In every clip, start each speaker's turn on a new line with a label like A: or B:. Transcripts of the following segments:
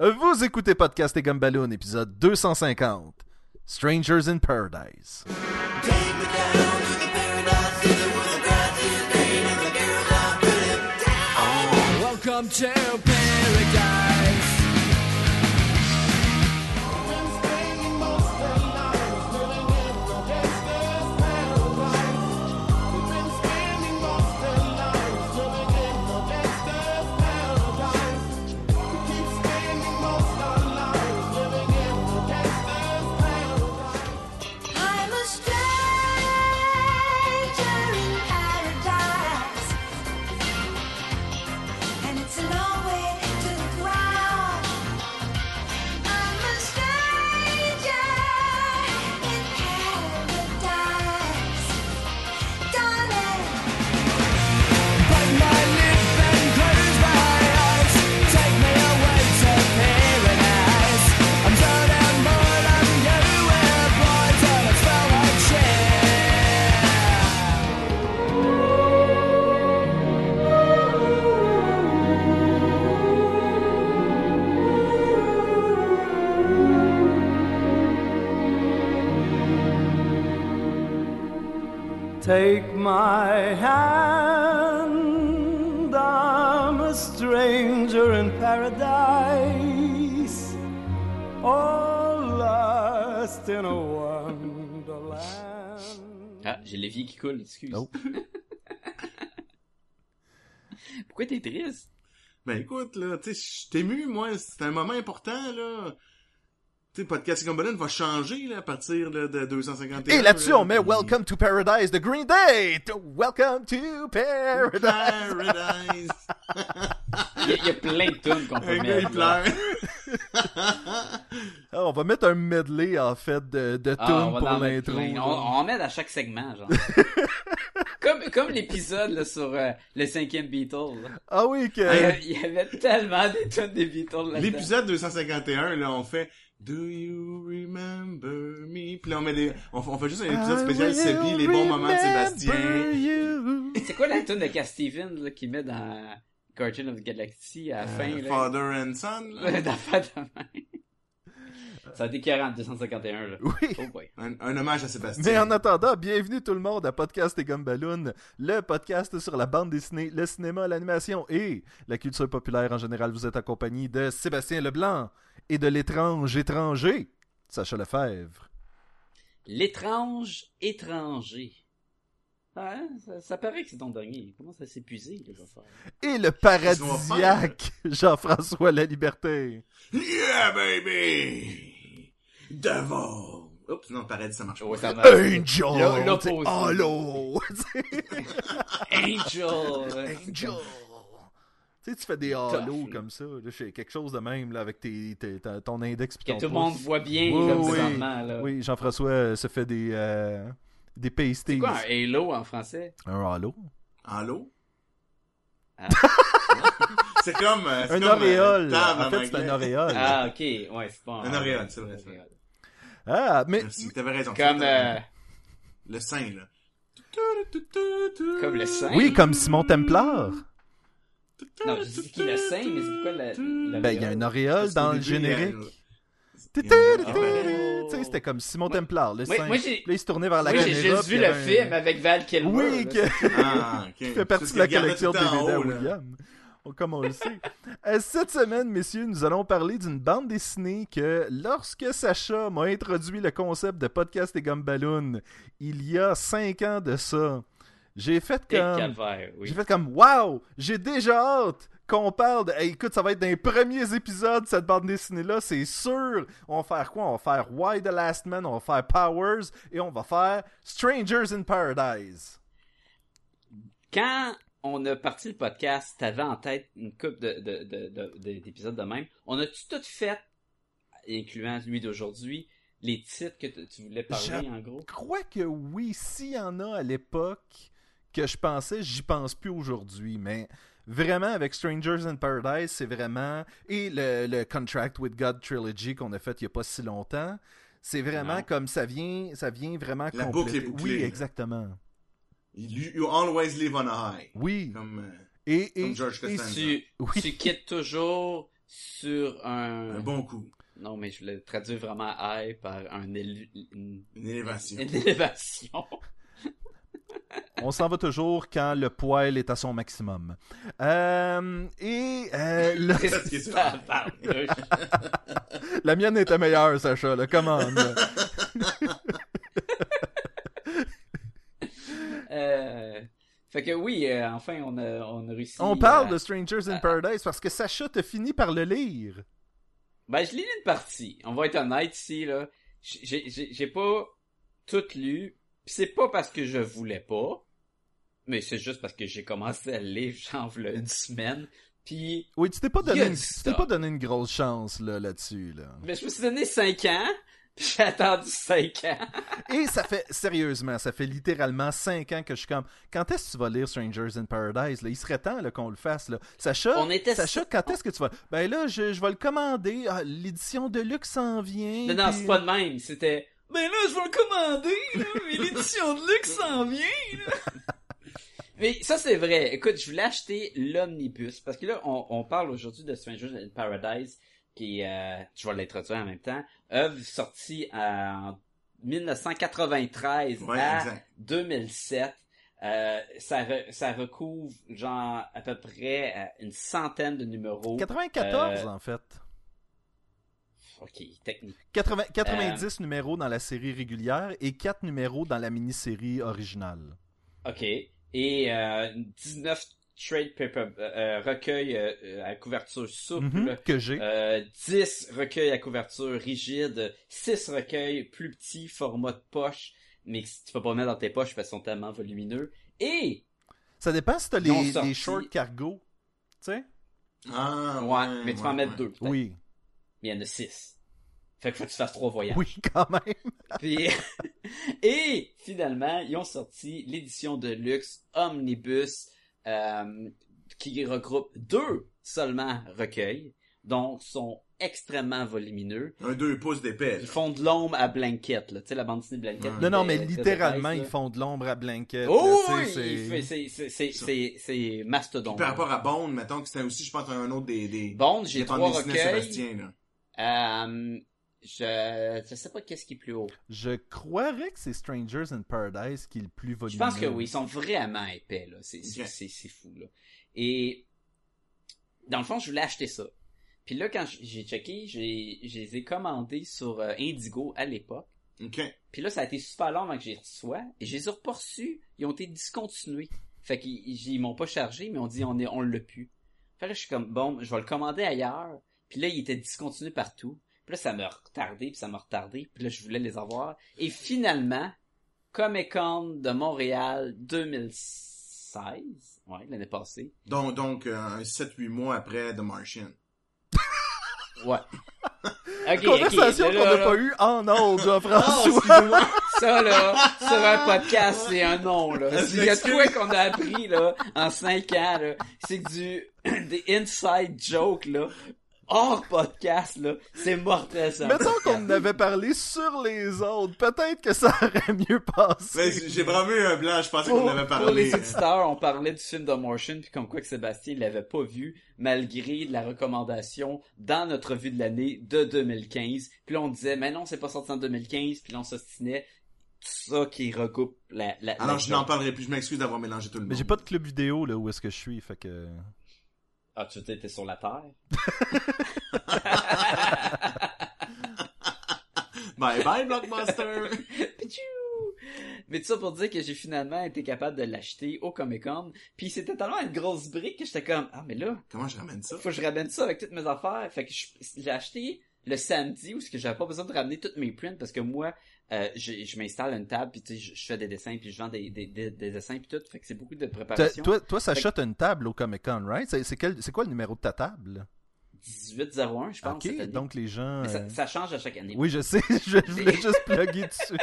A: Euh, Vous écoutez Podcast et Gumballoon, épisode 250. Strangers in Paradise.
B: Welcome to paradise.
C: I'm a stranger in paradise, and it's a long way to the ground. I'm a stranger in paradise, darling.
B: Bite my lip and close my eyes. Take me away to paradise. I'm so damn bored, I'm everywhere, boy, till I fell a chair. Take my hand, I'm a stranger in paradise, all lost in a wonderland.
D: Ah, j'ai l'évier qui coule, excuse.
A: Oh.
D: Pourquoi t'es triste?
E: Ben écoute, là, tu sais, je suis ému, moi, c'est un moment important, là. Tu sais, Podcast et Gumballoon va changer, là, à partir là, de 251.
A: Et là-dessus,
E: là,
A: on met
E: puis-
A: Welcome to Paradise de Green Day. To- Welcome to Paradise.
E: Paradise!
D: Il y, a- il y a plein de tunes qu'on peut
E: Un gars, il
D: mettre. là.
E: pleure.
A: Ah, on va mettre un medley, en fait, de, de
D: Ah, on
A: tunes
D: va
A: pour
D: en mettre
A: l'intro.
D: plein. On, on
A: là.
D: en met à chaque segment, genre. comme comme l'épisode là, sur euh, le cinquième Beatles. là.
A: Ah oui, que...
D: Il y avait- Il y avait tellement des tunes des Beatles là-dedans.
E: L'épisode 251, là, on fait Do you remember me? Puis là, on met des... on, on fait juste un épisode spécial Sebi, les bons moments de Sébastien.
D: C'est quoi la tune de Cat Stevens là, qu'il met dans Guardian of the Galaxy à la fin? là?
E: Father and Son, là.
D: Ouais, d'affaire de même. Ça a été 40, 251, là.
A: Oui.
D: Oh boy.
E: Un, un hommage à Sébastien.
A: Mais en attendant, bienvenue tout le monde à Podcast et Gumballoon, le podcast sur la bande dessinée, le cinéma, l'animation et la culture populaire en général. Vous êtes accompagné de Sébastien Leblanc et de l'étrange étranger, Sacha Lefebvre.
D: L'étrange étranger. Hein? Ça, ça paraît que c'est ton dernier. Il commence à s'épuiser, les affaires.
A: Et le
E: Qu'est-ce qu'on va faire?
A: paradisiaque Jean-François Laliberté.
E: Yeah, baby! Devil! Oups, non, paradis, ça marche pas.
D: Ouais, ça marche. Là-
A: Angel!
D: là,
A: t'sais,
D: pause.
A: Hello! t'sais,
D: Angel!
A: Angel! Tu sais, tu fais des halos comme ça, là, je sais, quelque chose de même là, avec tes, tes- ta- ton index puis
D: Que
A: ton
D: tout le
A: pouce.
D: monde voit bien,
A: Oui,
D: là,
A: oui.
D: présentement, là.
A: Oui, Jean-François euh, se fait des, euh, des pasties.
D: C'est quoi hein? un halo en français?
A: Un halo.
E: Allô?
D: Ah.
E: c'est comme. euh, c'est
A: Un
E: comme, euh,
A: auréole.
E: table
A: En fait, c'est
E: anglais.
A: un auréole. Ah,
D: Ah, ok. Ouais, c'est pas...
E: Un auréole, c'est vrai, c'est vrai.
D: Comme...
A: Ah, mais
E: Merci, t'avais raison.
D: euh,
E: Le sein, là.
D: comme le sein.
A: oui, comme Simon Templar.
D: Non, je sais qui le sein, mais c'est pourquoi le... le-
A: Ben, il y a un auréole dans le générique. Tu
E: il y a un-
A: sais, c'était comme Simon Templar, le
D: Moi-
A: sein.
D: moi, j'ai-
A: Là, il se tournait vers la
D: Oui, j'ai
A: caméra.
D: juste
A: puis
D: vu
A: il y
D: le
A: avait un-
D: film avec Val Kilmer.
A: Oui,
D: là,
A: que-
E: Ah, ok.
A: qui fait
E: C'est ce
A: partie de
E: qu'il
A: la
E: regardait
A: collection
E: tout le temps en
A: DVD à
E: haut, là.
A: William. On- Oh, Comme on le sait. Euh, Cette semaine, messieurs, nous allons parler d'une bande dessinée que, lorsque Sacha m'a introduit le concept de podcast et gumballoon, il y a cinq ans de ça, j'ai fait
D: Et
A: comme...
D: calvaire, oui.
A: J'ai fait comme, wow, j'ai déjà hâte qu'on parle de... Hey, écoute, ça va être dans les premiers épisodes, cette bande dessinée-là, c'est sûr. On va faire quoi? On va faire Why the Last Man, on va faire Powers, et on va faire Strangers in Paradise.
D: Quand on a parti le podcast, t'avais en tête une coupe de, de, de, de- de- d'épisodes de même. On a-tu tout fait, incluant celui d'aujourd'hui, les titres que t- tu voulais parler,
A: Je-
D: en gros?
A: Je crois que oui, s'il y en a à l'époque que je pensais, j'y pense plus aujourd'hui, mais vraiment avec Strangers in Paradise, c'est vraiment et le, le Contract with God trilogy qu'on a fait il y a pas si longtemps, c'est vraiment
D: Non.
A: comme ça vient, ça vient vraiment
E: La boucle
A: compléter.
E: est bouclée,
A: oui,
E: là.
A: exactement.
E: You, you always live on a high.
A: Oui,
E: Comme, euh,
A: et et
E: comme George
A: et-
E: Costanza.
D: Tu,
A: Oui.
D: tu quittes toujours sur un...
E: Un bon coup.
D: Non, mais je le traduis vraiment high par un élu- une...
E: Une élévation.
D: une élévation.
A: On s'en va toujours quand le poil est à son maximum. Euh, et euh, là-
D: Qu'est-ce que ça parle?
A: la mienne était meilleure, Sacha. Là. Come on, là.
D: Euh, Fait que oui, euh, enfin, on a, on a réussi.
A: On parle
D: à-
A: de Strangers in
D: Ah.
A: Paradise parce que Sacha te fini par le lire.
D: Ben, je lis une partie. On va être honnête ici, là. J'ai j'ai- j'ai pas tout lu. Pis c'est pas parce que je voulais pas. Mais c'est juste parce que j'ai commencé à le lire, genre, v'là une semaine. Puis,
A: Oui, tu t'es pas
D: Il y
A: donné,
D: a
A: une,
D: du
A: tu
D: stock.
A: t'es pas donné une grosse chance là, là-dessus. Là
D: ben, je me suis donné 5 ans. Puis j'ai attendu 5 ans.
A: Et ça fait, sérieusement, ça fait littéralement 5 ans que je suis comme. Quand est-ce que tu vas lire Strangers in Paradise là? Il serait temps là, qu'on le fasse. Là. Sacha,
D: On était-
A: Sacha, quand est-ce que tu vas. Ben là, je, je vais le commander. Ah, L'édition de luxe s'en vient.
D: Non, non,
A: puis-
D: c'est pas de même. C'était, ben là, je vais le commander, là, mais l'édition de luxe s'en vient, là. Mais ça, c'est vrai. Écoute, je voulais acheter l'Omnibus, parce que là, on, on parle aujourd'hui de Strangers in Paradise, qui, euh, je vais l'introduire en même temps, œuvre sortie euh, en 1993
E: Ouais,
D: à
E: exact.
D: 2007. Euh, ça, re- ça recouvre, genre, à peu près euh, une centaine de numéros.
A: 94
D: Euh,
A: en fait.
D: Ok, technique.
A: 80 90
D: Euh.
A: numéros dans la série régulière et 4 numéros dans la mini-série originale.
D: OK. Et euh, 19 trade paper euh, euh, recueils euh, euh, à couverture
A: Mhm,
D: souple,
A: que j'ai.
D: euh, 10 recueils à couverture rigide, 6 recueils plus petits, format de poche, mais que tu peux pas mettre dans tes poches parce qu'ils sont tellement volumineux. Et
A: Ça dépend si t'as
D: ils ont
A: les,
D: sorti-
A: les short cargo. Tu sais?
E: Ah,
D: ouais, mais tu peux en
E: ouais,
D: mettre
E: ouais.
D: deux peut-être.
A: Oui.
D: Mais il y en a 6. Fait que faut que tu fasses trois voyages.
A: Oui, quand même.
D: Puis- et finalement, ils ont sorti l'édition de luxe Omnibus euh, qui regroupe deux seulement recueils, donc sont extrêmement volumineux.
E: Un deux pouces d'épais.
D: Ils
E: là.
D: font de l'ombre à Blanket, là. tu sais, la bande dessinée Blanket.
E: Non,
A: Non, non, mais
D: de- de- de
A: littéralement,
D: Price,
A: ils
D: là.
A: font de l'ombre à Blanket.
D: Oh
A: là,
D: oui!
A: tu sais,
D: il fait- C'est, c'est, c'est, c'est, c'est mastodonte.
E: Par rapport à Bond, mettons que c'était aussi, je pense, un autre des... des...
D: Bond, j'ai
E: des bandes
D: trois
E: dessinées à
D: recueils.
E: Sébastien, là.
D: Euh, je, je sais pas qu'est-ce qui est plus haut.
A: Je croirais que c'est Strangers in Paradise qui est le plus
D: Je
A: volumineux.
D: pense que oui, ils sont vraiment épais, là. C'est, c'est,
E: Ok.
D: c'est- c'est fou, là. Et, dans le fond, je voulais acheter ça. Puis là, quand j- j'ai checké, j'ai, je les ai commandés sur euh, Indigo à l'époque.
E: OK.
D: Puis là, ça a été super long avant que j'y reçois. Et je les ai pas reçus. Ils ont été discontinués. Fait qu'ils ils- ils m'ont pas chargé, mais on dit on est, on l'a pu. Fait que là, je suis comme, bon, je vais le commander ailleurs. Puis là, il était discontinué partout. Puis là, ça m'a retardé, puis ça m'a retardé. Puis là, je voulais les avoir. Et finalement, Comic Con de Montréal 2016, ouais, l'année passée.
E: Donc, donc euh, un 7-8 mois après The Martian.
D: Ouais. Ok, ok,
A: Conversation
D: là,
A: qu'on n'a
D: là,
A: pas eue en ordre,
D: Oh,
A: Jean-François.
D: excuse-moi. ça, là, sur un podcast, c'est un nom, là.
E: Je
D: Il y a de
E: m'excuse.
D: quoi qu'on a appris, là, en cinq ans, là. C'est du, des inside jokes, là. Hors podcast, là. C'est mortel, ça.
A: Mettons qu'on en avait parlé sur les autres. Peut-être que ça aurait mieux
E: Mais
A: passé.
E: j'ai vraiment eu un blanc, je pensais qu'on
D: Pour,
E: en avait
D: pour les
E: parlé. hein.
D: auditeurs, on parlait du film The Martian, puis comme quoi que Sébastien l'avait pas vu, malgré la recommandation dans notre revue de l'année de 2015. Puis là, on disait, mais non, c'est pas sorti en 2015, puis là, on s'ostinait. Ça qui regroupe la... la la
E: Alors, je n'en parlerai plus, je m'excuse d'avoir mélangé tout le monde.
A: Mais j'ai pas de club vidéo là où est-ce que je suis, fait que.
D: Ah, tu étais sur la Terre?
E: Bye bye, Blockbuster!
D: Pichou! Mais tout ça pour dire que j'ai finalement été capable de l'acheter au Comic-Con. Puis c'était tellement une grosse brique que j'étais comme, ah, mais là,
E: Comment je ramène ça?
D: faut que je ramène ça avec toutes mes affaires. Fait que je- j'ai acheté le samedi où ce que j'avais pas besoin de ramener toutes mes prints parce que moi, euh, je, je m'installe à une table puis tu sais, je, je fais des dessins puis je vends des, des, des, des dessins puis tout. Fait que c'est beaucoup de
A: T'as-
D: préparation.
A: Toi, toi, Sacha, t'as une table au Comic Con, right? C'est c'est quel- c'est quoi le numéro de ta table?
D: 1801, je pense. cette
A: ok,
D: année.
A: donc les gens.
D: Mais
A: euh,
D: ça, ça change à chaque année.
A: Oui, je sais, je voulais juste plugger dessus.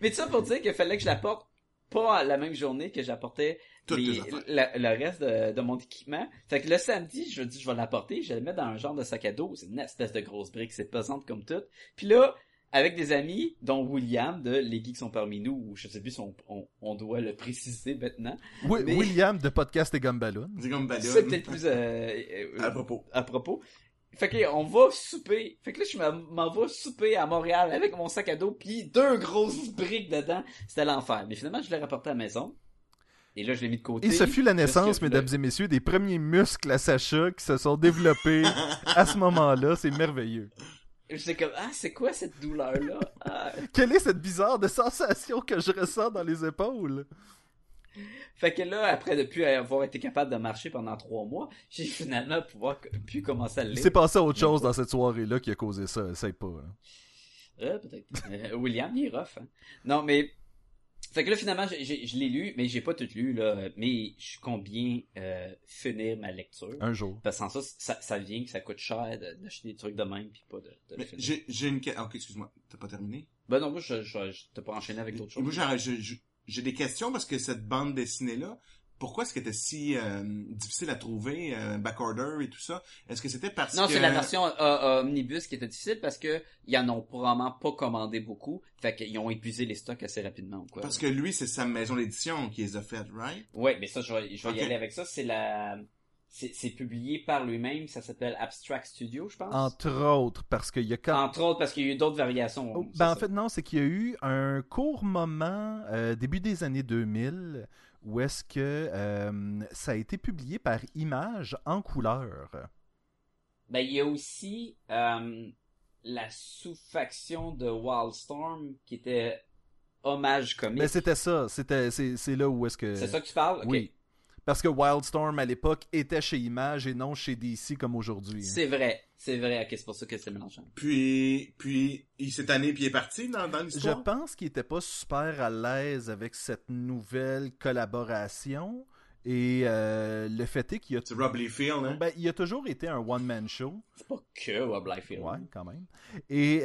D: Mais tout ça pour dire qu'il fallait que je l'apporte pas la même journée que j'apportais
E: Toutes
D: les-
E: les affaires.
D: la- le reste de, de mon équipement. Fait que le samedi, je dis je vais l'apporter, je vais le mettre dans un genre de sac à dos, c'est une espèce de grosse brique, c'est pesante comme tout. Puis là, avec des amis, dont William de Les Geeks sont parmi nous, ou je sais plus si on, on- on doit le préciser maintenant.
A: Wi-
D: Mais-
A: William de Podcast et Gumballoon.
E: C'est comme Ballon.
D: C'est peut-être plus euh, euh,
E: À propos.
D: à propos. Fait que là, on va souper. Fait que là, je m'en- m'en vais souper à Montréal avec mon sac à dos, puis deux grosses briques dedans. C'était l'enfer. Mais finalement, je l'ai rapporté à la maison. Et là, je l'ai mis de côté.
A: Et ce fut la
D: parce
A: naissance,
D: que
A: mesdames et messieurs, des premiers muscles à Sacha qui se sont développés à ce moment-là. C'est merveilleux.
D: le- J'étais comme, ah, c'est quoi cette douleur-là? Ah.
A: Quelle est cette bizarre de sensation que je ressens dans les épaules?
D: Fait que là, après, depuis avoir été capable de marcher pendant trois mois, j'ai finalement pouvoir, pu commencer à le
A: Il
D: lire.
A: s'est passé autre chose dans cette soirée-là qui a causé ça. Essaye pas. hein.
D: Euh, peut-être. Euh, William, il est rough. hein. Non, mais. Fait que là, finalement, j'ai- j'ai- je l'ai lu, mais j'ai pas tout lu, là. Mais je suis combien euh, finir ma lecture.
A: Un jour.
D: Parce que sans ça, ça, ça vient que ça coûte cher de- d'acheter des trucs de même, puis pas de, de le
E: Mais
D: finir.
E: J'ai j'ai une question. ok, excuse-moi, t'as pas terminé?
D: Ben non, moi, je, je, je t'ai pas enchaîné avec d'autres choses.
E: Moi, j'ai- j'ai- j'ai- j'ai des questions parce que cette bande dessinée-là, pourquoi est-ce qu'elle était si euh, difficile à trouver, euh, backorder et tout ça? Est-ce que c'était parce
D: Non,
E: que...
D: c'est la version euh, euh, omnibus qui était difficile parce que ils en ont probablement pas commandé beaucoup. Fait qu'ils ont épuisé les stocks assez rapidement ou quoi.
E: Parce que lui, c'est sa maison d'édition qui les a faites, right?
D: Ouais, mais ça, je vais, je vais
E: Ok.
D: y aller avec ça. C'est la, c'est c'est publié par lui-même. Ça s'appelle Abstract Studio, je pense.
A: Entre autres, parce qu'il y a quand
D: Entre autres, parce qu'il y a eu d'autres variations.
A: Oh,
D: c'est
A: ben en
D: ça.
A: fait, non, c'est qu'il y a eu un court moment, euh, début des années 2000, où est-ce que euh, ça a été publié par image en couleur.
D: Ben, il y a aussi euh, la sous-faction de Wildstorm qui était Hommage Comique.
A: Mais c'était ça, c'était, c'est, c'est là où est-ce que...
D: C'est ça que tu parles? Ok.
A: Oui. Parce que Wildstorm, à l'époque, était chez Image et non chez DC comme aujourd'hui. hein.
D: C'est vrai, c'est vrai. Ok, c'est pour ça que c'est mélangeant.
E: Puis, puis, il s'est tanné puis il est parti dans, dans
A: Je
E: l'histoire.
A: pense qu'il n'était pas super à l'aise avec cette nouvelle collaboration. Et euh, le fait est qu'il a,
E: C'est Rob Liefeld, hein?
A: ben, il a toujours été un one-man show.
D: C'est pas que Rob Liefeld.
A: Ouais, quand même. Et,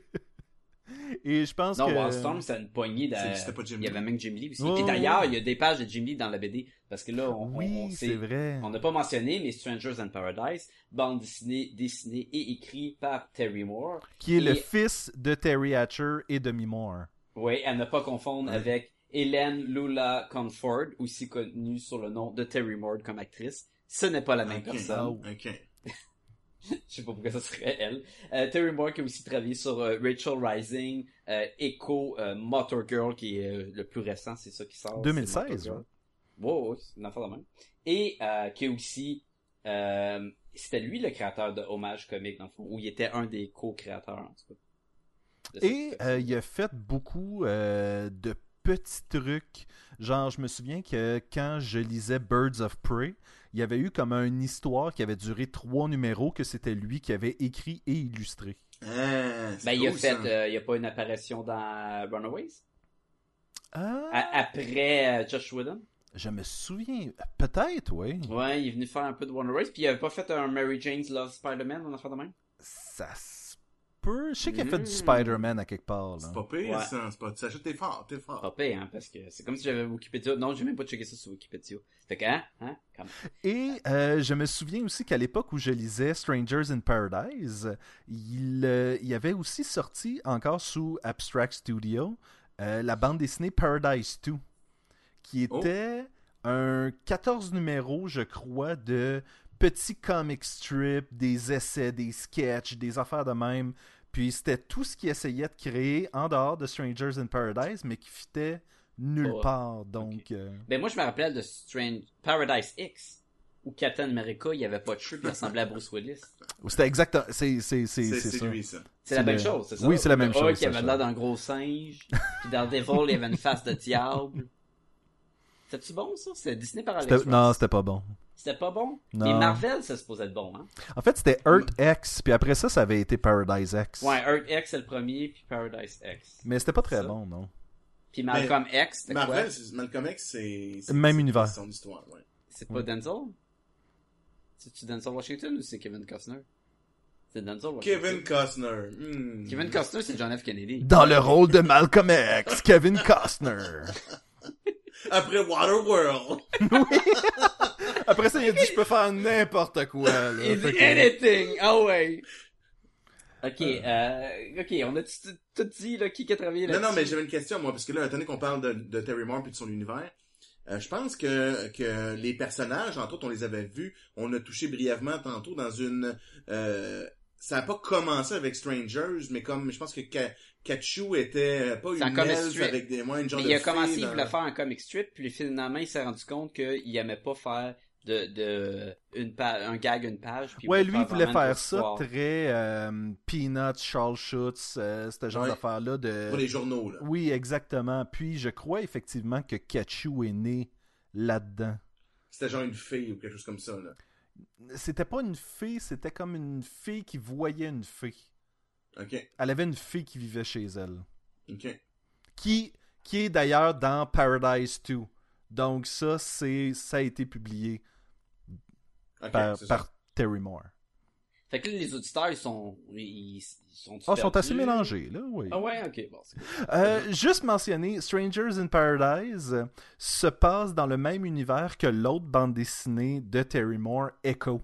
A: et je pense
D: Non,
A: que...
D: Wildstorm, c'est une poignée de...
E: C'est- C'était pas Jim
D: Il y avait
E: Lee.
D: même Jim Lee aussi.
A: Ouais,
D: Puis
A: ouais,
D: d'ailleurs,
A: ouais.
D: il y a des pages de Jim Lee dans la BD. Parce que là, on, on- on
A: Oui,
D: sait-
A: c'est vrai.
D: On n'a pas mentionné, mais Strangers in Paradise, bande dessinée, dessinée et écrite par Terry Moore.
A: Qui est le
D: Et-
A: fils de Terry Hatcher et de
D: Oh,
A: Moore.
D: Oui, à ne pas confondre avec Hélène Lula Comfort, aussi connue sous le nom de Terry Moore comme actrice. Ce n'est pas la même
E: Ok.
D: personne.
A: Oh.
E: Ok.
D: Je sais pas pourquoi ça serait elle. Euh, Terry Moore qui a aussi travaillé sur euh, Rachel Rising, euh, Echo, euh, Motor Girl qui est euh, le plus récent, c'est ça qui sort. c'est
A: 2016,
D: Motor Girl.
A: ouais.
D: Ouais, ouais, c'est une affaire de même. Et euh, qui est aussi, euh, c'était lui le créateur de Hommage Comique dans le fond, ou il était un des co-créateurs en tout cas. De
A: Et
D: cette-
A: euh, il a fait beaucoup euh, de petits trucs. Genre, je me souviens que quand je lisais Birds of Prey, il y avait eu comme une histoire qui avait duré trois numéros que c'était lui qui avait écrit et illustré.
E: Ah, c'est
D: ben, il a
E: cool,
D: fait,
E: ça.
D: euh, il a pas une apparition dans Runaways
A: Ah,
D: À- après euh, Josh Whedon.
A: je me souviens. Peut-être, oui.
D: Ouais, il est venu faire un peu de Runaways, puis il avait pas fait un Mary Jane's Love Spider-Man, on a fait de même.
A: Ça se peut. Je sais qu'il a fait
D: Mm.
A: du Spider-Man à quelque part. là.
E: C'est pas pire,
D: Ouais.
E: ça. C'est pas... Sacha, t'es fort, t'es fort.
D: Pas pire, hein, parce que c'est comme si j'avais Wikipédia. Non, j'ai même pas checké ça sur Wikipédia. Fait que, hein, hein, quand même.
A: Et euh, je me souviens aussi qu'à l'époque où je lisais Strangers in Paradise, il, euh, il y avait aussi sorti, encore sous Abstract Studio, euh, la bande dessinée Paradise 2, qui
E: Oh.
A: était un 14 numéros, je crois, de petits comic strips, des essais, des sketchs, des affaires de même. Puis c'était tout ce qu'il essayait de créer en dehors de Strangers in Paradise, mais qui fitait nulle
D: Oh,
A: part. Donc, euh,
D: Ben, moi, je me rappelle de Strange Paradise X, où Captain America, il y avait pas de cheveux, puis il ressemblait à Bruce Willis.
A: c'était exactement. C'est c'est- c'est-
E: C'est
A: c'est
E: c'est
A: ça.
E: lui, ça.
D: C'est la
A: C'est
D: même
A: le-
D: chose, c'est ça?
A: Oui, c'est la même
D: Le
A: chose,
D: Hulk, il
A: ça,
D: avait
A: ça.
D: l'air d'un gros singe, puis dans Devil, il avait une face de diable. C'était-tu bon, ça? C'est Disney par Alex
A: C'était- Non,
D: Ross.
A: c'était pas bon.
D: C'était pas bon?
A: Non.
D: Mais Marvel, ça se posait être bon, hein?
A: En fait, c'était Earth X, puis après ça, ça avait été Paradise X.
D: Ouais, Earth X, c'est le premier, puis Paradise X.
A: Mais c'était pas très
D: Ça.
A: bon, non.
D: Puis Malcolm X, c'était quoi?
E: Marvel, c'est- Malcolm X, c'est... c'est-
A: Même
E: c'est-
A: univers.
E: C'est son histoire, ouais.
D: C'est pas Denzel? C'est-tu Denzel Washington ou c'est Kevin Costner? C'est Denzel Washington.
E: Kevin Costner. Hmm.
D: Kevin Costner, c'est John F. Kennedy.
A: Dans le rôle de Malcolm X, Kevin Costner.
E: Après Waterworld.
A: Après ça, il a dit, je peux faire n'importe quoi. là.
D: Il dit
A: Fait que-
D: anything! Ah ouais! Ok, euh, ok, on a tout, tout dit là, qui qui a travaillé là
E: Non, non, mais j'avais une question, moi, parce que là, attendez qu'on parle de, de Terry Moore puis de son univers. Euh, je pense que, que les personnages, entre autres, on les avait vus, on a touché brièvement tantôt dans une... euh, ça n'a pas commencé avec Strangers, mais comme je pense que Ka- Kachu était euh, pas
D: C'est un
E: une
D: comic
E: elfe
D: strip.
E: avec des moines, genre
D: Mais
E: de
D: il a
E: fée
D: commencé, il
E: dans-
D: voulait faire un comic strip, puis finalement, il s'est rendu compte qu'il aimait pas faire de, de une pa- un gag, une page. Puis
A: Ouais, lui, il voulait
D: vraiment une
A: faire ça
D: histoire.
A: très euh, Peanuts, Charles Schutz, euh, ce genre
E: Ouais.
A: d'affaire-là. De...
E: Pour les journaux, là.
A: Oui, exactement. Puis je crois effectivement que Kachu est né là-dedans.
E: C'était genre une fille ou quelque chose comme ça, là.
A: C'était pas une fée, c'était comme une fée qui voyait une fée.
E: OK,
A: Elle avait une fée qui vivait chez elle.
E: OK.
A: Qui, qui est d'ailleurs dans Paradise 2. Donc ça, c'est ça a été publié
E: OK,
A: par,
E: c'est ça.
A: par Terry Moore.
D: Fait que là, les auditeurs, ils sont, ils, ils sont,
A: Ah, ils sont assez
D: perdus?
A: mélangés, là, oui.
D: Ah ouais, ok, bon. c'est cool.
A: Euh, juste mentionner, Strangers in Paradise euh, se passe dans le même univers que l'autre bande dessinée de Terry Moore, Echo,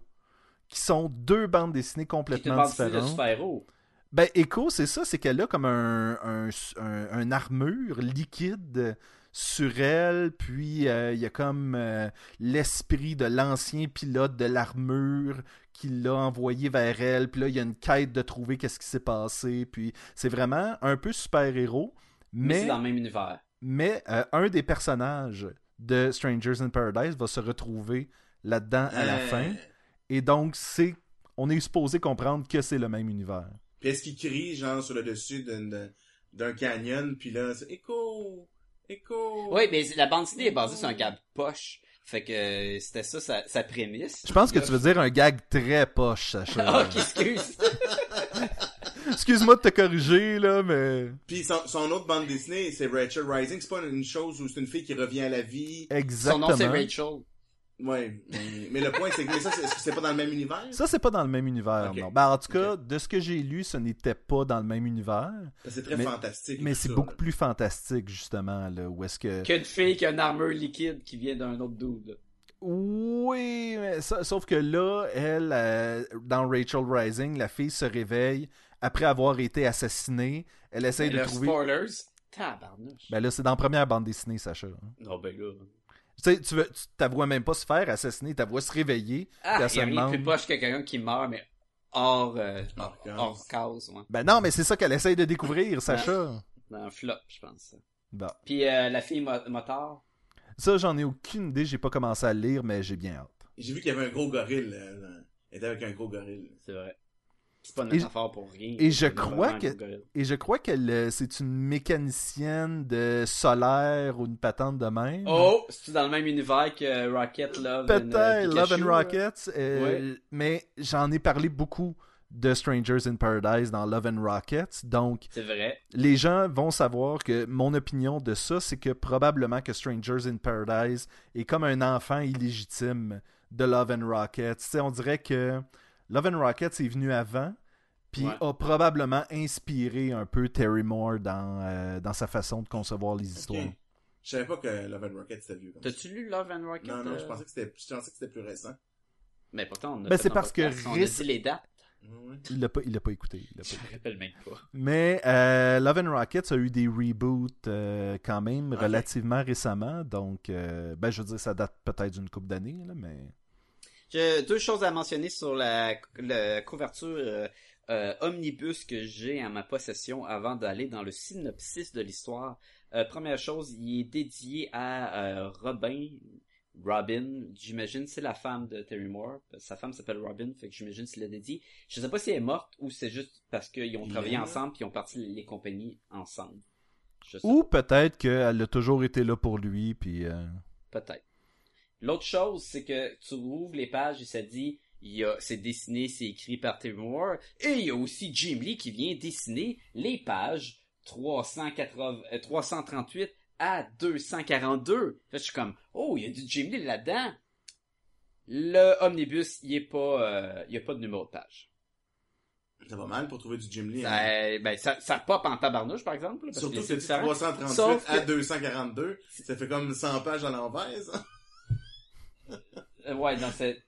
A: qui sont deux bandes dessinées
D: Puis
A: complètement
D: t'as parti de
A: différentes.
D: super-héros.
A: Ben, Echo, c'est ça, c'est qu'elle a comme un, un, un- un armure liquide sur elle, puis euh, il y a comme euh, l'esprit de l'ancien pilote de l'armure qui l'a envoyé vers elle, puis là, il y a une quête de trouver qu'est-ce qui s'est passé, puis c'est vraiment un peu super-héros,
D: Mais,
A: mais,
D: c'est dans le même univers.
A: mais euh, un des personnages de Strangers in Paradise va se retrouver là-dedans à la
E: Euh,
A: fin, et donc c'est on est supposé comprendre que c'est le même univers.
E: Puis est-ce qu'il crie, genre, sur le dessus d'une- d'un canyon, puis là, c'est écho, écho.
D: Oui, mais la bande dessinée est basée sur un gag poche. Fait que euh, c'était ça sa, sa prémisse. Ah,
A: Je pense que tu veux dire un gag très poche, Sacha.
D: Ok, excuse.
A: Excuse-moi de te corriger, là, mais...
E: Puis son, son autre bande dessinée, c'est Rachel Rising. C'est pas une chose où c'est une fille qui revient à la vie.
D: Son
A: Exactement.
D: nom, c'est Rachel.
E: Ouais. mais- Mais le point, c'est que mais ça, c'est- est-ce que c'est pas dans le même univers?
A: Ça, c'est pas dans le même univers,
E: Ok.
A: non. Ben, en tout cas, de ce que j'ai lu, ce n'était pas dans le même univers,
E: C'est très
A: Mais-
E: fantastique. et
A: mais
E: tout
A: c'est
E: ça,
A: beaucoup
E: là.
A: plus fantastique, justement, là, où est-ce que...
D: Qu'une fille qui a une armure liquide qui vient d'un autre dude. là.
A: Oui, mais ça- sauf que là, elle, euh, dans Rachel Rising, la fille se réveille après avoir été assassinée. Elle
E: Ben,
A: essaie de
D: Leur
A: trouver...
D: spoilers. Tabarnouche.
A: Ben là, c'est dans la première bande dessinée, Sacha.
D: Non, ben là.
A: Tu sais, tu, veux- tu ta voix même pas se faire assassiner, ta voix se réveiller. puis
D: Ah,
A: elle
D: il y a
A: se
D: rien de plus
A: demande-
D: proche que quelqu'un qui meurt, mais hors, euh,
E: Hors
D: hors,
E: cause.
D: hors cause, ouais.
A: Ben non, mais c'est ça qu'elle essaye de découvrir, Sacha.
D: Dans un flop, je pense.
A: Bon.
D: Puis euh, la fille mo- motard.
A: Ça, j'en ai aucune idée, j'ai pas commencé à le lire, mais j'ai bien hâte.
E: J'ai vu qu'il y avait un gros gorille. là, là. Elle était avec un gros gorille.
D: C'est vrai. C'est pas une
A: Et je-
D: métaphore pour rien.
A: et je
D: C'est
A: crois
D: vraiment un
A: que-
D: gros gorille.
A: Et je crois qu'elle, euh, c'est une mécanicienne de solaire ou une patente de même.
D: Oh, c'est-tu dans le même univers que Rocket Love and, euh,
A: Hmm. Peut-être, Love
D: Pikachu,
A: and
D: là?
A: Rockets. euh, Mais j'en ai parlé beaucoup de Strangers in Paradise dans Love and Rockets, donc
D: C'est vrai.
A: les gens vont savoir que mon opinion de ça, c'est que probablement que Strangers in Paradise est comme un enfant illégitime de Love and Rockets. Tu sais, on dirait que Love and Rockets est venu avant, puis
D: Ouais.
A: a probablement inspiré un peu Terry Moore dans, euh, dans sa façon de concevoir les histoires.
E: Ok. Je savais pas que Love and Rocket c'était vieux comme ça.
D: T'as-tu lu Love and Rocket?
E: Non, non,
D: euh?
E: je pensais que c'était, je pensais que c'était plus récent.
D: Mais pourtant, on a
A: Ben,
D: fait
A: c'est
D: un
A: parce que
D: podcast, on a
A: risque-
D: dit les dates.
E: Ouais.
A: Il l'a pas, il l'a pas écouté. il l'a pas
D: Je
A: écouté.
D: me rappelle même pas.
A: Mais euh, Love and Rockets a eu des reboots euh, quand même
E: Ok.
A: relativement récemment, donc euh, ben, je veux dire, ça date peut-être d'une couple d'années, là, mais...
D: J'ai deux choses à mentionner sur la, la couverture euh, euh, omnibus que j'ai à ma possession avant d'aller dans le synopsis de l'histoire. Euh, première chose, il est dédié à euh, Robin. Robin, j'imagine c'est la femme de Terry Moore. Sa femme s'appelle Robin, fait que j'imagine c'est le dédié. Je sais pas si elle est morte ou c'est juste parce qu'ils ont
E: Il
D: travaillé
E: est là.
D: ensemble puis ils ont parti les compagnies ensemble. Je sais
A: Ou peut-être qu'elle a toujours été là pour lui, puis... euh,
D: Peut-être. L'autre chose, c'est que tu ouvres les pages et ça dit, il y a, c'est dessiné, c'est écrit par Tim Moore, et il y a aussi Jim Lee qui vient dessiner les pages 380, euh, 338 à 242. Fait que je suis comme, oh, il y a du Jim Lee là-dedans. Le omnibus, il est pas, euh, il y a pas de numéro de page.
E: Ça va mal pour trouver du Jim Lee. hein.
D: Ça, ben, ça, ça pop en tabarnouche, par exemple. là, parce
E: Surtout
D: que
E: que c'est
D: ça-
E: 338
D: Sauf
E: à
D: que-
E: 242, ça fait comme 100 pages à l'envers, ça.
D: Euh, Ouais, dans cette,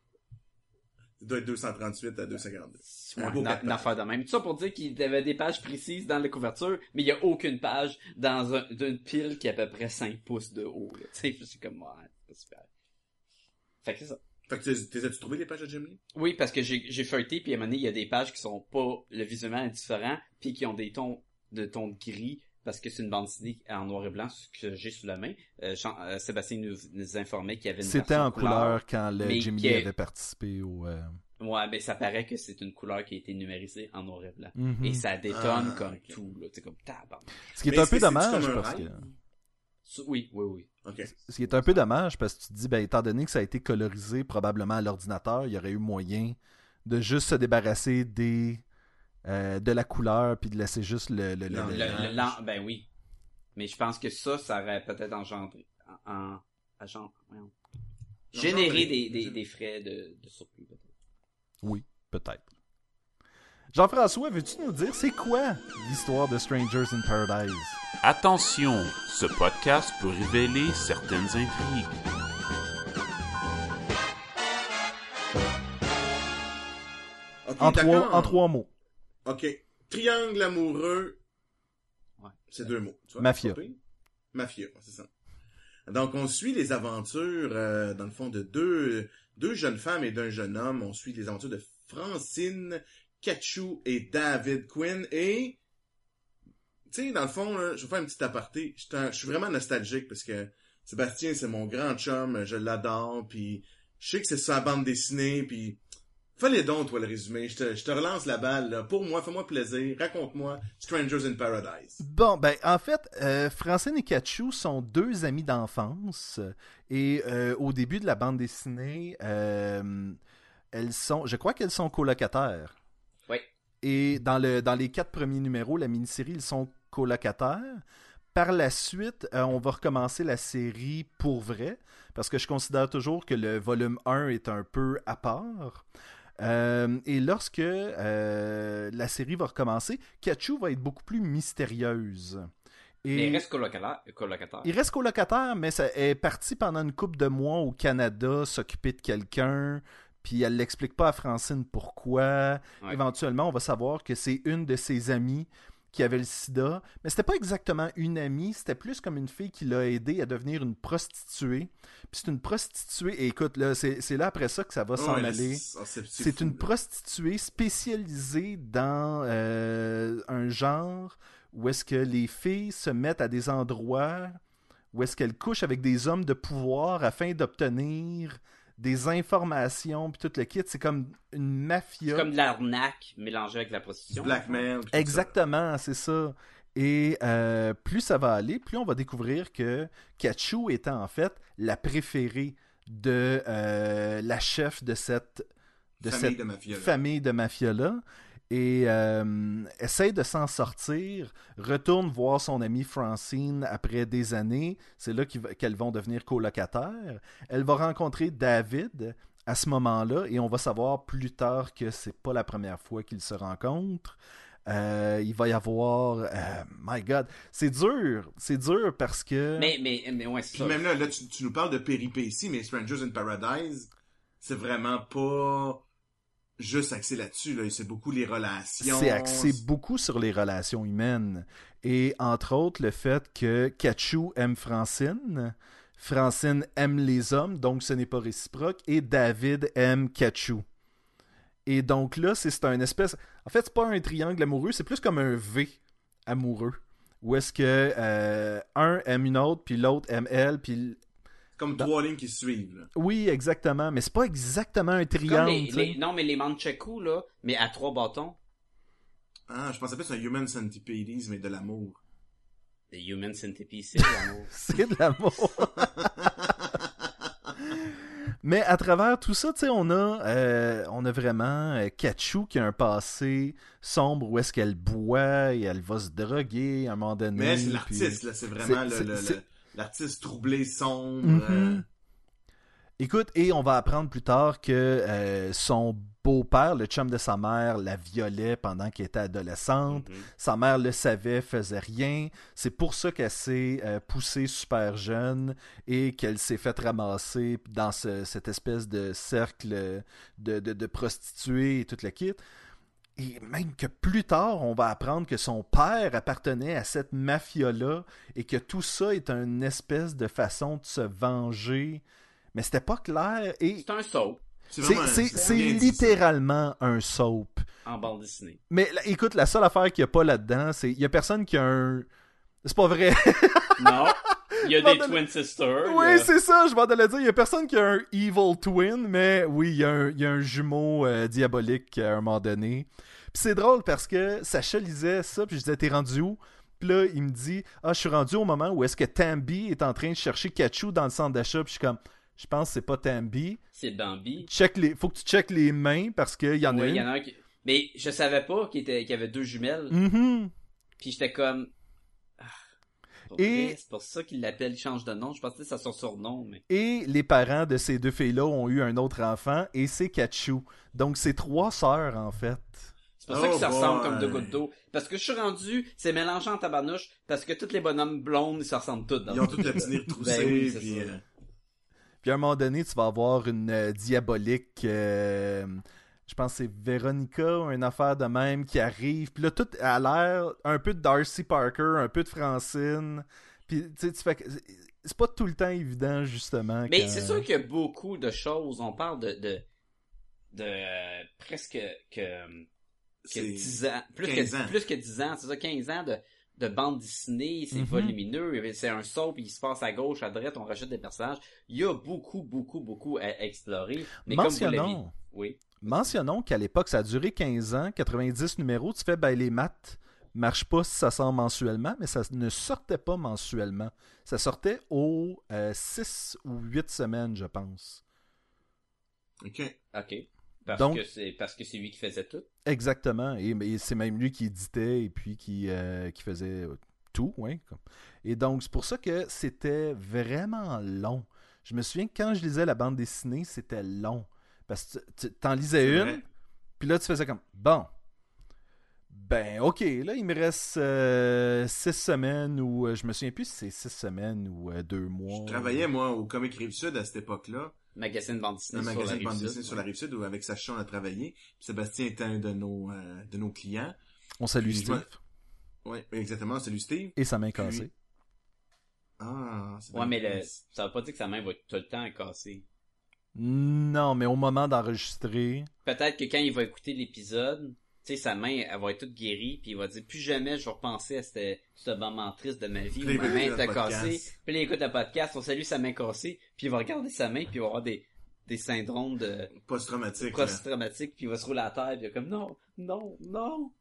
E: De 238 à 252.
D: Ouais,
E: Un beau
D: Ah, une-
E: quatre
D: une
E: pages.
D: affaire de même. Tout ça pour dire qu'il y avait des pages précises dans la couverture, mais il n'y a aucune page dans un- d'une pile qui est à peu près 5 pouces de haut. là. Tu sais, je suis comme, ouais, c'est pas super. Fait que c'est ça.
E: Fait que tu les as-tu trouvé les pages de Jim Lee?
D: Oui, parce que j'ai j'ai feuilleté, puis à un moment donné, il y a des pages qui sont pas le visuellement indifférent, puis qui ont des tons de tons de gris, parce que c'est une bande dessinée en noir et blanc, ce que j'ai sous la main. Euh, Jean- euh, Sébastien nous, nous informait qu'il y avait une
A: C'était
D: version
A: en couleur quand le
D: mais
A: Jimmy
D: que-
A: avait participé au. euh,
D: Ouais, mais ça paraît que c'est une couleur qui a été numérisée en noir et blanc.
A: mhm.
D: Et ça détonne
E: Ah,
D: comme
E: ok.
D: tout, là. C'est comme tabarnak.
A: Ce qui est
E: Mais
A: un
E: est-ce
A: peu
E: que c'est-tu
A: dommage
E: comme un
A: parce que.
E: rêve?
D: Ça- Oui, oui, oui.
E: Ok.
A: Ce qui est un peu dommage parce que tu te dis, ben, étant donné que ça a été colorisé probablement à l'ordinateur, il y aurait eu moyen de juste se débarrasser des euh, de la couleur puis de laisser juste le, le, le-
E: Non,
A: le-
D: Le- le- l'en- ben oui. Mais je pense que ça, ça aurait peut-être engendré. En, en- agent- voyons. généré des, des, des frais de, de surplus, peut-être.
A: Oui, peut-être. Jean-François, veux-tu nous dire c'est quoi l'histoire de Strangers in Paradise?
F: Attention, ce podcast peut révéler certaines intrigues.
E: Ok,
A: En
E: d'accord.
A: trois, en trois mots.
E: Ok. Triangle amoureux.
D: Ouais.
E: C'est deux mots. tu vois,
A: Mafia.
E: c'est pas pire. Mafia, c'est ça. Donc, on suit les aventures, euh, dans le fond, de deux, deux jeunes femmes et d'un jeune homme. On suit les aventures de Francine, Kachou et David Quinn. Et, tu sais, dans le fond, là, je vais faire un petit aparté. Je suis un- je suis vraiment nostalgique parce que Sébastien, c'est mon grand chum. Je l'adore. Puis, je sais que c'est sa bande dessinée. Puis, Fallait donc, toi, le résumé. Je te, je te relance la balle. là. Pour moi, fais-moi plaisir. Raconte-moi Strangers in Paradise.
A: Bon, ben en fait, euh, Francine et Kachou sont deux amis d'enfance et euh, au début de la bande dessinée, euh, elles sont, je crois qu'elles sont colocataires.
D: Oui.
A: Et dans, le, dans les quatre premiers numéros, la mini-série, ils sont colocataires. Par la suite, euh, on va recommencer la série pour vrai, parce que je considère toujours que le volume 1 est un peu à part. Euh, et lorsque euh, la série va recommencer, Kachu va être beaucoup plus mystérieuse. Et
D: Mais il reste colocataire. colocataire.
A: il reste colocataire, mais ça elle est partie pendant une couple de mois au Canada s'occuper de quelqu'un. Puis elle l'explique pas à Francine pourquoi.
D: Ouais.
A: Éventuellement, on va savoir que c'est une de ses amies qui avait le sida. Mais c'était pas exactement une amie, c'était plus comme une fille qui l'a aidé à devenir une prostituée. Puis c'est une prostituée. Et écoute, là, c'est c'est là après ça que ça va s'en
E: Ouais,
A: aller.
E: c'est- c'est- c'est
A: C'est
E: fou,
A: une
E: là.
A: prostituée spécialisée dans euh, un genre où est-ce que les filles se mettent à des endroits où est-ce qu'elles couchent avec des hommes de pouvoir afin d'obtenir des informations puis tout le kit. C'est comme une mafia.
D: C'est comme de l'arnaque mélangée avec la prostitution.
E: Blackmail. puis tout
A: Exactement, c'est ça. Et euh, plus ça va aller, plus on va découvrir que Kachu était en fait la préférée de euh, la chef de cette de
E: ça. Famille
A: cette
E: de mafia. là.
A: famille de mafia-là. Et euh, essaye de s'en sortir, retourne voir son amie Francine après des années. C'est là qu'il va- qu'elles vont devenir colocataires. Elle va rencontrer David à ce moment-là et on va savoir plus tard que c'est pas la première fois qu'ils se rencontrent. Euh, il va y avoir. euh, my God, c'est dur, c'est dur parce que.
D: Mais, mais, mais ouais, c'est
E: Puis
D: ça.
E: même là, là tu, tu nous parles de péripéties, mais Strangers in Paradise, c'est vraiment pas juste axé là-dessus. Là. C'est beaucoup les relations.
A: C'est axé beaucoup sur les relations humaines. Et entre autres, le fait que Kachu aime Francine, Francine aime les hommes, donc ce n'est pas réciproque, et David aime Kachu. Et donc là, c'est c'est un espèce. En fait, c'est pas un triangle amoureux, c'est plus comme un V amoureux. Où est-ce que euh, un aime une autre, puis l'autre aime elle, puis. l-
E: Comme trois lignes qui se suivent. là.
A: Oui, exactement, mais c'est pas exactement un
D: Comme
A: triangle.
D: les-
A: tu sais.
D: les- non, mais les Manchekou, là, mais à trois bâtons.
E: Ah, je pensais plus à Human Centipede, mais de l'amour.
D: Les Human Centipede, c'est l'amour.
A: C'est de l'amour. Mais à travers tout ça, tu sais, on a, euh, on a vraiment euh, Kachou qui a un passé sombre où est-ce qu'elle boit et elle va se droguer à un moment donné.
E: Mais c'est
A: puis-
E: l'artiste, là. C'est vraiment
A: c'est- Mhm.
E: le- le-
A: c'est-
E: le- l'artiste troublé, sombre.
A: Mhm.
E: euh,
A: Écoute, et on va apprendre plus tard que euh, son beau-père, le chum de sa mère, la violait pendant qu'elle était adolescente. Sa mère le savait, faisait rien. C'est pour ça qu'elle s'est euh, poussée super jeune et qu'elle s'est faite ramasser dans ce- cette espèce de cercle de, de, de prostituées et tout le kit. Et même que plus tard, on va apprendre que son père appartenait à cette mafia-là et que tout ça est une espèce de façon de se venger. Mais c'était pas clair et
D: C'est un saut
A: c'est- c'est c'est littéralement un soap.
D: en bande dessinée.
A: Mais là, écoute, la seule affaire qu'il n'y a pas là-dedans, c'est il y a personne qui a un. C'est pas vrai.
D: Non. Il y a des
A: Pardon.
D: Twin Sisters. il y
A: oui,
D: a-
A: c'est ça, je m'en allais dire. Il y a personne qui a un evil twin, mais oui, il y a un, il y a un jumeau euh, diabolique à un moment donné. Puis c'est drôle parce que Sacha lisait ça, puis je disais, t'es rendu où? Puis là, il me dit, ah, je suis rendu au moment où est-ce que Tambi est en train de chercher Kachu dans le centre d'achat. Puis je suis comme, je pense que c'est pas Tambi.
D: C'est Bambi.
A: Check les... Faut que tu checkes les mains parce qu'il y en a
D: Oui,
A: une.
D: il y en a un qui... Mais je savais pas qu'il était- qu'il y avait deux jumelles.
A: Mhm.
D: Puis j'étais comme... Ah, pour
A: Et-
D: vrai, C'est pour ça qu'il l'appelle, il change de nom. Je pensais que ça son surnom, mais...
A: Et les parents de ces deux filles-là ont eu un autre enfant, et c'est Kachu. Donc, c'est trois sœurs, en fait.
D: C'est pour ça
E: Oh
D: qu'ils se ressemblent comme
E: boy.
D: deux gouttes d'eau. Parce que je suis rendu, c'est mélangeant en tabarnouche, parce que tous les bonhommes blondes, ils se ressemblent tous. Dans
E: Ils ont tout le petit nez retroussé,
D: Ben oui, c'est
E: puis,
D: ça.
E: euh,
A: Puis, à un moment donné, tu vas avoir une euh, diabolique... euh, je pense que c'est Véronica, ou une affaire de même, qui arrive. Puis là, tout a l'air un peu de Darcy Parker, un peu de Francine. Puis, tu sais, tu fais... que- C'est pas tout le temps évident, justement.
D: Mais
A: quand-
D: c'est
E: euh,
D: sûr qu'il y a beaucoup de choses. On parle de... de, de euh, presque que, que
E: c'est-
D: 10 ans. Plus,
E: 15
D: que,
E: ans.
D: plus que 10 ans, c'est ça, 15 ans de, de bande dessinée. C'est
A: Mhm.
D: volumineux. il y avait- C'est un saut, puis il se passe à gauche, à droite, on rajoute des personnages. Il y a beaucoup, beaucoup, beaucoup à explorer. Mais comme vous l'avez...
A: Mentionnons.
D: Oui.
A: Mentionnons qu'à l'époque, ça a duré 15 ans, 90 numéros. Tu fais, ben, les maths marchent pas si ça sort mensuellement, mais ça ne sortait pas mensuellement. Ça sortait aux 6 ou 8 semaines, je pense.
E: OK.
D: OK. Parce
A: Donc-
D: que c'est parce que c'est lui qui faisait tout.
A: Exactement. Et, et c'est même lui qui éditait et puis qui, euh, qui faisait tout. ouais. Comme- Et donc, c'est pour ça que c'était vraiment long. Je me souviens que quand je lisais la bande dessinée, c'était long. Parce que tu- tu- t'en lisais
E: C'est
A: une,
E: vrai.
A: Puis là, tu faisais comme, bon, ben ok, là, il me reste euh, six semaines ou, euh, je me souviens plus si c'est six semaines ou euh, deux mois.
E: Je travaillais, moi, au Comic Rive-Sud à cette époque-là.
D: Magazine bande dessinée
E: un
D: sur la
E: magazine de bande
D: Rive-Sud.
E: dessinée sur la Rive-Sud où, avec Sacha, on a travaillé. Puis Sébastien était un de nos, euh, de nos clients.
A: On salue
E: Puis je me-
A: Steve
E: Oui, exactement. Salut, Steve.
A: et sa main
E: Puis-
A: cassée.
E: Ah, c'est
D: Ouais,
E: bien
D: mais le-
E: nice.
D: ça veut pas dire que sa main va être tout le temps cassée.
A: Non, mais au moment d'enregistrer,
D: Peut-être que quand il va écouter l'épisode, tu sais, sa main, elle va être toute guérie, puis il va dire, plus jamais je vais repenser à ce, ce moment triste de ma vie où
E: Puis
D: ma
E: il
D: main
E: écoute
D: était
E: le
D: cassée.
E: podcast.
D: Puis là, il écoute le podcast, on salue sa main cassée, puis il va regarder sa main, puis il va avoir des, des syndromes de
E: Post-traumatique. là.
D: post-traumatique, puis il va se rouler à terre, puis il va comme, non, non, non.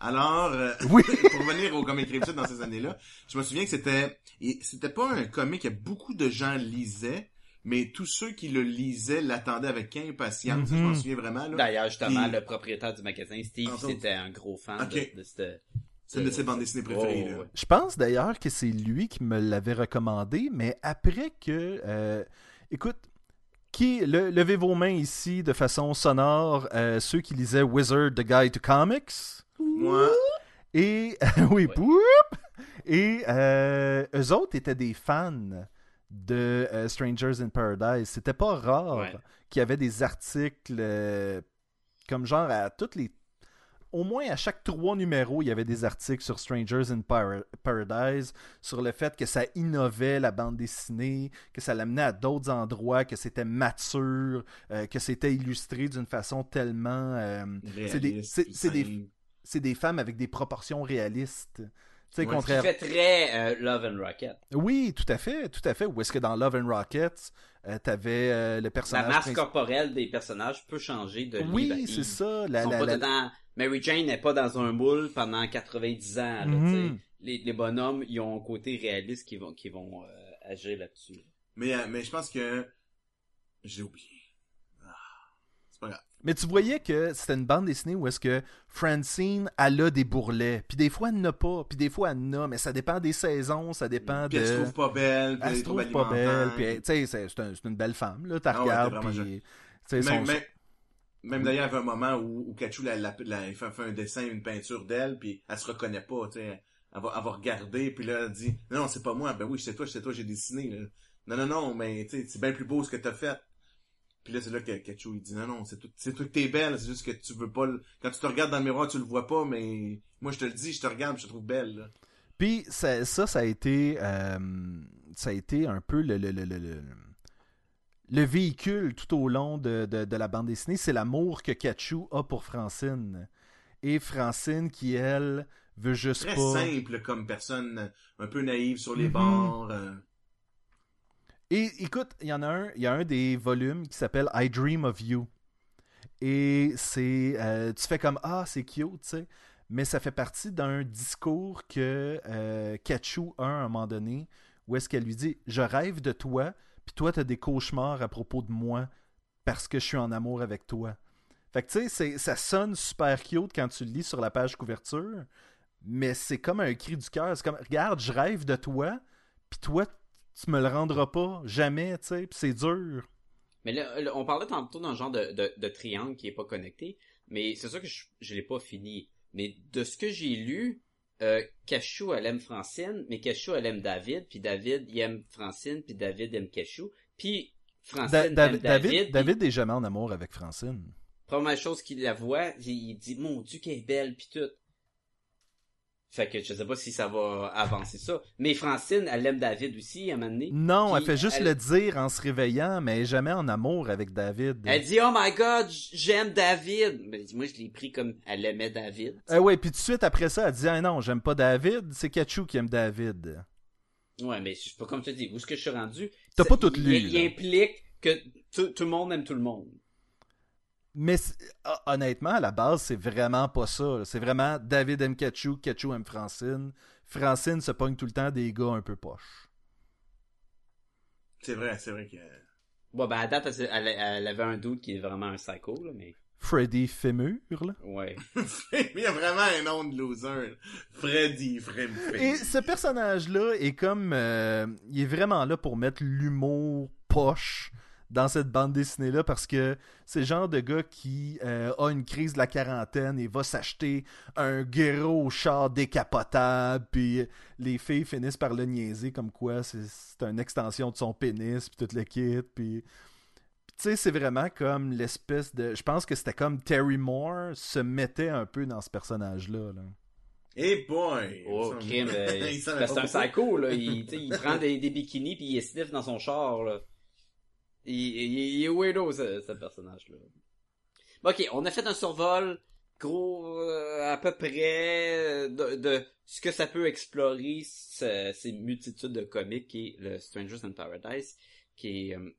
E: Alors, euh,
A: Oui.
E: pour revenir au comic Rive-Sud dans ces années-là, je me souviens que c'était, et c'était pas un comic que beaucoup de gens lisaient, mais tous ceux qui le lisaient l'attendaient avec impatience. Je m'en
A: Mhm.
E: souviens vraiment, là.
D: D'ailleurs, justement,
E: Puis-
D: le propriétaire du magasin, Steve,
E: Entre autres.
D: c'était un gros fan de-
E: Ok.
D: de, cette...
E: C'est une de ses bandes dessinées préférées,
D: Oh,
E: là.
D: ouais.
A: je pense d'ailleurs que c'est lui qui me l'avait recommandé, mais après que, euh, écoute, qui, le- levez vos mains ici de façon sonore, euh, ceux qui lisaient Wizard, The Guide to Comics.
E: Moi,
A: Et oui,
D: Ouais.
A: poup! Et euh, eux autres étaient des fans de euh, Strangers in Paradise. C'était pas rare
D: Ouais.
A: qu'il y avait des articles euh, comme genre à toutes les au moins à chaque trois numéros, il y avait des articles sur Strangers in Par- Paradise, sur le fait que ça innovait la bande dessinée, que ça l'amenait à d'autres endroits, que c'était mature, euh, que c'était illustré d'une façon tellement euh, c'est des-
E: réaliste,
A: c'est-
E: puis
A: c'est des-
E: simple.
A: c'est des femmes avec des proportions réalistes. Tu sais,
E: Ouais,
D: Qui
A: contraire.
D: fait très euh, Love and Rocket.
A: Oui, tout à fait, tout à fait. Ou est-ce que dans Love and Rockets, euh, t'avais euh, le
D: La
A: personnage
D: masse
A: principal-
D: corporelle des personnages peut changer de livre à
A: Oui,
D: livre.
A: c'est ça. La,
D: Ils sont
A: la-
D: pas
A: la-
D: dedans- Mary Jane n'est pas dans un moule pendant 90 ans. là,
A: Mhm.
D: tu sais. les, les bonhommes, ils ont un côté réaliste qui vont, qui vont euh, agir là-dessus.
E: Mais, euh, mais je pense que j'ai oublié. Ah, c'est pas grave.
A: Mais tu voyais que c'était une bande dessinée où est-ce que Francine, elle a des bourrelets. Puis des fois, elle n'a pas. Puis des fois, elle en a. Mais ça dépend des saisons, ça dépend
E: Puis
A: Ah, de...
E: elle se trouve pas belle, puis
A: elle se trouve pas belle. Puis, elle- tu sais, c'est c'est un- c'est une belle femme, là. T'as
E: Ah ouais,
A: regardes,
E: t'es vraiment
A: puis... tu sais,
E: Même,
A: son-
E: même, même d'ailleurs, il y avait un moment où, où Kachou la, la- la- fait, fait un dessin, une peinture d'elle, puis elle se reconnaît pas, tu sais. Elle va, elle va regarder, puis là, elle dit « Non, non, c'est pas moi. Ben oui, c'est toi, c'est toi, j'ai dessiné. Là. Non, non, non, mais tu sais, c'est bien plus beau ce que t'as fait. » Puis là, c'est là que Kachou, il dit « Non, non, c'est tout, c'est toi que t'es belle, c'est juste que tu veux pas... le- Quand tu te regardes dans le miroir, tu le vois pas, mais moi, je te le dis, je te regarde, puis je te trouve belle. là.
A: Puis ça, ça, ça a été, euh, ça a été un peu le, le, le, le, le- le véhicule tout au long de, de, de la bande dessinée. C'est l'amour que Kachu a pour Francine. Et Francine qui, elle, veut juste
E: Très
A: pas...
E: simple comme personne, un peu naïve sur les
A: Mhm.
E: bords. euh,
A: Et écoute, il y en a un, il y a un des volumes qui s'appelle I Dream of You. Et c'est euh, tu fais comme ah, c'est cute, tu sais, mais ça fait partie d'un discours que euh, Kachu a à un moment donné où est-ce qu'elle lui dit "Je rêve de toi, puis toi tu as des cauchemars à propos de moi parce que je suis en amour avec toi." Fait que tu sais, c'est- ça sonne super cute quand tu le lis sur la page couverture, mais c'est comme un cri du cœur, c'est comme "Regarde, je rêve de toi." Puis toi, tu me le rendras pas, jamais, tu sais, pis c'est dur.
D: Mais là, là, on parlait tantôt d'un genre de, de, de triangle qui est pas connecté, mais c'est sûr que je, je l'ai pas fini. Mais de ce que j'ai lu, euh, Cachou, elle aime Francine, mais Cachou, elle aime David, puis David, il aime Francine, puis David aime Cachou, puis
A: Da-
D: Francine
A: Da-
D: aime David.
A: David,
D: puis
A: David est jamais en amour avec Francine.
D: Première chose qu'il la voit, il, il dit « Mon Dieu, qu'elle est belle, puis tout. » Fait que je sais pas si ça va avancer ça. Mais Francine, elle aime David aussi, à un moment donné.
A: Non,
D: Puis
A: elle fait juste
D: elle-
A: le dire en se réveillant, mais elle est jamais en amour avec David.
D: Elle dit Oh my God, j- j'aime David. Mais moi je l'ai pris comme elle aimait David.
A: Ah ouais, puis tout de suite après ça, elle dit Ah non, j'aime pas David, c'est Kachou qui aime David.
D: Ouais, mais c'est pas comme tu dis. Où est-ce que je suis rendu
A: T'as
D: ça-
A: pas tout
D: il-
A: lu,
D: Il,
A: là.
D: implique que tout, tout le monde aime tout le monde.
A: Mais c'est- ah, honnêtement, à la base, c'est vraiment pas ça. là. C'est vraiment David aime Kachou, Kachou aime Francine. Francine se pogne tout le temps des gars un peu poches.
E: C'est vrai, c'est vrai que...
D: Bon, ben à date, elle, s'est- elle- elle avait un doute qui est vraiment un psycho, là, mais
A: Freddy Fémur, là.
D: ouais.
E: il y a vraiment un nom de loser. là. Freddy, Freddy. Freddy.
A: Et ce personnage-là est comme. euh, il est vraiment là pour mettre l'humour poche dans cette bande dessinée-là parce que c'est le genre de gars qui euh, a une crise de la quarantaine et va s'acheter un gros char décapotable, puis les filles finissent par le niaiser comme quoi c'est c'est une extension de son pénis, puis tout le kit, puis. puis Tu sais, c'est vraiment comme l'espèce de. Je pense que c'était comme Terry Moore se mettait un peu dans ce personnage-là. là.
E: Hey boy!
D: Oh,
E: Il
D: crime.
E: semble-
D: euh,
E: il
D: c'est
E: semble
D: parce que
E: pas
D: c'est un
E: beaucoup.
D: psycho, là. Il, tu sais, il prend des, des bikinis puis il sniff dans son char, là. Il, il- il est weirdo, ce, ce personnage-là. Bon, ok, on a fait un survol, gros, euh, à peu près, euh, de, de ce que ça peut explorer, ce- ces multitudes de comics qui est le Strangers in Paradise, qui est... euh,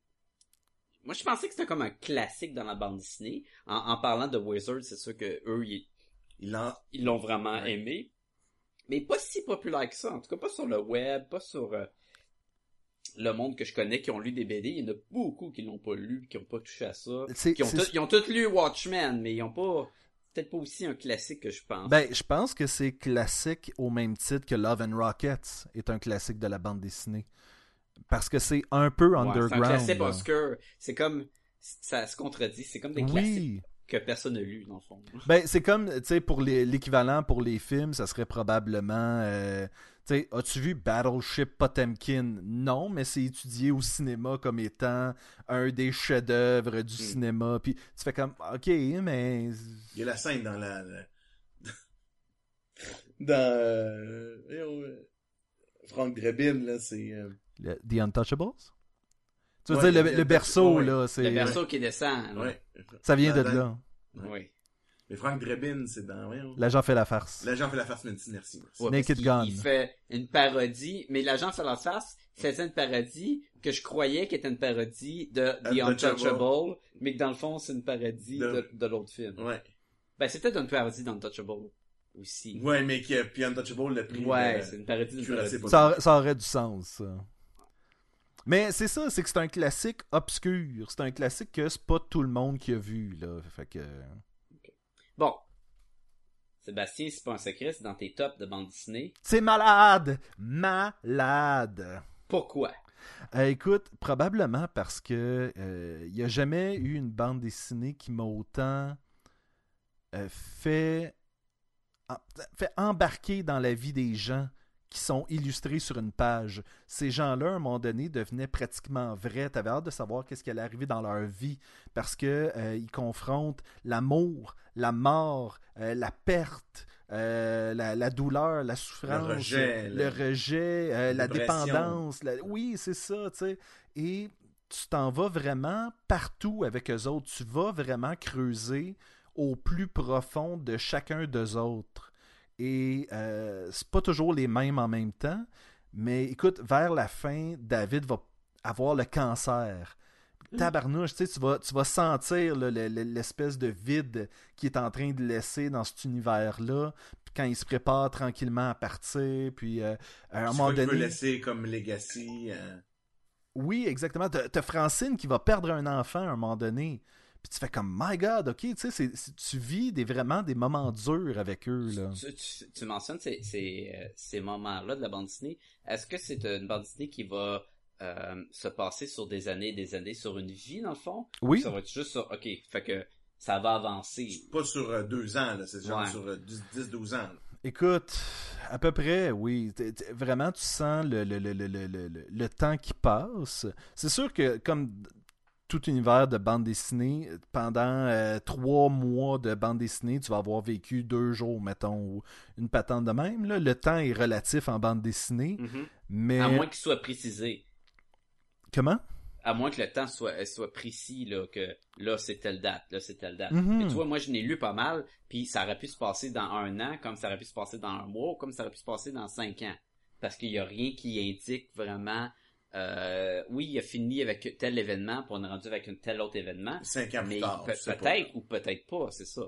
D: moi, je pensais que c'était comme un classique dans la bande dessinée. En, en parlant de Wizards, c'est sûr que eux, ils,
E: Il en...
D: ils l'ont vraiment
E: Ouais.
D: aimé. Mais pas si populaire que ça. En tout cas, pas sur le web, pas sur euh, le monde que je connais qui ont lu des BD. Il y en a beaucoup qui l'ont pas lu, qui ont pas touché à ça.
A: C'est-
D: Qui ont
A: c'est-
D: tout- ils ont tous lu Watchmen, mais ils ont pas... c'est Peut-être pas aussi un classique que je pense.
A: Ben, je pense que c'est classique au même titre que Love and Rockets est un classique de la bande dessinée. Parce que c'est un peu
D: Ouais, c'est un
A: underground.
D: classique
A: là.
D: parce que c'est comme... Ça se contredit. C'est comme des
A: Oui.
D: classiques que personne n'a lu, dans le fond.
A: Ben, c'est comme, tu sais, pour les- l'équivalent pour les films, ça serait probablement. euh, tu sais, as-tu vu Battleship Potemkin Non, mais c'est étudié au cinéma comme étant un des chefs-d'œuvre
D: Hmm.
A: du cinéma. Puis tu fais comme, ok, mais.
E: Il y a la scène dans la... la- dans... euh, eh, oh, euh, Franck Drebin, là, c'est... euh,
A: le- The Untouchables Tu veux
E: Ouais,
A: dire,
E: il y
A: le,
E: a-
A: le berceau,
E: ouais.
A: là, c'est.
D: Le berceau qui descend. là.
E: Ouais.
A: Ça vient de
E: Dans-
A: là.
D: Ouais.
E: Mais Franck Drebin, c'est dans... ouais, oh.
A: L'agent fait la farce.
E: L'agent fait la farce merci, merci.
D: Ouais,
A: Naked
D: parce qu'il-
A: Gun.
D: Il fait une parodie, mais l'agent sur la face faisait une parodie que je croyais qu'était une parodie de The
E: Untouchable.
D: Untouchable, mais que dans le fond, c'est une parodie
E: De-
D: de, de l'autre film.
E: Ouais.
D: Ben, c'est peut-être une parodie d'Untouchable aussi.
E: Ouais, mais qui a... Puis Untouchable l'a pris...
D: Ouais,
E: euh,
D: c'est une parodie d'une
E: Jurassic Park.
D: parodie.
A: Ça, aurait- ça aurait du sens, ça. Mais c'est ça, c'est que c'est un classique obscur. C'est un classique que c'est pas tout le monde qui a vu, là. Fait que.
D: Bon. Sébastien, c'est pas un secret, c'est dans tes tops de bande dessinée.
A: C'est malade! Malade!
D: Pourquoi?
A: Euh, écoute, probablement parce que il n'y a jamais eu une bande dessinée qui m'a autant euh, fait, ah, fait embarquer dans la vie des gens qui sont illustrés sur une page. Ces gens-là, à un moment donné, devenaient pratiquement vrais. T'avais hâte de savoir qu'est-ce qui allait arriver dans leur vie parce que euh, ils confrontent l'amour, la mort, euh, la perte, euh, la, la douleur, la souffrance,
E: rejet,
A: le
E: le-
A: rejet, euh, la
E: Dépression.
A: dépendance. la- Oui, c'est ça, tu sais. Et tu t'en vas vraiment partout avec eux autres. Tu vas vraiment creuser au plus profond de chacun d'eux autres. Et euh, c'est pas toujours les mêmes en même temps. Mais écoute, vers la fin, David va avoir le cancer.
E: Mmh.
A: Tabarnouche, tu sais, tu vas, tu vas sentir là, le- le- l'espèce de vide qui est en train de laisser dans cet univers-là. Puis Quand il se prépare tranquillement à partir, puis euh, à un
E: Tu
A: moment
E: vois qu'il veut
A: donné.
E: laisser comme legacy. euh,
A: Oui, exactement. T'as t'as Francine qui va perdre un enfant à un moment donné. Puis tu fais comme My God, ok, tu sais, c'est- c'est- tu vis des, vraiment des moments durs avec eux. Là.
D: Tu, tu- tu mentionnes ces, ces, euh, ces moments-là de la bande dessinée. Est-ce que c'est une bande dessinée qui va euh, se passer sur des années et des années, sur une vie, dans le fond?
A: Oui,
D: Ça va être juste sur... OK, fait que ça va avancer.
E: Pas sur euh, deux ans, là, c'est genre
D: Ouais.
E: sur euh, 10-12 ans. là.
A: écoute, à peu près, oui. T'es- t'es- Vraiment, tu sens le, le- le- le- le- le- le- le temps qui passe. C'est sûr que, comme tout univers de bande dessinée, pendant euh, trois mois de bande dessinée, tu vas avoir vécu deux jours, mettons, ou une patente de même. là. Le temps est relatif en bande dessinée,
E: Mm-hmm.
A: mais...
D: À moins qu'il soit précisé.
A: Comment?
D: À moins que le temps soit, euh, soit précis, là, que là, c'est telle date, là, c'est telle date.
A: Mhm.
D: Mais tu vois, moi, je n'ai lu pas mal, puis ça aurait pu se passer dans un an, comme ça aurait pu se passer dans un mois, comme ça aurait pu se passer dans cinq ans. Parce qu'il n'y a rien qui indique vraiment, euh, oui, il a fini avec tel événement, puis on est rendu avec un tel autre événement.
E: Cinq ans
D: Mais
E: plus tard.
D: peut-
E: je sais pas.
D: peut-être ou peut-être pas, c'est ça.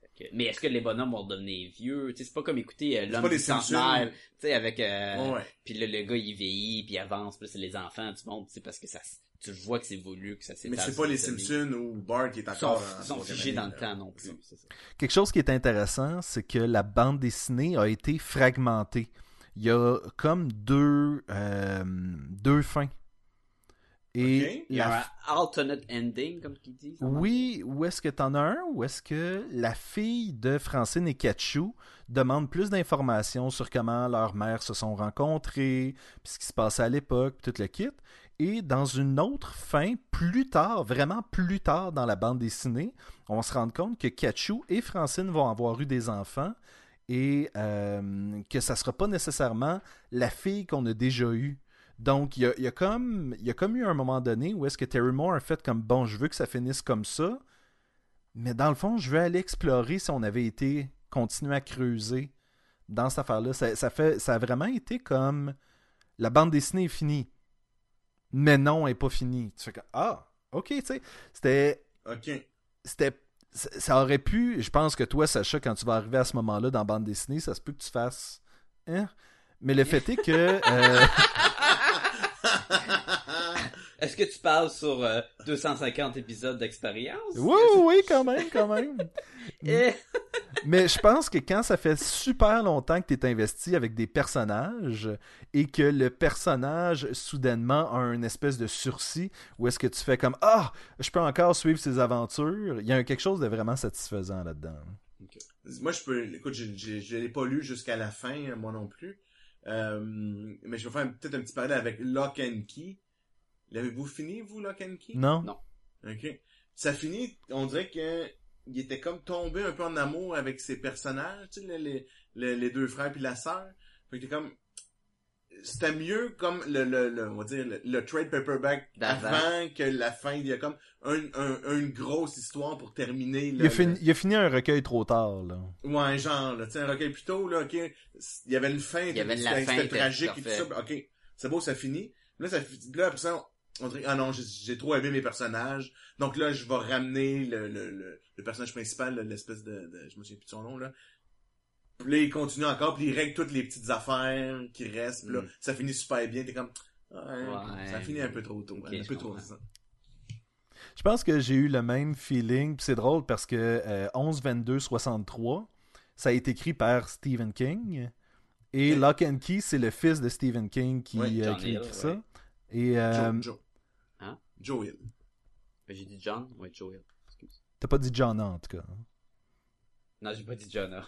D: Fait que- Mais est-ce que les bonhommes vont devenir vieux? Tu sais, C'est pas comme écouter euh, l'homme
E: pas
D: du
E: les
D: centenaire,
E: Simpsons.
D: tu sais, avec... euh,
E: Ouais, ouais.
D: puis là, le gars, il vieillit, puis il avance, puis là, c'est les enfants du monde, tu sais, parce que ça, s- tu le vois que c'est voulu, que ça s'est
E: Mais c'est pas les Simpsons ou Bart qui est
D: Ils sont,
E: encore. en
D: ils sont
E: troisième
D: figés
E: année,
D: dans le
E: là.
D: temps non plus. c'est ça.
A: Quelque chose qui est intéressant, c'est que la bande dessinée a été fragmentée. Il y a comme deux, euh, deux fins. Et
E: Ok.
D: Il y
A: la
D: a un alternate ending, comme qu'ils disent.
A: oui, ou est-ce que t'en as un, ou est-ce que la fille de Francine et Katchou demande plus d'informations sur comment leurs mères se sont rencontrées, puis ce qui se passait à l'époque, puis tout le kit. Et dans une autre fin, plus tard, vraiment plus tard dans la bande dessinée, on se rend compte que Katchou et Francine vont avoir eu des enfants et euh, que ça sera pas nécessairement la fille qu'on a déjà eue. Donc, il y a, il y a comme, il y a comme eu un moment donné où est-ce que Terry Moore a fait comme bon, je veux que ça finisse comme ça, mais dans le fond, je veux aller explorer si on avait été continué à creuser dans cette affaire-là. Ça, ça fait, ça a vraiment été comme la bande dessinée est finie, mais non, elle n'est pas finie. Tu fais comme ah, ok, tu sais, c'était
E: Ok.
A: c'était ça ça aurait pu, je pense que toi, Sacha, quand tu vas arriver à ce moment-là dans bande dessinée, ça se peut que tu fasses. Hein? Mais le fait est que. euh,
D: Est-ce que tu parles sur euh, 250 épisodes d'expérience?
A: Oui, oui, oui, quand même, quand même.
D: Eh,
A: Mais je pense que quand ça fait super longtemps que tu es investi avec des personnages et que le personnage soudainement a une espèce de sursis où est-ce que tu fais comme Ah, je peux encore suivre ses aventures, il y a quelque chose de vraiment satisfaisant là-dedans.
E: Moi, je peux. Écoute, je ne l'ai pas lu jusqu'à la fin, euh, moi non plus. Euh, mais je vais faire un- peut-être un petit parallèle avec Lock and Key. L'avez-vous fini, vous, Lock and Key?
A: Non?
D: Non.
E: OK. Ça finit, on dirait que il était comme tombé un peu en amour avec ses personnages, tu sais, les, les- les- les deux frères puis la sœur. Fait que t'es comme c'était mieux comme le, le, le- on va dire le, le trade paperback
D: D'avant.
E: avant que la fin, il y a comme un, un- une grosse histoire pour terminer le,
A: Il a, fini, il a fini un recueil trop tard, là.
E: le- ouais, genre là, tu sais un recueil plus tôt là, OK, il y avait une fin,
D: y avait la
E: c'était-
D: fin,
E: c'était
D: t'as-
E: tragique
D: t'as
E: et tout
D: fait.
E: ça. OK, c'est beau, ça finit. Là ça fi- là après ça, on dirait ah non, j'ai- j'ai trop aimé mes personnages. Donc là, je vais ramener le, le, le, le personnage principal, là, l'espèce de, de- Je me souviens plus de son nom, là. Puis là, il continue encore, puis il règle toutes les petites affaires qui restent. Puis là,
D: Mm.
E: ça finit super bien. T'es comme...
D: Ouais.
E: Ça finit un peu trop tôt.
D: Ok,
E: un
D: je
E: peu trop
D: comprends.
E: tôt.
A: Je pense que j'ai eu le même feeling. puis C'est drôle parce que euh, 11, 22, 63, ça a été écrit par Stephen King. Et
E: Ok.
A: Lock and Key, c'est le fils de Stephen King qui,
E: Ouais,
A: euh,
D: John
A: qui a
D: Hill,
A: écrit
D: ouais.
A: ça. Et euh,
E: Joe, Joe.
D: Hein?
E: Joe Hill.
D: J'ai dit John? Ouais, Joel. Excuse.
A: t'as pas dit John en tout cas.
D: Non, j'ai pas dit John. hein.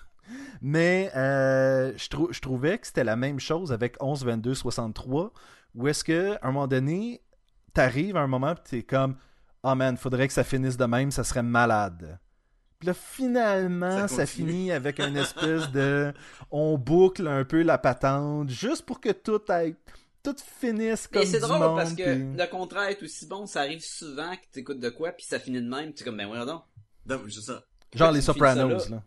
A: Mais euh, je, trou- je trouvais que c'était la même chose avec 11, 22, 63. Où est-ce que, à un moment donné, t'arrives à un moment tu t'es comme Ah man, faudrait que ça finisse de même, ça serait malade. Puis là, finalement,
E: Ça
A: ça,
E: continue.
A: finit avec une espèce de On boucle un peu la patente juste pour que tout aille. Tout finisse comme
D: Mais c'est
A: du
D: drôle
A: monde,
D: parce que
A: puis-
D: le contraire est aussi bon. Ça arrive souvent que t'écoutes de quoi, puis ça finit de même. Tu es comme, ben ouais, non.
E: Non, mais c'est ça.
A: Genre
D: tu
A: les
D: finis
A: Sopranos,
D: ça
A: là.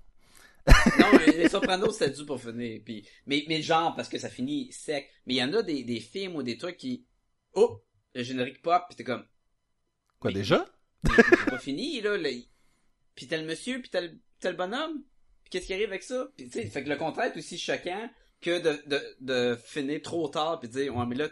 D: Non, mais les Sopranos, c'était dû pour finir. Puis, mais, mais genre, parce que ça finit sec. Mais il y en a des, des films ou des trucs qui. Oh! Le générique pop, pis t'es comme.
A: Quoi,
D: Mais-
A: déjà
D: mais C'est pas fini, là. là. Puis t'as le monsieur, puis t'as le, t'as le bonhomme. Puis qu'est-ce qui arrive avec ça? Puis tu sais, fait que le contraire est aussi choquant que de, de, de finir trop tard, puis de dire, ouais, mais là.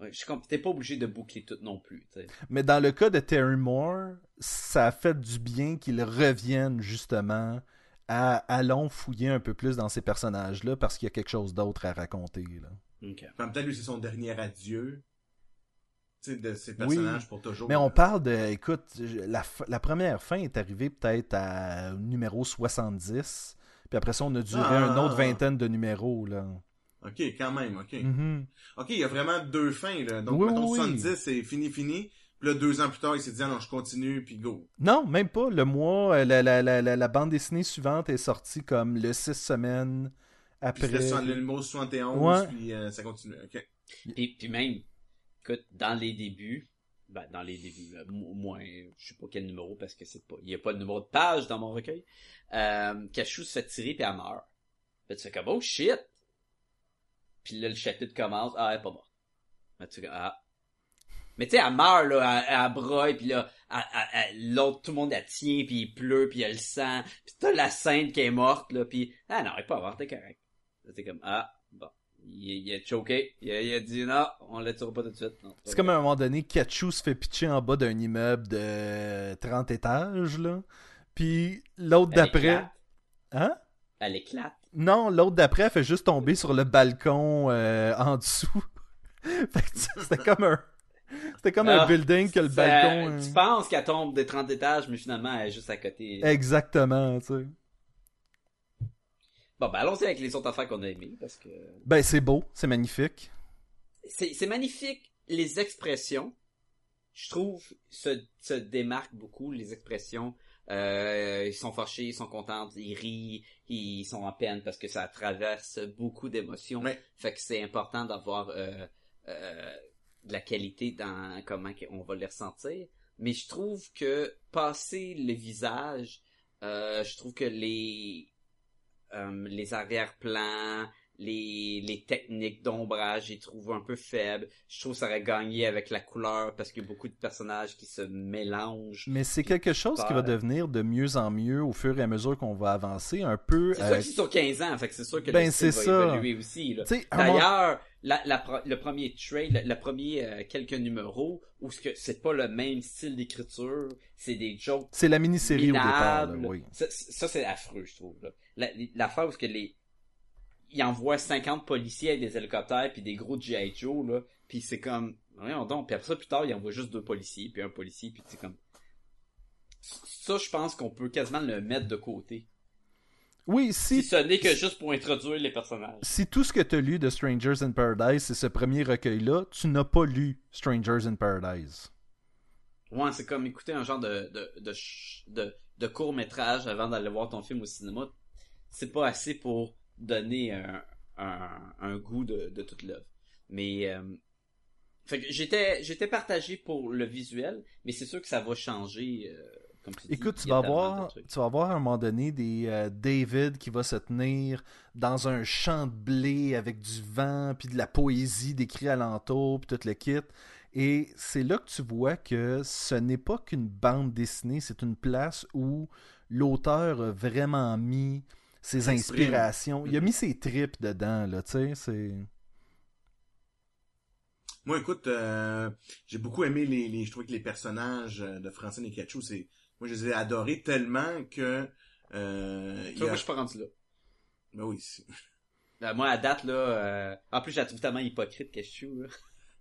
D: ouais, Je suis comp- t'es pas obligé de boucler tout non plus. tu sais.
A: Mais dans le cas de Terry Moore, ça a fait du bien qu'il revienne justement à allons fouiller un peu plus dans ces personnages-là parce qu'il y a quelque chose d'autre à raconter. là.
E: En même temps, lui, c'est son dernier adieu. Tu sais, de ses personnages pour toujours.
A: Mais on parle de, écoute, je- la, f- la première fin est arrivée peut-être à numéro 70, puis après ça on a duré
E: Ah.
A: une autre vingtaine de numéros. Là.
E: Ok, quand même, ok.
A: Mhm.
E: Ok, il y a vraiment deux fins, là. Donc,
A: Oui,
E: mettons,
A: oui, oui.
E: 70, c'est fini, fini. Puis là, deux ans plus tard, il s'est dit, ah non, je continue, puis go.
A: Non, même pas. Le mois, euh, la, la- la- la- la bande dessinée suivante est sortie comme le six semaines
E: Puis
A: après.
E: c'était sur le numéro 71,
A: Ouais.
E: puis euh, ça continue. Ok.
D: Puis, puis même, écoute, dans les débuts, ben, dans les débuts, euh, mo- moins, je sais pas quel numéro parce que c'est pas, il y a pas de numéro de page dans mon recueil, euh, Cachou se fait tirer puis elle meurt. Fait que tu fais comme, oh shit! Puis là, le chapitre commence, ah, elle est pas morte. Mais tu fais comme, ah. Mais tu sais, elle meurt, là, elle, elle broye, puis là, elle- elle- elle- l'autre, tout le monde la tient, puis il pleut, puis elle le sent, puis t'as la scène qui est morte, là, puis ah non, elle est pas morte, t'es correct. Là, t'es comme, ah, bon. Il, il a choqué. Il a, il a dit non, on le tire pas tout de suite. Non,
A: C'est comme à un moment donné, Kachou se fait pitcher en bas d'un immeuble de 30 étages, là. Puis l'autre d'après. Hein?
D: Elle éclate.
A: Non, l'autre d'après, elle fait juste tomber sur le balcon euh, en dessous. fait que ça, c'était comme un. C'était comme
D: Ah,
A: un building que le
D: Ça-
A: balcon.
D: Tu
A: euh,
D: penses qu'elle tombe des 30 étages, mais finalement, elle est juste à côté.
A: Exactement, tu sais.
D: Bon, ben allons-y avec les autres affaires qu'on a aimées, parce que...
A: Ben, c'est beau, c'est magnifique.
D: C'est c'est magnifique, les expressions. Je trouve se, se démarquent beaucoup, les expressions. Euh, ils sont fâchés, ils sont contents, ils rient, ils sont en peine parce que ça traverse beaucoup d'émotions.
E: Ouais.
D: Fait que c'est important d'avoir euh, euh, de la qualité dans comment on va les ressentir. Mais je trouve que passer le visage, euh, je trouve que les euh, les arrière-plans, les, les techniques d'ombrage, j'y trouve un peu faibles. Je trouve que ça aurait gagné avec la couleur parce qu'il y a beaucoup de personnages qui se mélangent.
A: Mais c'est quelque chose qui va
D: Super.
A: devenir de mieux en mieux au fur et à mesure qu'on va avancer. Un peu.
D: C'est
A: euh,
D: sûr que c'est sur 15 ans, fait que c'est sûr que
A: ben,
D: le
A: c'est
D: style va
A: ça. Ah,
D: évoluer aussi. Là.
A: tu sais, à un moment-
D: D'ailleurs, la, la pro- le premier trade, le, le premier euh, quelques numéros, où ce que c'est pas le même style d'écriture, c'est des jokes
A: c'est la mini-série au départ, là,
D: minables.
A: oui.
D: Ça, ça, c'est affreux, je trouve. Là. La, l'affaire où ce que les ils envoient 50 policiers avec des hélicoptères puis des gros GI Joe là, puis c'est comme voyons donc, puis après ça plus tard, ils envoient juste deux policiers puis un policier puis c'est comme ça, je pense qu'on peut quasiment le mettre de côté.
A: Oui,
D: Si
A: si
D: ce n'est que juste pour introduire les personnages.
A: si tout ce que tu as lu de Strangers in Paradise, c'est ce premier recueil-là, tu n'as pas lu Strangers in Paradise.
D: Ouais, c'est comme écouter un genre de, de, de, ch- de, court métrage avant d'aller voir ton film au cinéma. C'est pas assez pour donner un, un, un goût de, de toute l'œuvre. Mais euh, fait que j'étais j'étais partagé pour le visuel, mais c'est sûr que ça va changer. euh, comme tu dis,
A: Écoute, tu
D: il y a
A: vas,
D: tellement de
A: voir,
D: trucs.
A: tu vas voir à un moment donné des euh, David qui va se tenir dans un champ de blé avec du vent, puis de la poésie décrite alentour, puis tout le kit. Et c'est là que tu vois que ce n'est pas qu'une bande dessinée, c'est une place où l'auteur a vraiment mis ses
E: S'exprime.
A: inspirations. Il a mis ses tripes dedans, là, tu sais, c'est...
E: Moi, écoute, euh, j'ai beaucoup aimé les, les- Je trouvais que les personnages euh, de Francine et Cachou, c'est. Moi, je les ai adorés tellement que. Euh, il
D: Tu
E: y
D: vois,
E: a...
D: moi, je suis pas rendu là.
E: Ben oui, c'est-
D: Ben, moi, à date, là, euh, en plus, je la trouve tellement hypocrite que je suis, là.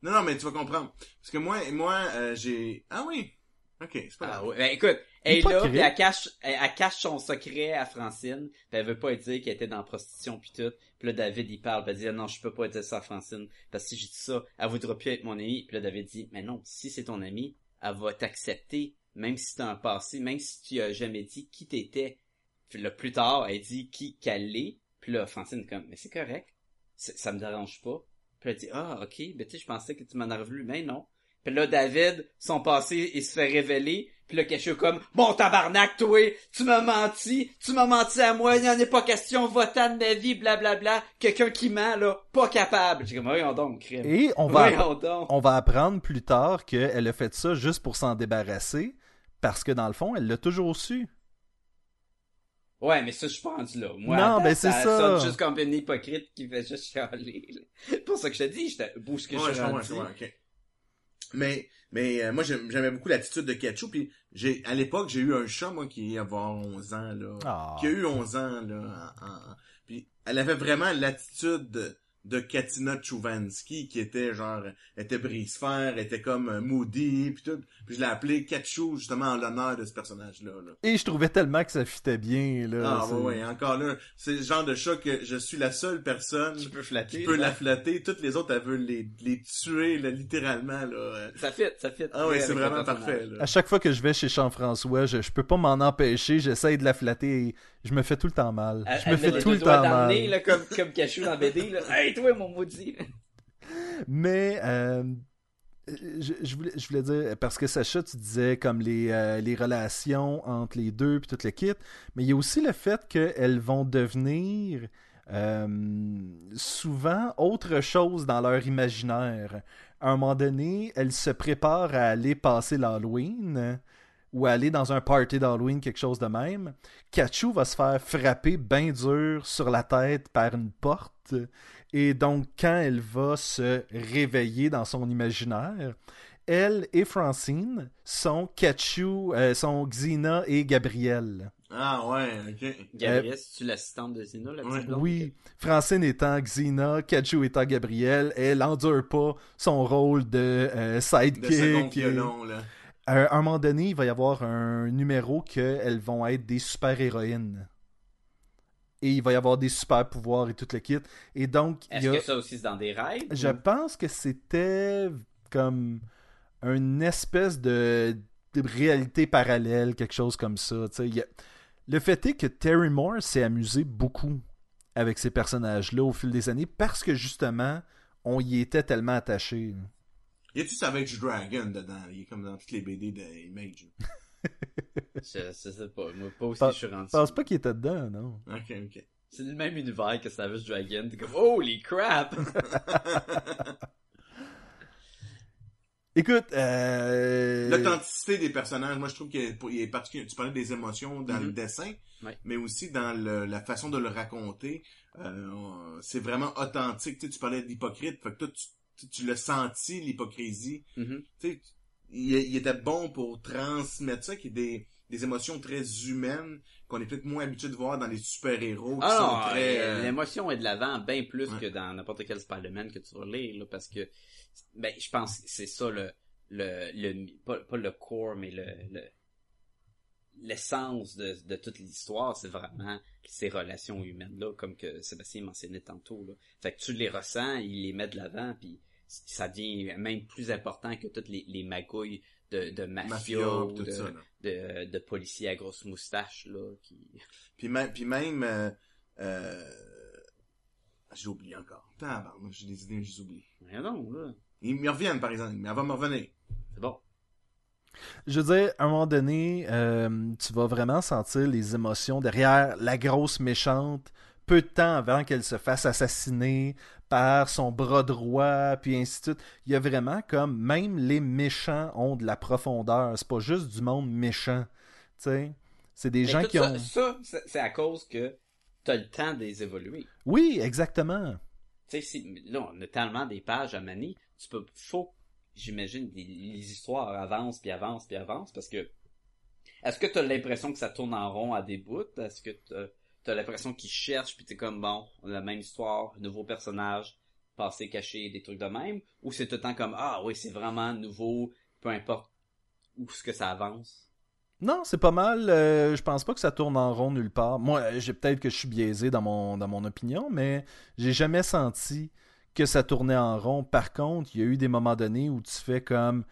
E: Non, non, mais tu vas comprendre. Parce que moi, moi, euh, j'ai. Ah oui. Ok, c'est pas
D: Ah
E: grave.
D: ouais. Ben, écoute, elle est là,
A: Hypocrite.
D: puis elle cache, elle, elle cache son secret à Francine, puis elle veut pas lui dire qu'elle était dans la prostitution puis tout. Puis là, David, il parle, puis elle dit, Ah non, je peux pas dire ça à Francine, parce que si je dis ça, elle voudra plus être mon amie. Puis là, David dit, mais non, si c'est ton amie, elle va t'accepter, même si t'as un passé, même si tu as jamais dit qui t'étais. Puis là, plus tard, elle dit qui qu'elle est. Puis là, Francine est comme, mais c'est correct, C'est- ça me dérange pas. Puis elle dit, ah, ok, ben tu sais, je pensais que tu m'en avais voulu, mais non. Puis là, David, son passé, il se fait révéler. Puis là, Cachou est comme, bon tabarnak, toi, tu m'as menti, tu m'as menti à moi, il n'y en est pas question, votant de ma vie, blablabla. Quelqu'un qui ment, là, pas capable. J'ai comme, voyons donc, crime.
A: Et on va,
D: Voyons donc.
A: on va apprendre plus tard qu'elle a fait ça juste pour s'en débarrasser, parce que dans le fond, elle l'a toujours su.
D: Ouais, mais ça, je suis pas rendu là. Moi,
A: Non,
D: attends,
A: ben, c'est ça.
D: sonne juste comme une hypocrite qui fait juste chialer. là. C'est pour ça que je te dis, je te bouge que
E: Ouais,
D: je
E: je
D: suis
E: comprends,
D: rendu.
E: je comprends, ok. Mais, mais euh, moi, j'aime- j'aimais beaucoup l'attitude de Ketchou. Puis, j'ai, à l'époque, j'ai eu un chat, moi, qui avait 11 ans, là.
A: Ah.
E: Qui a eu 11 ans, là. en- en- en- Puis, elle avait vraiment l'attitude de, de Katina Chouvansky, qui était genre, elle était brise-fer, elle était comme euh, moody, puis tout. Puis, je l'ai appelé Ketchou, justement, en l'honneur de ce personnage-là, là.
A: Et je trouvais tellement que ça fitait bien. Là,
E: Ah,
A: C'est-
E: ouais, ouais, encore là. C'est le genre de chat que je suis la seule personne
D: Tu peux flatter.
E: qui peut
D: là.
E: la flatter. Toutes les autres, elles veulent les, les tuer, là, littéralement, là. Euh,
D: Ça fit, ça fit.
E: Ah oui,
D: Avec
E: c'est
D: le
E: vraiment
D: personnage.
E: parfait. Là.
A: À chaque fois que je vais chez Jean-François, je, je peux pas m'en empêcher, j'essaye de la flatter et je me fais tout le temps mal.
D: Elle-
A: je me
D: elle met
A: fais
D: les
A: tout
D: deux
A: le
D: doigts
A: temps
D: dans
A: mal.
D: nez, là, comme, comme Cachou dans BD, là. Hey, toi, mon maudit.
A: Mais euh, je, je voulais, je voulais dire, parce que Sacha, tu disais comme les, euh, les relations entre les deux puis tout le kit, mais il y a aussi le fait qu'elles vont devenir euh, souvent autre chose dans leur imaginaire. À un moment donné, elles se préparent à aller passer l'Halloween ou à aller dans un party d'Halloween, quelque chose de même. Kachu va se faire frapper bien dur sur la tête par une porte. Et donc, quand elle va se réveiller dans son imaginaire, elle et Francine sont Kachu, euh, sont Xena et Gabrielle.
E: Ah ouais, ok.
D: Gabriel, c'est-tu l'assistante de Zina, la petite
E: Ouais.
D: blonde?
A: Euh, oui,
E: euh,
A: Francine étant Xena, Kachu étant Gabrielle, elle endure pas son rôle de euh,
E: De
A: sidekick.
E: second
A: et-
E: violon, là.
A: À un moment donné, il va y avoir un numéro qu'elles vont être des super-héroïnes. Et il va y avoir des super-pouvoirs et tout le kit. Et donc, il
D: Est-ce
A: y a...
D: que ça aussi, c'est dans des rêves?
A: Je pense que c'était comme une espèce de, de réalité parallèle, quelque chose comme ça. tu sais. Il y a- Le fait est que Terry Moore s'est amusé beaucoup avec ces personnages-là au fil des années parce que justement, on y était tellement attaché.
E: Y a-tu Savage Dragon dedans? Il est comme dans toutes les BD d'Image.
D: Je, je sais pas. Moi, pas aussi,
A: Pas-
D: je suis rendu.
A: Je pense pas qu'il était dedans, non.
E: Ok, ok.
D: C'est le même univers que Savage Dragon. T'es comme, holy crap!
A: Écoute, euh...
E: L'authenticité des personnages, moi je trouve qu'il est, il est particulier. Tu parlais des émotions dans le
D: Mhm.
E: dessin,
D: Ouais.
E: mais aussi dans le- la façon de le raconter. Euh, on- c'est vraiment authentique. Tu, sais, tu parlais d'hypocrite, fait que toi tu, tu- tu l'as senti l'hypocrisie.
D: Mhm.
E: Tu sais, il, il était bon pour transmettre ça, qui est des, des émotions très humaines qu'on est peut-être moins habitué de voir dans les super-héros qui
D: Ah,
E: sont très.
D: euh,
E: euh,
D: l'émotion est de l'avant bien plus
E: ouais.
D: que dans n'importe quel Spider-Man que tu vas lire, là, parce que, ben, je pense que c'est ça le, le, le- pas, pas le core, mais le, le- l'essence de, de toute l'histoire, c'est vraiment ces relations humaines-là, comme que Sébastien mentionnait tantôt, là. Fait que tu les ressens, il les met de l'avant, puis ça devient même plus important que toutes les, les magouilles de, de mafia,
E: mafia,
D: ou
E: pis tout
D: de,
E: ça. là.
D: de, de policiers à grosse moustache, là, qui...
E: Puis même, puis même euh, euh, j'ai oublié encore. Tabarnak, j'ai des idées, j'ai oublié.
D: Mais non, là,
E: Ils me reviennent, par exemple, mais elle va me revenir.
D: c'est bon.
A: Je veux dire, à un moment donné, euh, tu vas vraiment sentir les émotions derrière la grosse méchante, peu de temps avant qu'elle se fasse assassiner par son bras droit, puis ainsi de suite. Il y a vraiment comme, même les méchants ont de la profondeur. C'est pas juste du monde méchant. Tu sais, c'est des
D: Mais
A: gens
D: tout
A: qui
D: ça,
A: ont.
D: ça, c'est- c'est à cause que t'as le temps de les évoluer.
A: Oui, exactement.
D: Tu sais, si- là, on a tellement des pages à manier, tu peux, faut, j'imagine, les, les histoires avancent, puis avancent, puis avancent, parce que, est-ce que t'as l'impression que ça tourne en rond à des bouts? Est-ce que t'as, t'as l'impression qu'ils cherchent, puis t'es comme, bon, on a la même histoire, nouveau personnage, passé caché, des trucs de même, ou c'est tout le temps comme, ah oui, c'est vraiment nouveau, peu importe où ce que ça avance?
A: Non, c'est pas mal. euh, je pense pas que ça tourne en rond nulle part. Moi, euh, j'ai peut-être que je suis biaisé dans mon, dans mon opinion, mais j'ai jamais senti que ça tournait en rond. Par contre, il y a eu des moments donnés où tu fais comme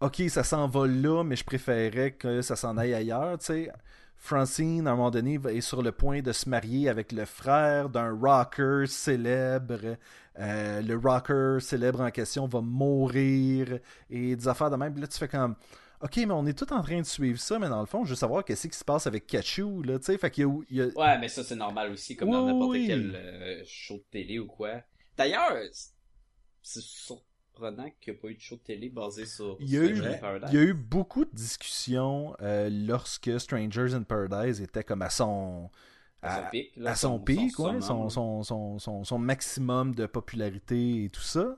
A: OK, ça s'envole là, mais je préférais que ça s'en aille ailleurs. Tu sais, Francine, à un moment donné, va- est sur le point de se marier avec le frère d'un rocker célèbre. Euh, le rocker célèbre en question va mourir et des affaires de même. Puis Là, tu fais comme OK, mais on est tout en train de suivre ça, mais dans le fond, je veux savoir qu'est-ce qui se passe avec Kachu, là, tu sais. Fait qu'il y a- il y a,
D: Ouais, mais ça, c'est normal aussi, comme dans
A: Oui,
D: n'importe
A: oui.
D: quel euh, show de télé ou quoi. D'ailleurs, c'est- c'est surprenant qu'il n'y ait pas eu de show de télé basé sur
A: Il y a eu-
D: Stranger in Paradise.
A: Il y a eu beaucoup de discussions euh, lorsque Strangers in Paradise était comme à son
D: à son pic, là,
A: à son pic, ouais,
D: summum.
A: son, son, son, son- son maximum de popularité et tout ça,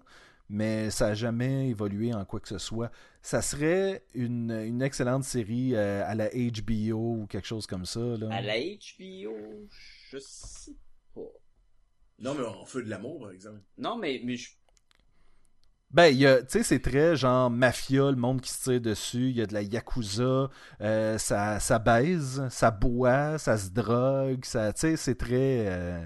A: mais ça n'a jamais évolué en quoi que ce soit. Ça serait une, une excellente série euh, à la HBO ou quelque chose comme ça. Là.
D: À la HBO, je sais pas.
E: Non, mais on feu de l'amour, par exemple.
D: Non, mais, mais je...
A: Ben, il y a- tu sais, c'est très genre mafia, le monde qui se tire dessus, il y a de la yakuza, euh, ça, ça baise, ça boit, ça se drogue, ça, tu sais, c'est très... euh,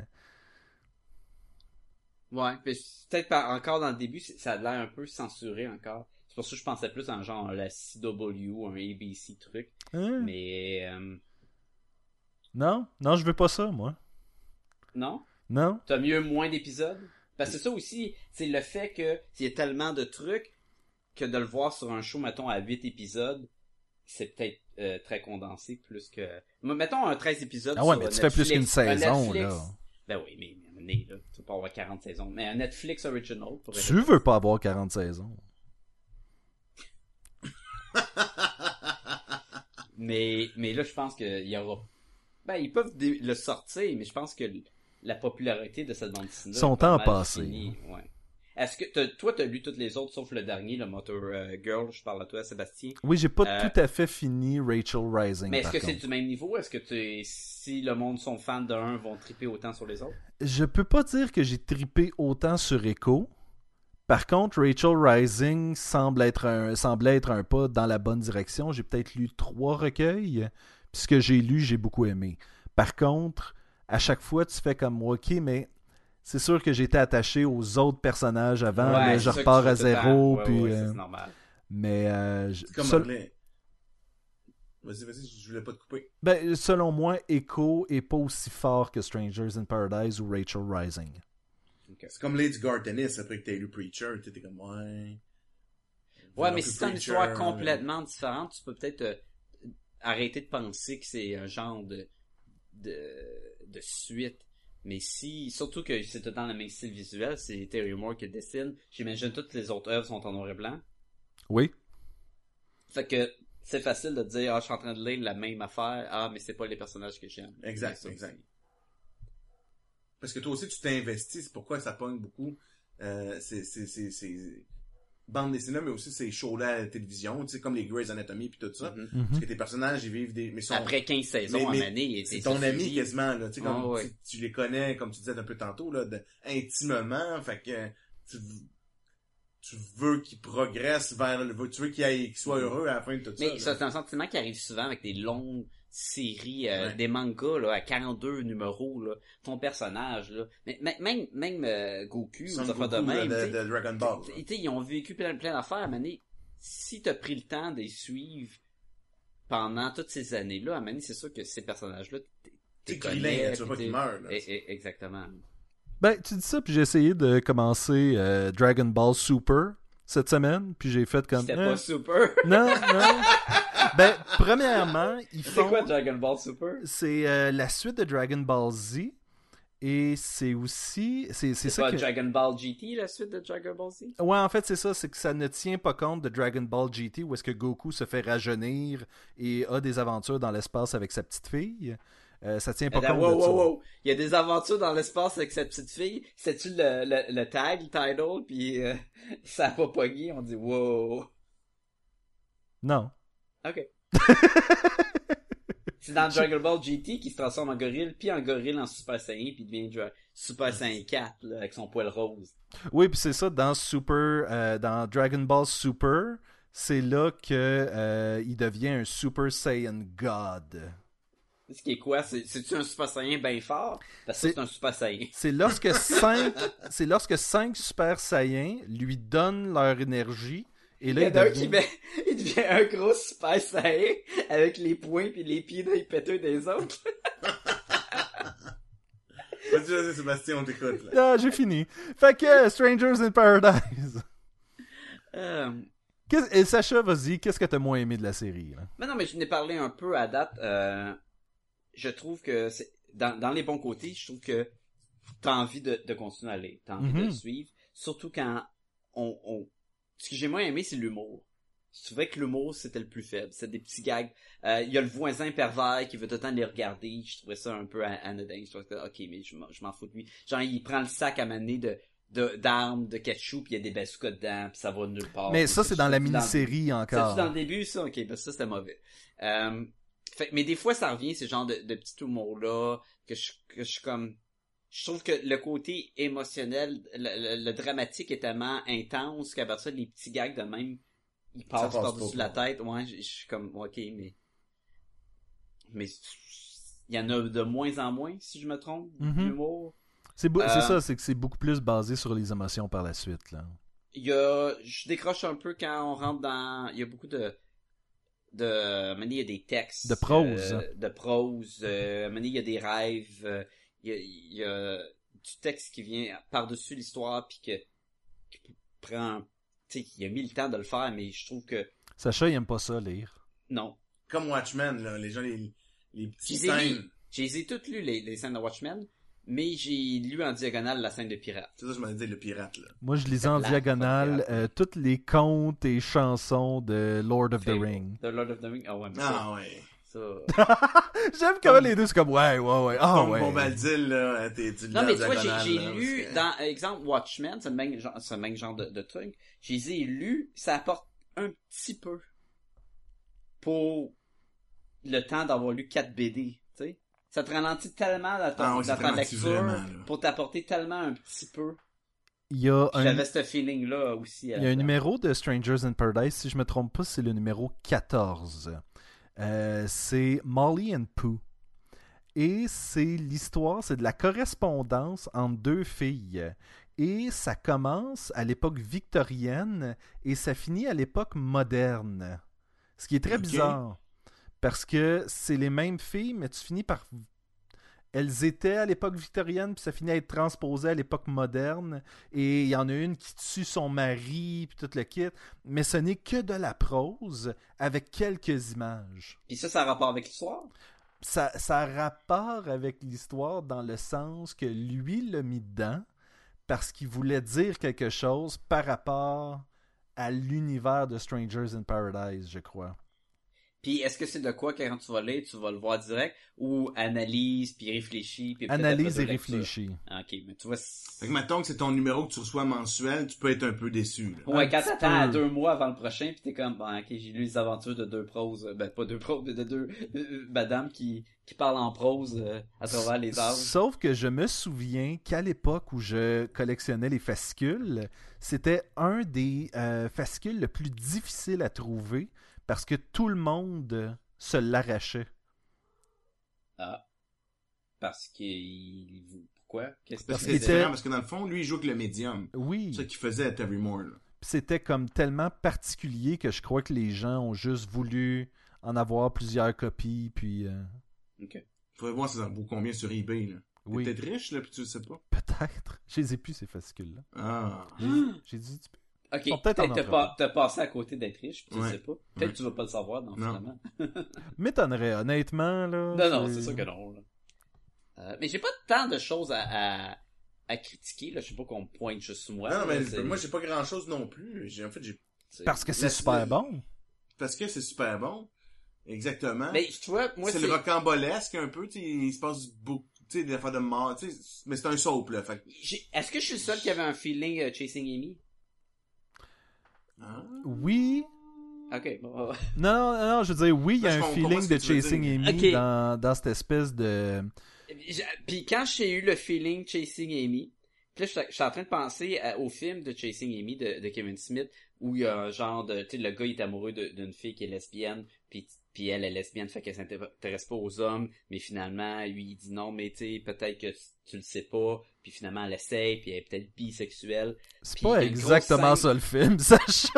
D: ouais, mais c'est peut-être pas encore dans le début, c'est- ça a l'air un peu censuré encore. C'est pour ça que je pensais plus en genre la CW, un ABC truc.
A: hein?
D: Mais euh,
A: Non, non, je veux pas ça, moi.
D: non,
A: Non?
D: T'as mieux moins d'épisodes? Parce que c'est ça aussi, c'est le fait que il y a tellement de trucs que de le voir sur un show, mettons, à 8 épisodes, c'est peut-être euh, très condensé plus que... Mais Mettons un 13 épisodes
A: Ah ouais,
D: sur
A: mais tu
D: Netflix.
A: fais plus qu'une
D: Un
A: saison,
D: Netflix-
A: là.
D: Ben oui, mais, mais, mais, là, tu peux pas avoir 40 saisons. Mais un Netflix original... pour
A: Tu veux pas avoir 40 saisons.
D: Mais, mais là, je pense qu'il y aura... Ben, ils peuvent dé- le sortir, mais je pense que l- la popularité de cette bande dessinée...
A: Son
D: est pas
A: temps
D: mal
A: a passé. hein.
D: finie, ouais. Est-ce que t'as- toi, t'as lu toutes les autres, sauf le dernier, le Motor euh, Girl, je parle à toi, Sébastien.
A: Oui, j'ai pas
D: Euh,
A: tout à fait fini Rachel Rising,
D: Mais est-ce
A: par
D: que c'est
A: contre.
D: du même niveau? Est-ce que tu, si le monde sont fans d'un, vont triper autant sur les autres?
A: Je peux pas dire que j'ai tripé autant sur Echo. Par contre, Rachel Rising semble être un, semblait être un pas dans la bonne direction. J'ai peut-être lu trois recueils. Puis ce que j'ai lu, j'ai beaucoup aimé. Par contre, à chaque fois, tu fais comme moi, ok, mais c'est sûr que j'étais attaché aux autres personnages avant.
D: Ouais,
A: mais
D: c'est
A: Ben, je
D: ça que
A: repars
D: tu
A: à
D: te fais.
A: zéro.
D: Ouais,
A: puis,
D: ouais, ça,
A: euh,
D: c'est normal.
A: mais euh, je-
E: C'est comme
A: seul-
E: les- Vas-y, vas-y, je voulais pas te couper.
A: ben, selon moi, Echo est pas aussi fort que Strangers in Paradise ou Rachel Rising.
E: C'est comme Lady Guard Tennis, après que t'aies lu Preacher, t'es t'es comme, ouais.
D: Ouais,
E: Non plus euh,
D: mais si c'est une
E: Preacher.
D: histoire complètement différente, tu peux peut-être euh, arrêter de penser que c'est un genre de, de, de suite. Mais si, surtout que c'est tout dans le même style visuel, c'est Terry Moore qui le dessine. J'imagine toutes les autres œuvres sont en noir et blanc.
A: Oui.
D: Fait que c'est facile de dire, ah, je suis en train de lire la même affaire. Ah, mais c'est pas les personnages que j'aime. Mhm.
E: Exact,
D: C'est ça
E: exact.
D: aussi.
E: Parce que toi aussi, tu t'investis, c'est pourquoi ça pogne beaucoup. Euh, c'est, c'est, c'est, c'est, bande dessinée, mais aussi ces shows-là à la télévision, tu sais, comme les Grey's Anatomy puis tout ça.
D: Mhm.
E: Parce que tes personnages, ils vivent des, mais sont,
D: Après 15 saisons
E: Mais- mais
D: en année,
E: c'est ton ami
D: qui
E: quasiment, là, tu sais, comme
D: Ah, ouais.
E: tu, tu les connais, comme tu disais un peu tantôt, là, de- intimement, fait que, euh, tu, tu veux qu'ils progressent vers le, tu veux qu'ils aillent- qu'ils soient heureux à la fin de tout
D: Mm. Mais
E: ça.
D: ça,
E: là.
D: c'est un sentiment qui arrive souvent avec des longues séries, euh,
E: Ouais.
D: des mangas là, à 42 numéros, là, ton personnage. Là. Mais, mais- même même euh, Goku, ou
E: Son
D: ça
E: Goku,
D: de même.
E: là,
D: t'sais,
E: de, de Dragon Ball. là.
D: t'sais, t'sais, ils ont vécu plein, plein d'affaires, mais si t'as pris le temps de les suivre pendant toutes ces années-là, à un moment donné, c'est sûr que ces personnages-là, t'es- t'es
E: T'es client,
D: connais,
E: tu veux pas
D: puis
E: qu'ils
D: t'es-
E: meurent, là.
D: Eh, eh, Exactement.
A: Ben, tu dis ça, puis j'ai essayé de commencer euh, Dragon Ball Super cette semaine, puis j'ai fait comme...
D: C'était
A: euh,
D: pas super.
A: non, non. ben, premièrement, ils
D: C'est
A: font...
D: quoi Dragon Ball Super?
A: C'est euh, la suite de Dragon Ball Z, et c'est aussi... C'est c'est
D: C'est
A: ça
D: pas
A: que...
D: Dragon Ball GT, la suite de Dragon Ball Z?
A: Ouais, en fait, c'est ça, c'est que ça ne tient pas compte de Dragon Ball GT où est-ce que Goku se fait rajeunir et a des aventures dans l'espace avec sa petite fille. Euh, ça tient pas
D: Attends,
A: compte
D: wow,
A: de ça.
D: wow, wow. Il y a des aventures dans l'espace avec cette petite fille. C'est-tu le, le, le tag, le title, puis euh, ça va pogner, on dit wow.
A: Non.
D: Ok. C'est dans Dragon Ball GT qui se transforme en gorille, puis en gorille en Super Saiyan, puis devient Dra-
A: Ah,
D: Super Saiyan 4 là, avec son poil rose.
A: Oui, puis c'est ça, dans Super, euh, dans Dragon Ball Super, c'est là que euh, il devient un Super Saiyan God.
D: Ce qui est quoi? C'est- C'est-tu un Super Saiyan bien fort? Parce que
A: C'est-
D: c'est un Super Saiyan.
A: C'est lorsque cinq, c'est lorsque cinq Super Saiyans lui donnent leur énergie et
D: Il
A: là
D: y
A: il,
D: en a un
A: devient-
D: qui met- il devient un gros Super Saiyan avec les poings puis les pieds dans les péteux des autres.
E: Vas-y, vas-y, Sébastien, on t'écoute. là.
A: Ah, j'ai fini. Fait que euh, Strangers in Paradise.
D: Euh,
A: Qu'est-ce- Et Sacha, vas-y, qu'est-ce que t'as moins aimé de la série là?
D: Mais non, mais je n'ai parlé un peu à date. euh, je trouve que c'est dans, dans les bons côtés, je trouve que t'as envie de, de continuer à aller, t'as envie de
A: Mhm.
D: le suivre. Surtout quand on, on- Ce que j'ai moins aimé, c'est l'humour. Je trouvais que l'humour, c'était le plus faible. C'était des petits gags. Euh, Il y a le voisin pervers qui veut tout le temps les regarder. Je trouvais ça un peu an- anodin. Je trouvais que, ok, mais je m'en- je m'en fous de lui. Genre, il prend le sac à maner de de- d'armes, de ketchup, puis il y a des bazookas dedans, puis ça va nulle part.
A: Mais ça, c'est dans la
D: je-
A: mini-série
D: c'est-tu
A: encore.
D: dans le début, ça? Ok, parce que ça, c'était mauvais. Euh, fait- mais des fois, ça revient, ce genre de, de petit humour-là, que je, que je suis comme... Je trouve que le côté émotionnel, le, le- le dramatique est tellement intense qu'à partir des petits gags de même, ils passent
E: passe pas, quoi.
D: par-dessus la tête. Ouais, je je suis comme, ok, mais... Mais il y en a de moins en moins, si je me trompe,
A: Mhm.
D: l'humour.
A: C'est beau- c'est
D: Euh,
A: ça, c'est que c'est beaucoup plus basé sur les émotions par la suite là.
D: il y a je décroche un peu quand on rentre dans il y a beaucoup de de maintenant, il y a des textes
A: De prose.
D: euh, de prose euh, maintenant, il y a des rêves euh, il y, a, il y a du texte qui vient par-dessus l'histoire puis que qui prend tu sais il a mis le temps de le faire mais je trouve que
A: Sacha, il aime pas ça lire.
D: non
E: Comme Watchmen, là, les gens, les, les petites
D: Je les ai
E: scènes.
D: lus. je les ai toutes lues les, les scènes de Watchmen mais j'ai lu en diagonale la scène de pirate
E: C'est ça, je me disais, le pirate, là.
A: Moi, je lisais en
D: Là,
A: diagonale
D: pas de
A: euh, toutes les contes et chansons de Lord of the
D: Fable.
A: Ring.
D: The Lord of the Rings ah ouais mais ça,
E: Ah, ouais.
D: ça-
A: J'aime comment les deux, c'est comme, ouais, ouais, ouais, ah
E: Comme
A: ouais.
E: Bombadil, là, t'es, tu le
D: Non,
E: lis
D: mais
E: en
D: tu vois, j'ai
E: diagonale,
D: j'ai
E: là,
D: lu,
E: parce que-
D: dans, exemple, Watchmen, c'est le même genre, c'est le même genre de, de truc. Je les ai lus, ça apporte un petit peu pour le temps d'avoir lu 4 BD, tu sais. Ça te ralentit tellement dans ta,
E: Ah oui, ça
D: dans
E: te
D: ta
E: ralentit
D: lecture
E: vraiment, là.
D: pour t'apporter tellement un petit peu.
A: Il y a
D: Puis
A: un,
D: J'avais ce feeling-là aussi. à
A: il y
D: la
A: a un
D: place.
A: numéro de Strangers in Paradise, si je me trompe pas, c'est le numéro 14. Euh, c'est Molly and Pooh. Et c'est l'histoire, c'est de la correspondance entre deux filles. Et ça commence à l'époque victorienne et ça finit à l'époque moderne. Ce qui est très
E: Ok.
A: bizarre. Parce que c'est les mêmes filles, mais tu finis par. Elles étaient à l'époque victorienne, puis ça finit à être transposé à l'époque moderne. Et il y en a une qui tue son mari, puis tout le kit. Mais ce n'est que de la prose avec quelques images
D: Puis ça, ça a rapport avec l'histoire.
A: ça, ça a rapport avec l'histoire dans le sens que lui l'a mis dedans parce qu'il voulait dire quelque chose par rapport à l'univers de Strangers in Paradise, je crois.
D: Puis est-ce que c'est de quoi que quand tu vas lire, tu vas le voir direct ou analyse, puis réfléchis, puis peut-être
A: Analyse et
D: après deux lectures?
A: réfléchis.
D: Ah, Ok, mais tu vois, c'est-
E: Fait que mettons que c'est ton numéro que tu reçois mensuel, tu peux être un peu déçu, là.
D: Ouais,
A: Un
D: quand
A: petit
D: t'attends à
A: peu.
D: deux mois avant le prochain, pis t'es comme, bon, ok, j'ai lu les aventures de deux proses, euh, ben pas deux proses, mais de deux euh, madame qui, qui parle en prose euh, à travers les arbres.
A: Sauf que je me souviens qu'à l'époque où je collectionnais les fascicules, c'était un des euh, fascicules le plus difficile à trouver parce que tout le monde se l'arrachait.
D: Parce qu'il... Pourquoi? Qu'est-ce
E: Parce
A: qu'il
E: que c'est
D: qu'il
A: était-
D: faisait?
E: différent, parce que dans le fond, lui, il joue avec le médium.
A: Oui.
E: C'est ça qu'il faisait à Terry Moore, là.
A: c'était comme tellement particulier que je crois que les gens ont juste voulu en avoir plusieurs copies puis euh,
E: Faudrait voir si ça en vaut combien sur eBay, là. T'es
A: oui
E: peut-être riche, là, puis tu le sais pas.
A: peut-être je les ai plus ces fascicules là
E: Ah.
A: j'ai dit tu peux-
D: Ok,
A: Bon, peut-être
D: peut-être
A: en
D: t'as
A: entreprise.
D: pas- t'as passé à côté d'être riche, pis tu le
E: Ouais.
D: sais pas. Peut-être
E: Ouais.
D: que tu vas pas le savoir,
E: Non.
D: non, finalement.
A: m'étonnerait honnêtement là
D: Non, non, c'est sûr que non, là. Euh, mais j'ai pas tant de choses à, à, à critiquer, là, je sais pas qu'on me pointe juste moi.
E: non, non, mais
D: là, c'est-
E: moi, j'ai pas grand-chose non plus. J'ai, en fait, j'ai,
D: c'est-
A: parce que c'est
E: La-
A: super bon
E: parce que c'est super bon. Exactement.
D: Mais je vois, moi,
E: c'est
D: c'est...
E: le rocambolesque un peu, tu sais, il se passe beaucoup, tu sais, des affaires de mort, tu sais, mais c'est un soap, là, fait que-
D: j'ai- Est-ce que je suis le seul qui avait un feeling euh, Chasing Amy?
E: Hein?
A: Oui.
D: Ok, bon.
A: Non, non, non, non, je veux dire, oui, il y a
E: Moi, je
A: un
E: comprends pas
A: feeling
E: ce que
A: de
E: tu veux
A: Chasing
E: dire.
A: Amy
D: Ok.
A: dans, dans cette espèce de.
D: J'ai- Puis quand j'ai eu le feeling Chasing Amy, puis là, je suis- je suis en train de penser à- au film de Chasing Amy de, de Kevin Smith, où il y a un genre de... Tu sais, le gars, il est amoureux de- d'une fille qui est lesbienne, puis, puis elle est lesbienne, fait qu'elle s'intéresse pas aux hommes, mais finalement, lui, il dit non, mais tu sais, peut-être que tu, tu le sais pas, puis finalement, elle essaye, puis elle est peut-être bisexuelle,
A: C'est
D: Puis
A: pas
D: il y a une grosse
A: exactement
D: scène-
A: ça le film, Sacha.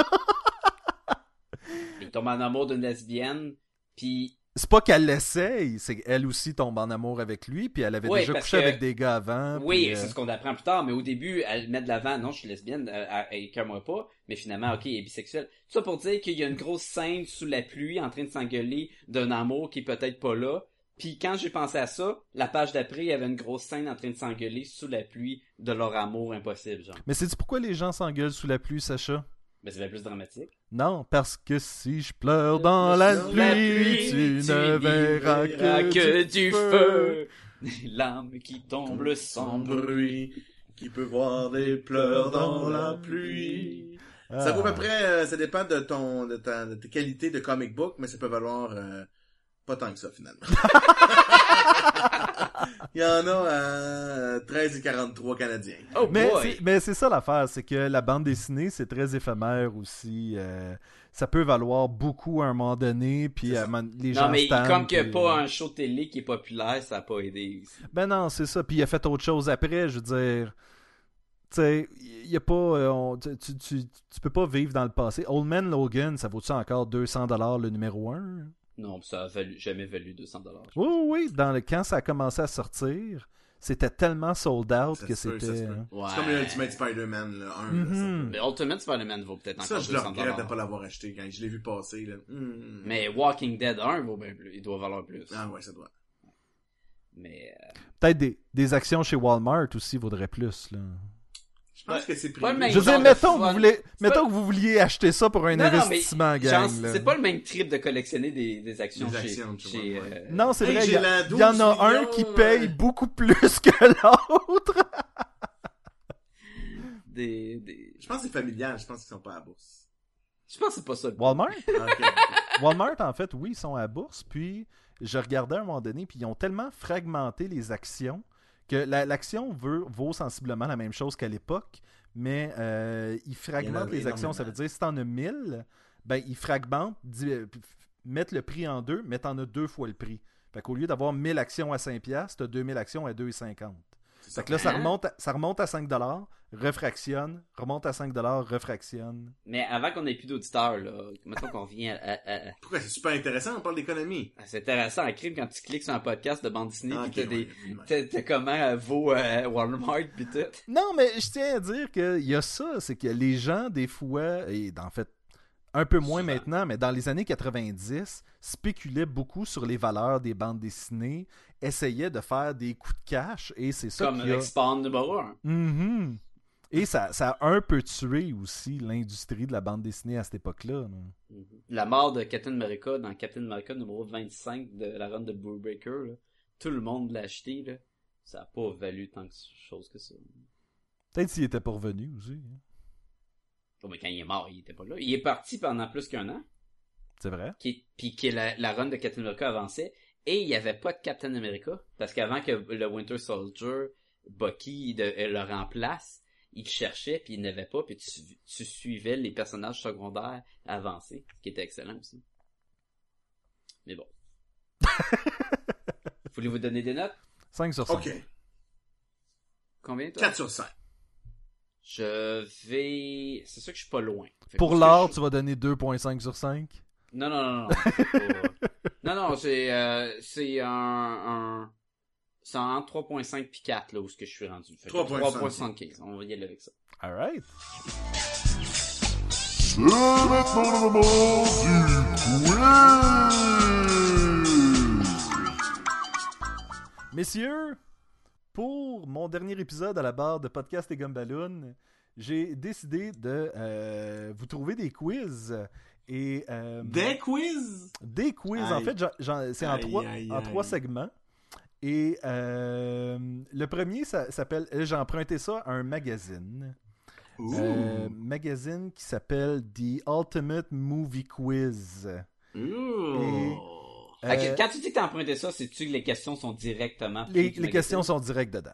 D: il tombe en amour d'une lesbienne, puis...
A: C'est pas qu'elle l'essaye, c'est qu'elle aussi tombe en amour avec lui, puis elle avait
D: Ouais,
A: déjà
D: parce
A: couché
D: que-
A: avec des gars avant.
D: Oui,
A: puis, euh,
D: c'est ce qu'on apprend plus tard, mais au début, elle met de l'avant, non, je suis lesbienne, euh, euh, écoeure-moi pas, mais finalement, ok, elle est bisexuelle. Tout ça pour dire qu'il y a une grosse scène sous la pluie en train de s'engueuler d'un amour qui est peut-être pas là. Puis quand j'ai pensé à ça, la page d'après, il y avait une grosse scène en train de s'engueuler sous la pluie de leur amour impossible, genre.
A: Mais sais-tu pourquoi les gens s'engueulent sous la pluie, Sacha?
D: Mais c'était plus dramatique.
A: Non, parce que si je
D: Euh,
A: pleure dans la,
E: Dans
A: pluie,
E: la
A: tu ne verras
D: verras
A: que,
D: du feu, l'âme qui tombe
E: Sans
D: sans bruit.
E: bruit, qui peut voir des pleurs dans la pluie.
A: Ah.
E: Ça vaut à peu près, euh, ça dépend de ton, de ta, de tes qualités de comic book, mais ça peut valoir euh, pas tant que ça finalement. Il y en a à 13 et 43 Canadiens.
D: Oh
A: Mais
D: boy!
A: c'est- mais c'est ça l'affaire, c'est que la bande dessinée, c'est très éphémère aussi. euh, ça peut valoir beaucoup à un moment donné, puis à un moment- les gens
D: Non, mais
A: stanent,
D: comme qu'il n'y
A: puis,
D: a pas
A: euh,
D: un show télé qui est populaire, ça n'a pas aidé. aussi.
A: Ben non, c'est ça. Puis il a fait autre chose après, je veux dire. Tu sais, il y a pas. euh, on- tu, tu, tu- tu peux pas vivre dans le passé. Old Man Logan, ça vaut-tu encore 200$ le numéro 1
D: Non, ça a valu, jamais valu 200 dollars.
A: Oui, oui, oui, dans le, quand ça a commencé à sortir, c'était tellement sold out
E: Ça
A: que
E: se peut, ça se
A: c'était.
E: peut.
A: hein.
D: Ouais.
E: C'est comme le Ultimate Spider-Man, le 1. là, ça.
A: Mhm.
D: Mais Ultimate Spider-Man vaut peut-être
E: Ça,
D: encore
E: je le
D: 200
E: regrette de pas l'avoir acheté quand je l'ai vu passer. Là. Mm.
D: Mais Walking Dead 1 vaut bien plus. Il doit valoir plus.
E: Ah ouais, ça doit.
D: Mais euh,
A: Peut-être des, des actions chez Walmart aussi vaudraient plus. Là.
E: Je pense que
D: Ouais.
E: c'est
D: Pas le même
A: Je veux
D: genre
A: dire,
D: de
A: mettons, que
D: fun.
A: vous voulez,
D: C'est
A: mettons
D: pas-
A: que vous vouliez acheter ça pour un
D: Non, non, mais
A: investissement,
D: genre,
A: gang. là.
D: euh, c'est pas le même trip de collectionner des, des actions
E: Des
D: chez-
E: actions, tu
D: chez,
E: vois, ouais.
D: euh,
A: Non, c'est
E: Hey,
A: vrai, il
E: j'ai
A: y, a-
E: la 12
A: il y en a un
E: millions,
A: qui
E: euh.
A: paye beaucoup plus que l'autre.
D: des, des-
E: Je pense que c'est familial, je pense qu'ils sont pas à la bourse. Ah,
D: Je pense que c'est pas ça. le-
A: Walmart?
E: Ok.
A: Walmart, en fait, oui, ils sont à la bourse. Puis, je regardais à un moment donné, puis ils ont tellement fragmenté les actions que la- l'action veut- vaut sensiblement la même chose qu'à l'époque, mais euh, ils fragmentent les actions. Ça veut dire, si t'en as 1000, ben, ils fragmentent, di- euh, puis f- mettent le prix en deux, mais t'en as deux fois le prix. Fait qu'au lieu d'avoir 1000 actions à 5$, piastres, t'as 2000 actions à 2,50$.
E: C'est
A: Fait que là, ça
D: Hein?
A: remonte à, ça remonte à 5$, refractionne, remonte à 5$, refractionne.
D: Mais avant qu'on ait plus d'auditeurs, là, mettons qu'on vient à, à- à-
E: Pourquoi c'est super intéressant, on parle d'économie.
D: à- C'est intéressant à crime quand tu cliques sur un podcast de bande dessinée
E: Ah,
D: pis
E: ok,
D: t'as
E: ouais,
D: des...
E: ouais.
D: T'as t'as comment euh, vaut euh, Walmart pis tout.
A: Non, mais je tiens à dire qu'il y a ça, c'est que les gens, des fois, et en fait, un peu moins
D: Souvent.
A: maintenant, mais dans les années 90, spéculaient beaucoup sur les valeurs des bandes dessinées, essayaient de faire des coups de cash, et c'est ça
D: Comme
A: qui a...
D: Expawn numéro 1.
A: Mhm. Et ça, ça a un peu tué aussi l'industrie de la bande dessinée à cette époque-là. là.
D: Mm-hmm. La mort de Captain America dans Captain America numéro 25 de la run de Brew Breaker, là, tout le monde l'a acheté, là. ça a pas valu tant que chose que ça.
A: Peut-être s'il était pourvenu aussi. hein.
D: Oh, mais quand il est mort, il était pas là. Il est parti pendant plus qu'un an,
A: C'est vrai.
D: qui, puis que la, la run de Captain America avançait, et il y avait pas de Captain America, parce qu'avant que le Winter Soldier, Bucky de- elle le remplace, il cherchait, puis il n'avait pas, puis tu, tu suivais les personnages secondaires avancer, ce qui était excellent aussi. Mais bon. Voulez-vous donner des notes?
A: 5 sur 5.
E: Ok,
D: Combien, toi?
E: 4 sur 5.
D: Je vais... C'est sûr que je suis pas loin. Fait que
A: Pour
D: où est-ce que
A: l'art,
D: je-
A: tu vas donner 2.5 sur 5.
D: Non, non, non, non. c'est pas- non, non, c'est, euh, c'est un, un, c'est entre 3.5 puis 4, là, où ce que je suis rendu. Fait que
E: 3.75.
D: 3.75. On va y aller avec ça.
A: All right.
F: C'est maintenant le moment du quiz.
A: Messieurs, pour mon dernier épisode à la barre de Podcast et Gumballoon, j'ai décidé de euh, vous trouver des quiz. Et, euh,
G: Des quiz!
A: des quiz. En
G: Aïe.
A: fait, j'en- j'en- c'est en,
G: Aïe,
A: trois,
G: aïe,
A: en
G: aïe.
A: trois segments. Et euh, le premier ça, s'appelle. J'ai emprunté ça à un magazine.
G: Ouh.
A: Euh, magazine qui s'appelle The Ultimate Movie Quiz.
D: Oh.
G: Ouh.
D: Fait que
A: Euh,
D: Quand tu dis que t'as emprunté ça, c'est-tu que les questions sont directement prises
A: les,
D: du
A: les
D: magazine?
A: questions sont directes dedans.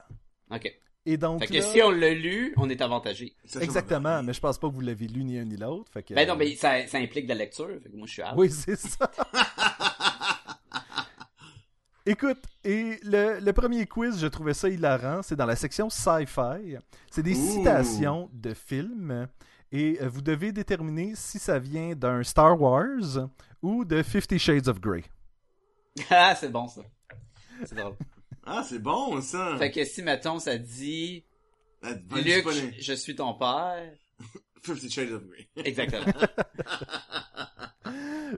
D: OK.
A: Et donc.
D: Fait que
A: là-
D: si on l'a lu, on est avantagé.
E: Ça, je
A: Exactement, mais je pense pas que vous l'avez lu ni un ni l'autre. Fait que-
D: Ben non, mais ça, ça implique de la lecture. Fait que moi, je suis out.
A: Oui, c'est ça. Écoute, et le, le premier quiz, je trouvais ça hilarant. C'est dans la section sci-fi. C'est des
G: Ouh.
A: citations de films. Et euh, vous devez déterminer si ça vient d'un Star Wars ou de Fifty Shades of Grey.
D: ah, c'est bon, ça. C'est drôle.
G: Ah, c'est bon, ça!
D: fait que si, mettons, ça dit...
G: Ah, dis
D: Luc,
G: pas les-
D: je, je suis ton père.
G: Fifty Shades of Grey.
D: Exactement.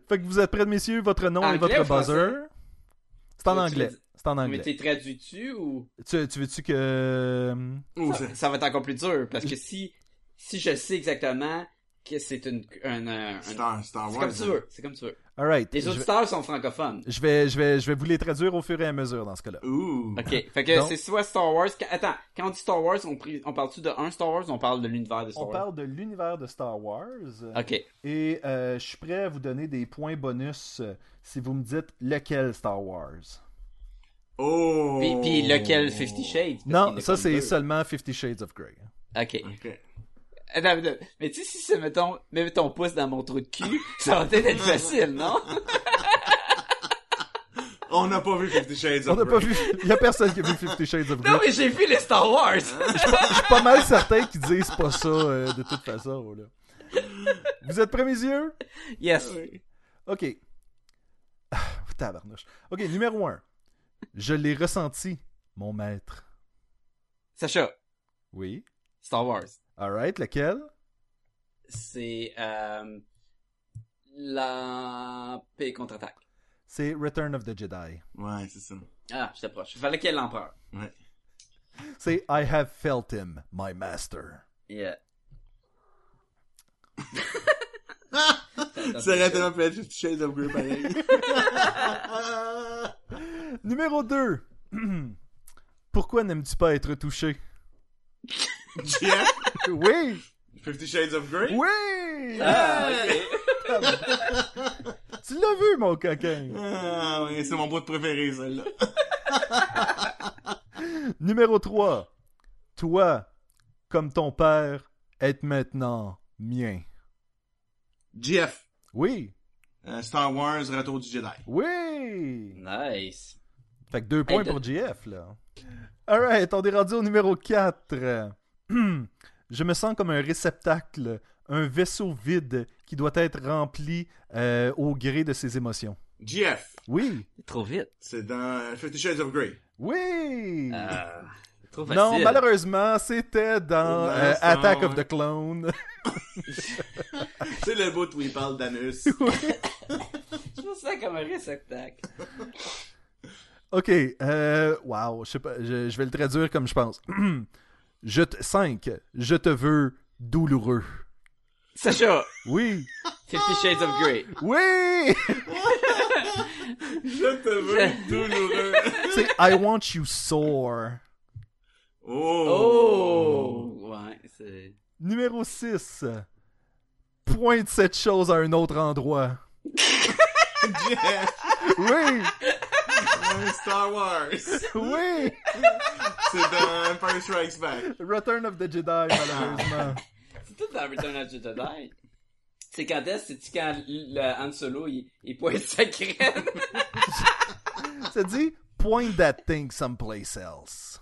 A: Fait que vous êtes prêts, messieurs, votre nom et
D: Anglais
A: votre
D: ou français?
A: buzzer. C'est en
D: Tu
A: anglais.
D: veux dire-
A: C'est en
D: Mais
A: anglais.
D: t'es traduis-tu ou...
A: Tu, tu veux-tu que. euh,
G: Ouh,
D: Ça, ça va être encore plus dur, parce que si, si je sais exactement que c'est une... Un, euh, un- un-
G: c'est Star, Star
D: C'est
G: Wars.
D: comme tu veux. C'est comme tu veux.
A: Alright.
D: Les
A: Je, vais-
D: auditeurs sont francophones.
A: je vais, je, vais, je vais vous les traduire au fur et à mesure dans ce cas-là.
G: Ouh.
D: Ok, fait que
A: Donc-
D: c'est soit Star Wars. qu- Attends, quand on dit Star Wars, on, pri- on parle-tu de un Star Wars ou on parle de l'univers de Star
A: On
D: Wars?
A: parle de l'univers de Star Wars.
D: Ok,
A: Et euh, je suis prêt à vous donner des points bonus euh, si vous me dites lequel Star Wars.
G: Oh.
D: puis, puis lequel Fifty
E: Oh.
D: Shades? Parce qu'il y en
A: Non,
D: a
A: ça
D: comme
A: c'est
D: deux.
A: seulement Fifty Shades of Grey.
D: Ok.
G: Ok.
D: Attends, attends. Mais tu sais, si c'est, mettons, mets ton pouce dans mon trou de cul, ça va peut-être être facile, non?
G: On n'a pas vu Fifty Shades
A: On
G: of
A: n'a
G: Grey.
A: pas vu. Il n'y a personne qui a vu Fifty Shades of Grey.
D: Non, mais j'ai vu les Star Wars!
A: Je suis pas mal certain qu'ils disent pas ça euh, de toute façon. là. Vous êtes prêts, mes yeux?
D: yes.
A: Ok. Ah, Tabarnouche. Ok, numéro 1. Je l'ai ressenti, mon maître.
D: Sacha,
A: Oui.
D: Star Wars.
A: Alright, lequel?
D: C'est, euh, l'Empire contre-attaque.
A: C'est Return of the Jedi.
G: Ouais, c'est ça.
D: Ah, je t'approche. Fallait qu'il y ait l'empereur.
A: C'est I have felt him, my master.
D: Yeah.
G: Ça aurait tellement pu être Fifty Shades of Grey pareil.
A: Numéro 2. Pourquoi n'aimes-tu pas être touché?
G: Yeah.
A: Oui!
G: Fifty Shades of Grey?
A: Oui!
D: Ah, ok.
A: Tu l'as vu, mon coquin!
G: Ah oui, c'est mon bout de préféré, celle-là.
A: Numéro 3. Toi, comme ton père, être maintenant mien.
G: Jeff.
A: Oui!
G: Euh, Star Wars, Retour du Jedi.
A: Oui!
D: Nice.
A: Fait que deux points
D: de-
A: pour GF, là. Alright, on est rendu au numéro 4. Je me sens comme un réceptacle, un vaisseau vide qui doit être rempli euh, au gré de ses émotions.
G: Jeff.
A: Oui!
D: Trop vite.
G: C'est dans euh, Fifty Shades of Grey.
A: Oui!
D: Euh, trop facile.
A: non, malheureusement, c'était dans
G: Non,
A: euh,
G: c'est
A: Attack
G: non,
A: of the Clone.
G: C'est le bout où il parle d'anus.
D: Je me sens comme un réceptacle.
A: ok, euh, wow, je, sais pas, je, je vais le traduire comme je pense. je 5. Je te veux douloureux.
D: Sacha,
A: Oui!
D: Fifty Shades of Grey.
A: Oui!
G: Je te veux douloureux.
A: C'est I want you sore.
G: Oh.
D: Oh! Ouais, c'est...
A: Numéro 6. Pointe cette chose à un autre endroit.
G: Jeff.
A: Oui!
G: Euh, Star Wars.
A: oui!
G: C'est dans Empire Strikes Back.
A: Return of the Jedi, malheureusement.
D: C'est tout dans Return of the Jedi. C'est quand est-ce? C'est-tu quand l- le Han Solo, il, il pointe sa crème?
A: Ça dit Point that thing someplace else.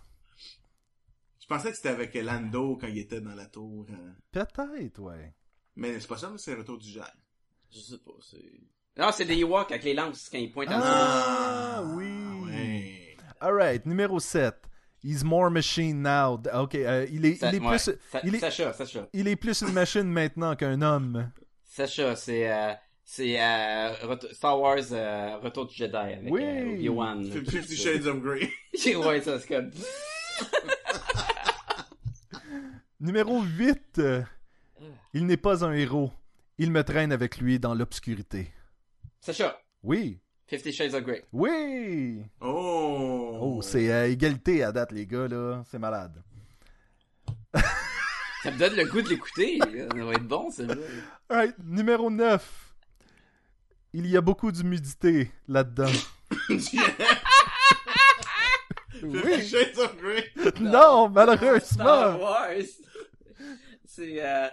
G: Je pensais que c'était avec Lando quand il était dans la tour. euh.
A: Peut-être, ouais.
G: Mais c'est pas ça, mais c'est Retour du Jedi.
D: Je sais pas, c'est... Non, c'est des Ewoks avec les lances quand ils pointent en
A: Ah, oui.
G: Ouais.
A: Alright, numéro 7. He's more machine now. D- Ok, euh, il, est,
D: Ça-
A: il, est
D: ouais.
A: plus,
D: Sa-
A: il, est,
D: Sacha, Sacha.
A: il est plus une machine maintenant qu'un homme.
D: Sacha, c'est... euh, C'est euh, Ret- Star Wars euh, Retour du Jedi avec
A: Oui.
D: euh, Obi-Wan.
G: Fifty Shades of Grey.
D: J'ai ouais, ça, c'est comme...
A: Numéro 8. Il n'est euh, pas un héros. Il me traîne avec lui dans l'obscurité.
D: Sacha,
A: Oui.
D: Fifty Shades of Grey.
A: Oui.
G: Oh!
A: Oh, c'est euh, égalité à date, les gars, là. C'est malade.
D: Ça me donne le goût de l'écouter. Ça va être bon, celle-là.
A: Alright, numéro 9. Il y a beaucoup d'humidité là-dedans.
E: Fifty
A: oui.
E: Shades of Grey.
A: Non,
D: Star
A: malheureusement.
D: Wars. C'est euh,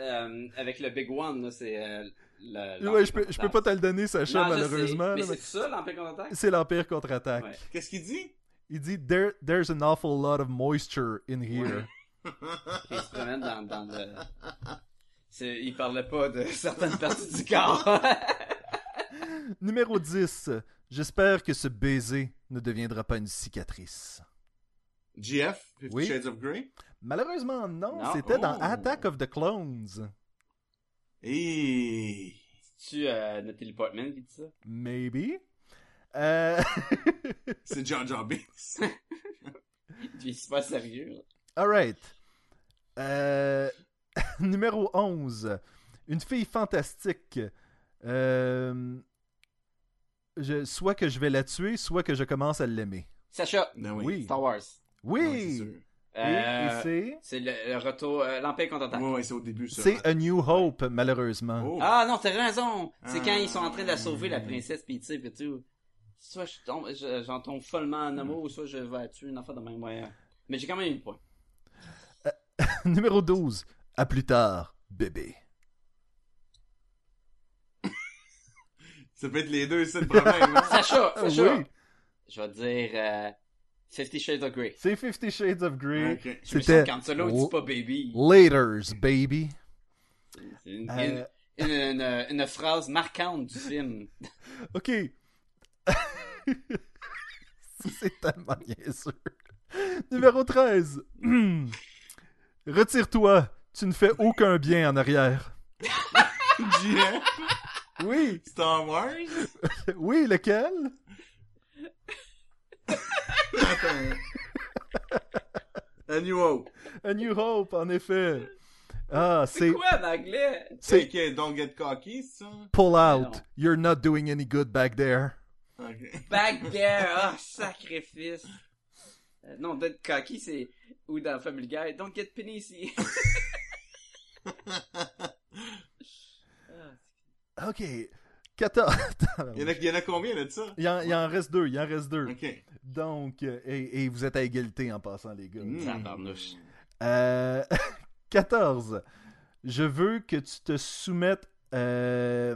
D: euh, avec le Big One, là, c'est. Euh, le-
A: Ouais, je peux, je peux pas te le donner, Sacha,
D: Non, je sais,
A: malheureusement.
D: Mais
A: là,
D: c'est ça, l'Empire contre-attaque?
A: mais C'est l'Empire contre-attaque.
D: Ouais.
G: Qu'est-ce qu'il dit?
A: Il dit There, There's an awful lot of moisture in here.
D: Qui se promène dans, dans le. C'est- Il parlait pas de certaines parties du corps.
A: Numéro 10. J'espère que ce baiser ne deviendra pas une cicatrice.
E: GF, Fifty
A: Oui.
E: Shades of Grey.
A: Malheureusement, non.
D: Non.
A: C'était dans
G: Oh.
A: Attack of the Clones.
G: Et...
D: tu euh, Nathalie Portman qui dit ça?
A: Maybe. Euh,
G: C'est John Jar Binks.
D: Tu es super sérieux. là.
A: Alright. Euh, Numéro 11. Une fille fantastique. Euh, je- Soit que je vais la tuer, soit que je commence à l'aimer.
D: Sacha,
G: Ben oui.
A: Oui.
D: Star Wars.
A: Oui.
G: Ouais,
A: Et-
D: Euh,
A: et c'est...
D: c'est le, le retour, euh, l'Empire
G: c'est sûr.
D: contre-attaque.
G: Ouais, ouais, c'est au début, ça.
A: C'est A New Hope, malheureusement.
G: Oh.
D: Ah non, t'as raison. C'est
G: Ah.
D: quand ils sont en train de la sauver,
A: Ah.
D: la princesse, pis tu sais, pis tout. Soit je tombe, je- j'en tombe follement en
A: Hmm.
D: amour, ou soit je vais la tuer une affaire de même. Ouais. Mais j'ai quand même une point.
A: Numéro 12. À plus tard, bébé.
G: Ça peut être les deux, c'est le problème. hein?
D: Sacha,
A: Ah
D: Sacha.
A: oui,
D: Je vais te dire euh, Fifty Shades of Grey.
A: c'est Fifty Shades of Grey.
G: Ok.
D: Je me
A: C'était-
D: sens quand solo,
A: Oh.
D: dis pas baby.
A: Laters, baby.
D: C'est Une,
A: Euh.
D: une- une- une- une phrase marquante du film.
A: Ok. c'est tellement bien sûr. Numéro 13. Hmm. Retire-toi. Tu ne fais aucun bien en arrière.
G: GF,
A: Oui,
G: Star Wars.
A: oui, lequel
G: Attends. A New Hope.
A: A New Hope, en effet. Ah,
D: C'est
A: c'est
D: quoi en anglais?
A: C'est-
G: C'est que Don't Get Cocky, ça?
A: Pull
D: Non.
A: Out. You're not doing any good back there.
G: Ok.
D: Back there! Ah, sacrifice! Euh, non, d'être cocky, c'est... Ou dans Family Guy, don't get penny ici.
A: Ok. 14.
G: Il y en a, il y en a combien là, de ça?
A: Il en, il en reste deux, il en reste deux.
G: Ok.
A: Donc, euh, et, et vous êtes à égalité en passant, les gars.
G: Mm.
D: Tabarnouche.
A: Euh, 14. Je veux que tu te soumettes. euh,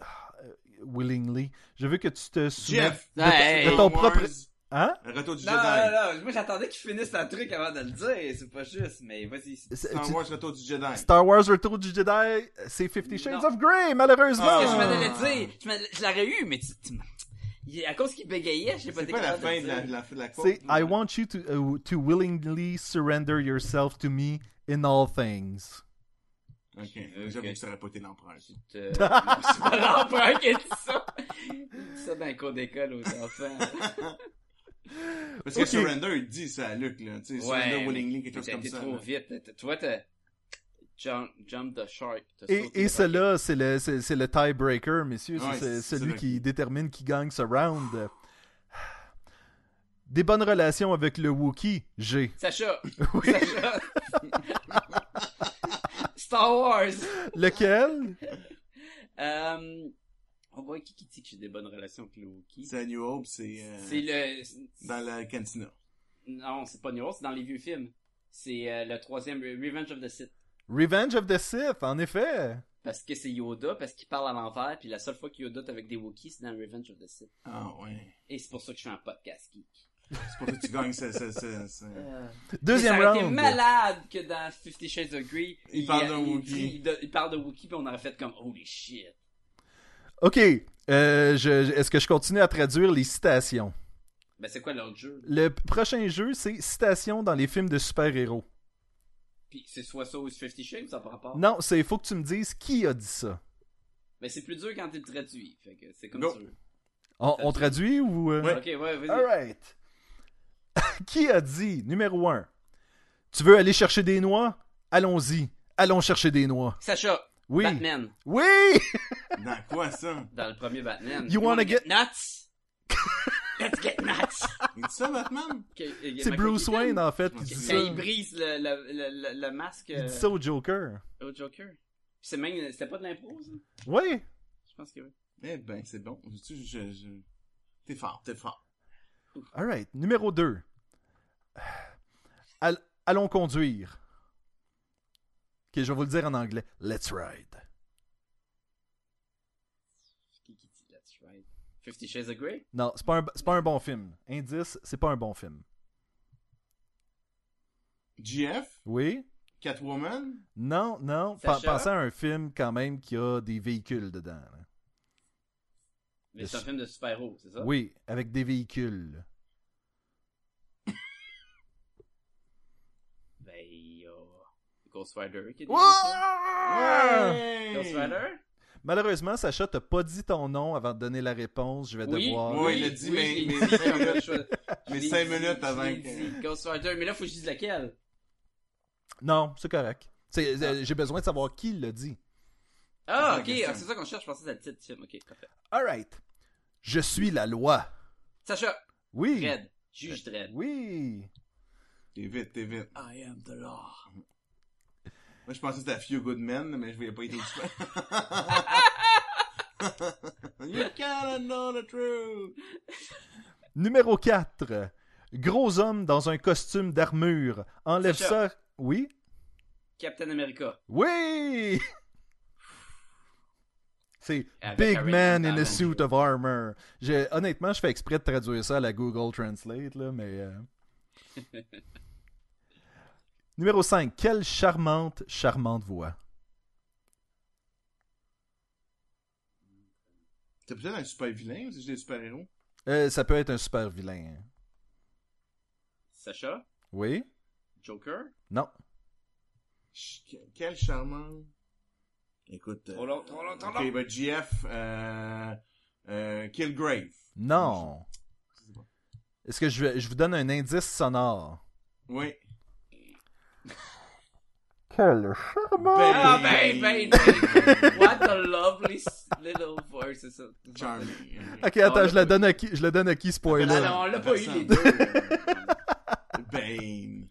A: ah, euh, willingly. Je veux que tu te soumettes.
G: Jeff.
A: de,
D: Ouais,
A: ta-
D: hey,
A: de
D: hey.
A: ton
G: Star
A: propre.
G: Wars,
A: Hein?
G: Retour du
D: Non,
G: Jedi.
D: non, non, moi j'attendais qu'il finisse la truc avant de le dire, c'est pas juste, mais vas-y. c'est-
A: C'est-
G: Star
A: tu-
G: Wars, Retour du Jedi.
A: Star Wars Retour du Jedi, c'est Fifty Shades
D: Non.
A: of Grey, malheureusement.
G: Ah.
D: Parce que je me l'allais dire, je, me- je l'aurais eu, mais tu, tu m'as- Il- à cause qu'il bégayait, j'ai pas
G: C'est
D: été
G: pas la
D: capable
G: fin
D: le
G: de la,
D: dire.
G: la, de la course.
A: C'est I want you to, uh, to willingly surrender yourself to me in all things.
G: Ok. J'avais que ça aurait pas été l'empereur.
D: Euh, non, c'est pas l'empereur qui a dit ça. Il dit ça dans le cours d'école aux enfants.
G: Parce
A: Ok.
G: que Surrender, il dit ça à Luke, là. Tu sais, Surrender willingly, quelque chose
D: t'as
G: comme
D: été
G: ça.
D: trop
G: là.
D: vite. T'as- Tu vois, t'as... Jump, jump the shark. t'as
A: Et,
D: sauté
A: et
D: le
A: cela, c'est le, c'est, c'est le tiebreaker, messieurs.
G: Ouais,
A: c'est, c'est
G: c'est
A: celui
G: vrai.
A: qui détermine qui gagne ce round. Des bonnes relations avec le Wookiee, j'ai.
D: rocket. Sacha!
A: Oui.
D: Sacha! Star Wars!
A: Lequel
D: Euh, on voit qui qui dit que j'ai des bonnes relations avec le Wookiee.
G: C'est à New Hope, c'est euh,
D: C'est le...
G: dans la cantina.
D: Non, c'est pas New Hope, c'est dans les vieux films. C'est euh, le troisième, Re- Revenge of the Sith.
A: Revenge of the Sith, en effet.
D: Parce que c'est Yoda, parce qu'il parle à l'envers, puis la seule fois que Yoda est avec des Wookiees, c'est dans Revenge of the Sith.
G: Ah ouais.
D: Et c'est pour ça que je fais un podcast geek.
G: C'est pour ça que tu gagnes ça, ça, ça, ça.
A: Deuxième
D: ça aurait été
A: round.
D: malade que dans Fifty Shades of Grey,
G: Il parle d'un
D: il-
G: Wookiee.
D: Il, de- il parle de Wookiee, puis on aurait fait comme Holy shit.
A: Ok. euh, je- je- est-ce que je continue à traduire les citations
D: Ben c'est quoi l'autre jeu?
A: Le p- prochain jeu, c'est citations dans les films de super-héros.
D: Puis c'est soit ça ou c'est Fifty Shades, ça par rapport.
A: Non, c'est faut que tu me dises qui a dit ça.
D: Mais c'est plus dur quand t'es le traduit. Fait que c'est comme
G: Go.
D: tu veux.
A: On, on traduit ou euh?
D: Ok, ouais, vas-y.
A: Alright. Qui a dit, numéro 1, tu veux aller chercher des noix? Allons-y, allons chercher des noix.
D: Sacha,
A: Oui.
D: Batman,
A: Oui!
E: Dans quoi, ça?
D: dans le premier Batman.
A: You wanna get-
D: nuts? Let's get nuts!
E: Il dit ça, Batman?
A: C'est Bruce Wayne, en fait, qui dit ça.
D: Quand il brise le, le, le, le- le masque
A: Il
D: euh,
A: dit ça au Joker.
D: au Joker. Puis c'est même, c'était pas de l'impro, ça?
A: Oui!
D: Je pense que oui.
E: Eh ben, c'est bon. Je, je, je... T'es fort, t'es fort.
A: Alright, numéro 2. allons conduire. Ok, je vais vous le dire en anglais. Let's ride.
D: C'est Qui qui dit that's right? Fifty Shades of Grey?
A: Non, c'est pas, un- c'est pas un bon film. Indice, c'est pas un bon film.
E: GF,
A: Oui?
E: Catwoman,
A: Non, non. pa-
D: Sacha?
A: pensez à un film quand même qui a des véhicules dedans. là.
D: Mais c'est un film de super-héros, c'est ça?
A: Oui, avec des véhicules.
D: Ben, il y a Ghost Rider qui est
A: Ah!
D: Ghost
E: Hey!
D: Rider?
A: Malheureusement, Sacha, t'as pas dit ton nom avant de donner la réponse. Je vais
D: Oui,
A: devoir.
E: Ouais, il l'a dit, mais-
D: je l'ai
E: mais
D: dit,
E: cinq
D: je l'ai
E: minutes.
D: dit, je
E: Mais
D: l'ai
E: cinq
D: dit,
E: minutes
D: je
E: avant
D: l'ai
E: que-
D: dit. Ghost Rider, mais là, faut que je dise laquelle.
A: Non, c'est correct. C'est- euh, J'ai besoin de savoir qui l'a dit.
D: Ah,
E: la
D: ok,
E: question.
D: ah, c'est ça qu'on cherche, je pensais que c'était le titre du film, ok, parfait.
A: Alright. Je suis la loi.
D: Sacha,
A: Oui.
D: Dredd, juge Dredd.
A: Oui.
E: T'es vite, t'es vite.
D: I am the law.
E: Moi, je pensais que c'était à Few Good Men, mais je voulais pas être aussi You gotta know the truth!
A: Numéro 4. Gros homme dans un costume d'armure. Enlève
D: Sacha.
A: ça. Oui.
D: Captain America.
A: Oui. C'est
D: Avec
A: Big
D: Harry
A: Man
D: Potter.
A: in a suit of armor. Je- honnêtement, je fais exprès de traduire ça à la Google Translate, là, mais. euh. Numéro 5. Quelle charmante, charmante voix.
E: T'es peut-être un super vilain ou c'est juste des super héros?
A: Euh, ça peut être un super vilain. hein.
D: Sacha,
A: Oui?
D: Joker.
A: Non.
E: Ch- Quel charmant! Écoute. euh,
D: Trop long, trop long, trop long.
E: Ok, ben, GF, euh, euh, Killgrave.
A: Non. Est-ce que je, vais- je vous donne un indice sonore?
E: Oui.
A: Quel
E: Ben-
D: Ah, ben, ben, ben. What a lovely s- little voice, c'est ça.
E: Charming.
A: Ok,
D: Ah,
A: attends,
D: on
A: je
D: l'a
A: la donne à qui? Je la donne à qui,
D: Ah,
A: spoiler?
D: non, on l'a pas eu les
E: Personne.
D: deux.
E: Bane.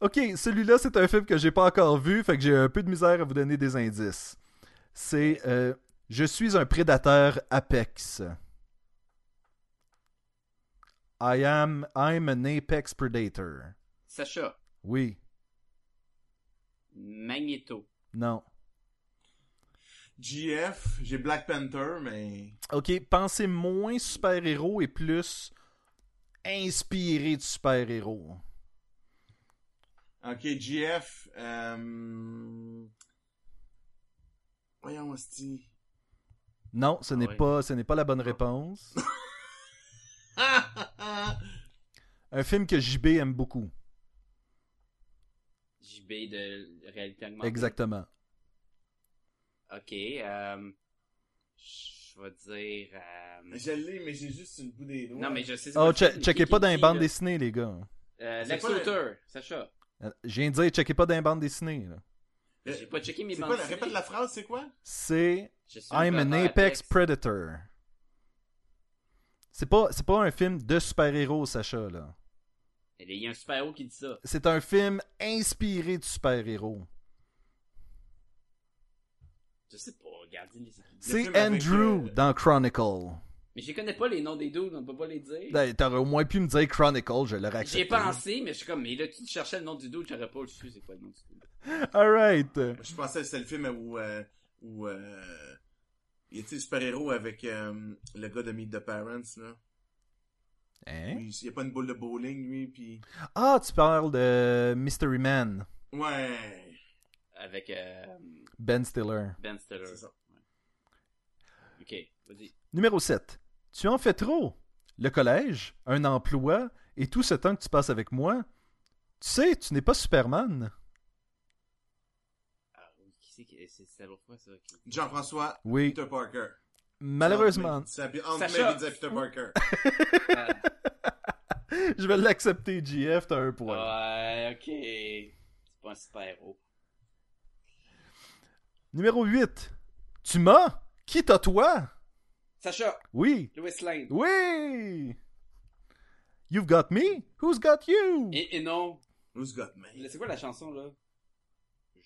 A: Ok, celui-là, c'est un film que j'ai pas encore vu, fait que j'ai un peu de misère à vous donner des indices. C'est euh, Je suis un prédateur apex. I am I'm an apex predator.
D: Sacha,
A: Oui,
D: Magneto.
A: non.
E: GF, j'ai Black Panther, mais.
A: Ok, pensez moins super-héros et plus inspiré de super-héros.
E: Ok, GF, euh... Voyons, Asti.
A: Non, ce
D: Ah
A: n'est
D: ouais.
A: pas ce n'est pas la bonne réponse. un film que JB aime beaucoup.
D: JB de réalité augmentée.
A: Exactement.
D: Ok, euh, je vais dire. euh,
E: Je l'ai, mais j'ai juste sur le bout des doigts.
D: Non, mais je sais c'est
A: Oh,
D: quoi le
A: che-
D: film,
A: checkez
D: qui-
A: pas
D: qui
A: dans les
D: dit,
A: bandes
D: là?
A: dessinées, les gars.
D: Euh,
E: C'est
D: Lex
E: pas le-
D: Luthor, Sacha.
A: Euh, Je viens de dire, checkez pas dans les bandes dessinées. là.
E: Euh,
D: J'ai pas checké mes
E: C'est
D: bandes
E: quoi, la...
D: dessinées.
E: répète la phrase, c'est quoi?
A: C'est
D: Je suis
A: I'm an
D: prédateur
A: Ah, apex
D: apex.
A: predator. C'est pas c'est pas un film de super-héros, Sacha là.
D: Eh, Il y a un super-héros qui dit ça.
A: C'est un film inspiré de super-héros.
D: Je sais pas, regardez les
A: C'est
E: film avec,
A: Andrew
E: euh,
A: dans Chronicle.
D: Mais je connais pas les noms des deux, on peut pas les dire.
A: Ben, T'aurais au moins pu me dire Chronicle, je l'aurais accepté.
D: J'ai pensé, mais je suis comme, mais là, tu cherchais le nom du dos, j'aurais pas le su, c'est quoi le nom du dos.
A: Alright.
E: Je pensais que c'était le film où... Euh... où euh... Il était le super-héros avec euh, le gars de Meet the Parents, là.
A: Hein?
E: Lui, Il n'y a pas une boule de bowling, lui, puis...
A: Ah, tu parles de Mystery Man,
E: Ouais!
D: Avec euh,
A: Ben Stiller.
D: Ben Stiller.
E: C'est ça.
D: Ouais. Ok, vas-y.
A: Numéro 7. Tu en fais trop. Le collège, un emploi et tout ce temps que tu passes avec moi. Tu sais, tu n'es pas Superman.
D: Ah, oui, qui c'est qui. C'est c'est l'autre fois, ça. qui-
E: Jean-François,
A: Oui,
E: Peter Parker.
A: malheureusement.
E: C'est la- Entre
D: Sacha.
E: Mary et Peter Parker.
D: Ah,
A: Je vais l'accepter, GF, t'as un
D: Ah.
A: point.
D: Ouais, ok. C'est pas un super-héros.
A: Numéro 8. Tu m'as? Qui t'as toi?
D: Sacha,
A: Oui.
D: Louis Lane.
A: Oui. You've got me? Who's got you?
D: Et, et non,
G: Who's got me?
D: c'est quoi la chanson là?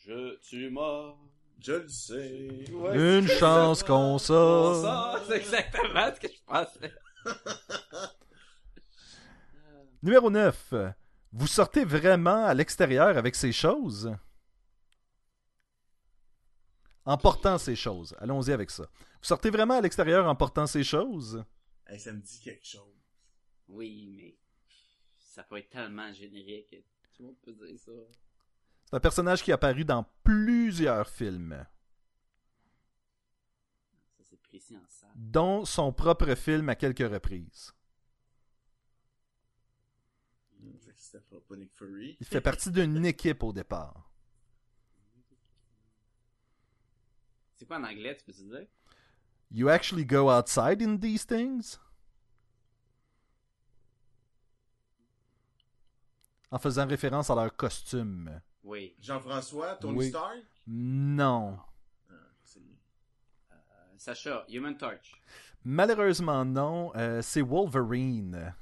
D: Je, tu m'as.
G: Je le sais.
D: Ouais,
A: Une
D: c'est ça.
A: chance qu'on
D: On
A: sort.
D: sort, C'est exactement ce que je pensais.
A: Numéro 9. Vous sortez vraiment à l'extérieur avec ces choses? En portant ces choses. Allons-y avec ça. Vous sortez vraiment à l'extérieur en portant ces choses?
G: Hey, ça me dit quelque chose.
D: Oui, mais ça peut être tellement générique. Tout le monde peut dire ça.
A: C'est un personnage qui est apparu dans plusieurs films,
D: Ça, c'est précis en salle.
A: dont son propre film à quelques reprises.
G: Fait que C'était pas pas Nick Fury.
A: Il fait partie d'une équipe au départ.
D: C'est quoi en anglais, tu peux te dire?
A: You actually go outside in these things? En faisant référence à leur costume.
D: Oui.
G: Jean-François, Tony
A: Oui.
G: Stark.
A: Non.
G: C'est-
D: Euh, Sacha, Human Torch.
A: Malheureusement, non. Euh, c'est Wolverine.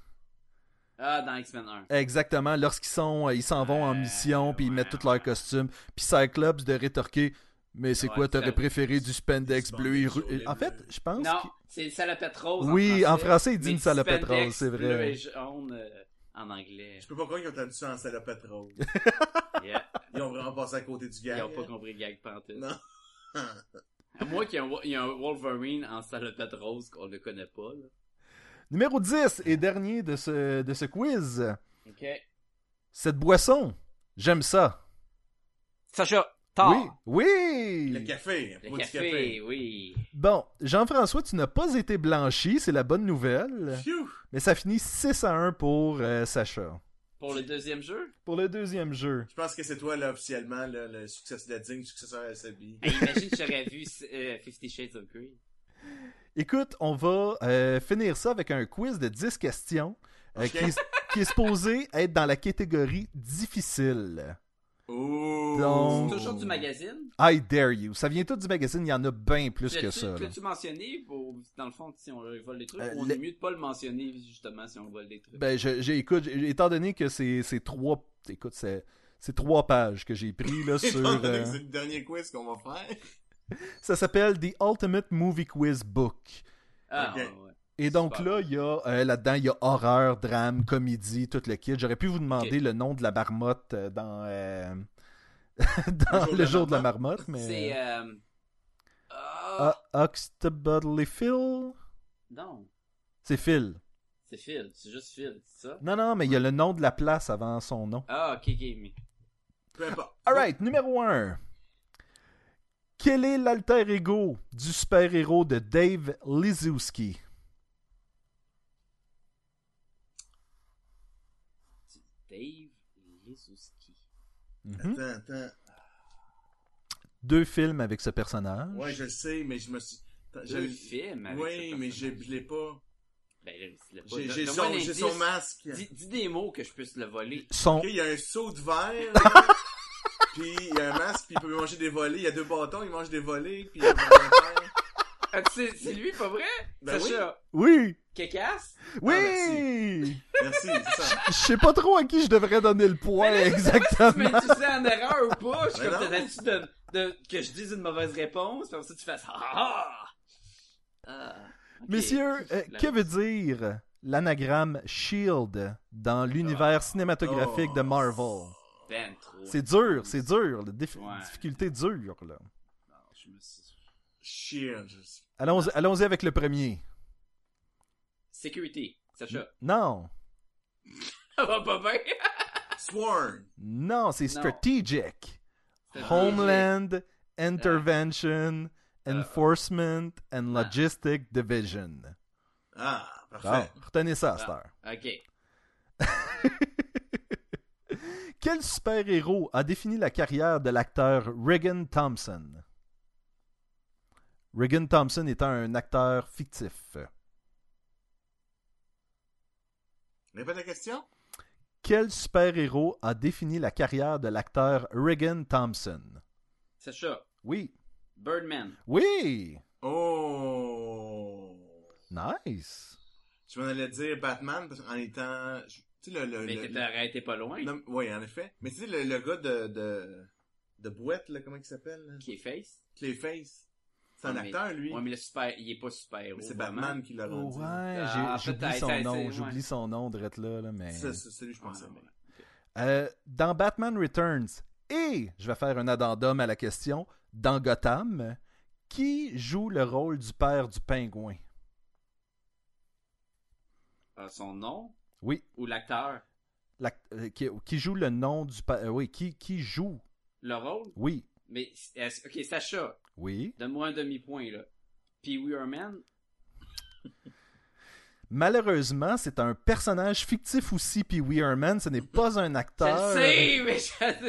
D: Ah, dans X-Men 1.
A: Exactement. Lorsqu'ils sont, euh, ils s'en vont en
D: Ouais,
A: mission, puis ils
D: ouais,
A: mettent tous leurs
D: ouais.
A: costumes. Puis Cyclops de rétorquer. Mais c'est
D: Ouais,
A: quoi,
D: ça-
A: t'aurais préféré du spandex
G: du
A: bleu et
G: spandex
A: ru-
G: jaune et
A: En fait,
G: bleu.
A: je pense.
D: Non,
A: qu'il-
D: c'est une salopette rose.
A: Oui,
D: en
A: en
D: français,
A: français, il dit
D: mais
A: une salopette
D: spandex
A: rose, c'est
D: Bleu
A: vrai.
D: et jaune euh, en anglais.
G: Je peux pas croire qu'ils ont traduit ça en salope rose.
D: Yeah.
G: Ils ont vraiment passé à côté du
D: Ils
G: gars.
D: n'ont pas compris le gag pantoute.
G: Non.
D: À moins qu'il y ait un, Wo- il y a un Wolverine en salopette rose qu'on ne connaît pas. Là.
A: Numéro 10 et dernier de ce, de ce quiz.
D: Ok.
A: Cette boisson, j'aime ça.
D: Sacha, Thor.
A: Oui, oui.
G: Le café. hein,
D: Le
G: pas du
D: café,
G: café.
D: oui.
A: Bon, Jean-François, tu n'as pas été blanchi, c'est la bonne nouvelle.
G: Phew!
A: Mais ça finit 6 à 1 pour euh, Sacha.
D: Pour le deuxième jeu?
A: Pour le deuxième jeu.
G: Je pense que c'est toi, là, officiellement, là, le, success- le digne successeur à Sabi.
D: Hey, imagine que j'aurais vu euh, Fifty Shades of Grey.
A: Écoute, on va euh, finir ça avec un quiz de 10 questions euh, qui, est, qui est supposé être dans la catégorie difficile.
G: Oh!
A: Donc-
D: C'est toujours du magazine?
A: I dare you. Ça vient tout du magazine, il y en a bien plus
D: L'as-tu-
A: que ça. là.
D: L'as-tu mentionné? Pour, dans le fond, si on vole des trucs,
A: Euh,
D: on
A: le-
D: est mieux de pas le mentionner, justement, si on vole des trucs.
A: Ben, je- j'ai, écoute, j'ai- étant donné que c'est, c'est trois, écoute, c'est, c'est trois pages que j'ai pris là sur.
G: Étant donné
A: euh,
G: que C'est le dernier quiz qu'on va faire.
A: ça s'appelle The Ultimate Movie Quiz Book.
D: ah,
G: ok.
D: ouais, ouais.
A: Et donc
D: Super.
A: là, il y a euh, là-dedans, il y a horreur, drame, comédie, tout le kit. J'aurais pu vous demander
D: Ok.
A: le nom de la marmotte euh, dans, euh, dans
G: jour
A: le
G: de la
A: jour de la marmotte,
D: C'est...
A: mais
D: Euh... Ah,
G: euh,
A: Ah, Huxtable et Phil,
D: Non,
A: c'est Phil.
D: c'est Phil, c'est juste Phil, c'est ça?
A: Non, non, mais il y a le nom de la place avant son nom.
D: Ah, ok, ok, mais...
G: Peu importe.
A: Alright, numéro 1. Quel est l'alter ego du super-héros de Dave Lizowski?
D: Dave Lizowski.
A: Mhm.
G: Attends, attends.
A: Deux films avec ce personnage.
G: Ouais, je le sais, mais je me suis. Attends,
D: J'ai
G: je-
D: le film avec
G: Oui,
D: ce
G: mais je,
D: personnage.
G: je l'ai pas.
D: Ben, là, c'est le-
G: J'ai
D: Donne-
G: j'ai
D: donne-moi
G: son,
D: un
G: j'ai
D: indice.
G: son masque.
D: Dis, dis des mots que je puisse le voler.
A: Son...
G: Ok, il y a un seau de verre. là. puis il y a un masque, puis il peut manger des volets. Il y a deux bâtons, il mange des volets, puis il y a un verre.
D: Ah, tu sais, c'est lui, pas vrai?
G: Ben
D: Sacha,
A: Oui!
D: Kekas?
A: Oui!
G: Ah, Merci, c'est ça.
A: Je sais pas trop à qui je devrais donner le poids
D: Mais
A: exactement.
D: tu sais en erreur ou pas? Je suis
G: Ben
D: comme
G: non.
D: t'as-tu de, de, que je dise une mauvaise réponse, puis comme ça tu fasses ah! Ah, ok.
A: Messieurs, euh,
D: La-
A: que veut dire l'anagramme Shield dans
D: Ah.
A: l'univers cinématographique
D: Oh.
A: de Marvel?
D: Ben trop.
A: C'est dur, c'est dur. La dif-
D: Ouais.
A: difficulté dure, là.
D: Non, je me suis-
G: Chier, je sais.
A: Allons-
D: Ah.
A: Allons-y avec le premier.
D: Sécurité,
E: Mm.
D: Sacha.
A: Non.
D: Ça va pas bien?
G: Sworn.
A: Non, c'est
D: Non.
A: strategic.
D: Strategic.
A: Homeland
D: Eh.
A: Intervention Enforcement and
D: Euh. Ah.
A: Logistic Division.
G: Ah,
A: Bon,
G: parfait.
A: retenez ça à cette heure.
D: Ah, Ok.
A: Quel super-héros a défini la carrière de l'acteur Regan Thompson? Regan Thompson étant un acteur fictif.
G: Répète la question.
A: Quel super-héros a défini la carrière de l'acteur Regan Thompson?
D: Sacha,
A: Oui,
D: Birdman.
A: Oui!
E: Oh!
A: Nice!
E: Je m'en allais dire Batman parce- en étant. je- Tu sais, le. le,
D: Mais
E: le-
D: que t'aurais été pas loin.
E: non, oui, en effet. Mais tu sais, le, le gars de, de. de Bouette, là, comment il s'appelle? là?
D: Qui est face.
E: Clayface. C'est un
D: Ouais,
E: acteur, lui.
D: Ouais, mais le super, il est pas super héros.
E: Mais c'est Batman qui l'a rendu.
A: Oh, Ouais,
D: Ah,
A: j'ai- j'oublie
D: peut-être,
A: son
D: c'est-
A: nom,
D: c'est-
A: j'oublie
D: ouais.
A: son nom, drette là, là, mais...
E: C'est c'est- c'est lui, je pensais.
D: Ah, ouais.
A: Euh, dans Batman Returns, et je vais faire un addendum à la question, dans Gotham, qui joue le rôle du père du pingouin?
D: Euh, son nom
A: Oui,
D: ou l'acteur,
A: l'act- euh, qui, qui joue le nom du père... oui, qui, qui joue?
D: le rôle.
A: Oui,
D: Mais, est-ce- ok, Sacha,
A: oui.
D: donne-moi un demi-point, là. Puis We Are Men,
A: Malheureusement, c'est un personnage fictif aussi, puis Weirman, ce n'est pas un
D: je le
A: acteur. euh,
D: sais, mais je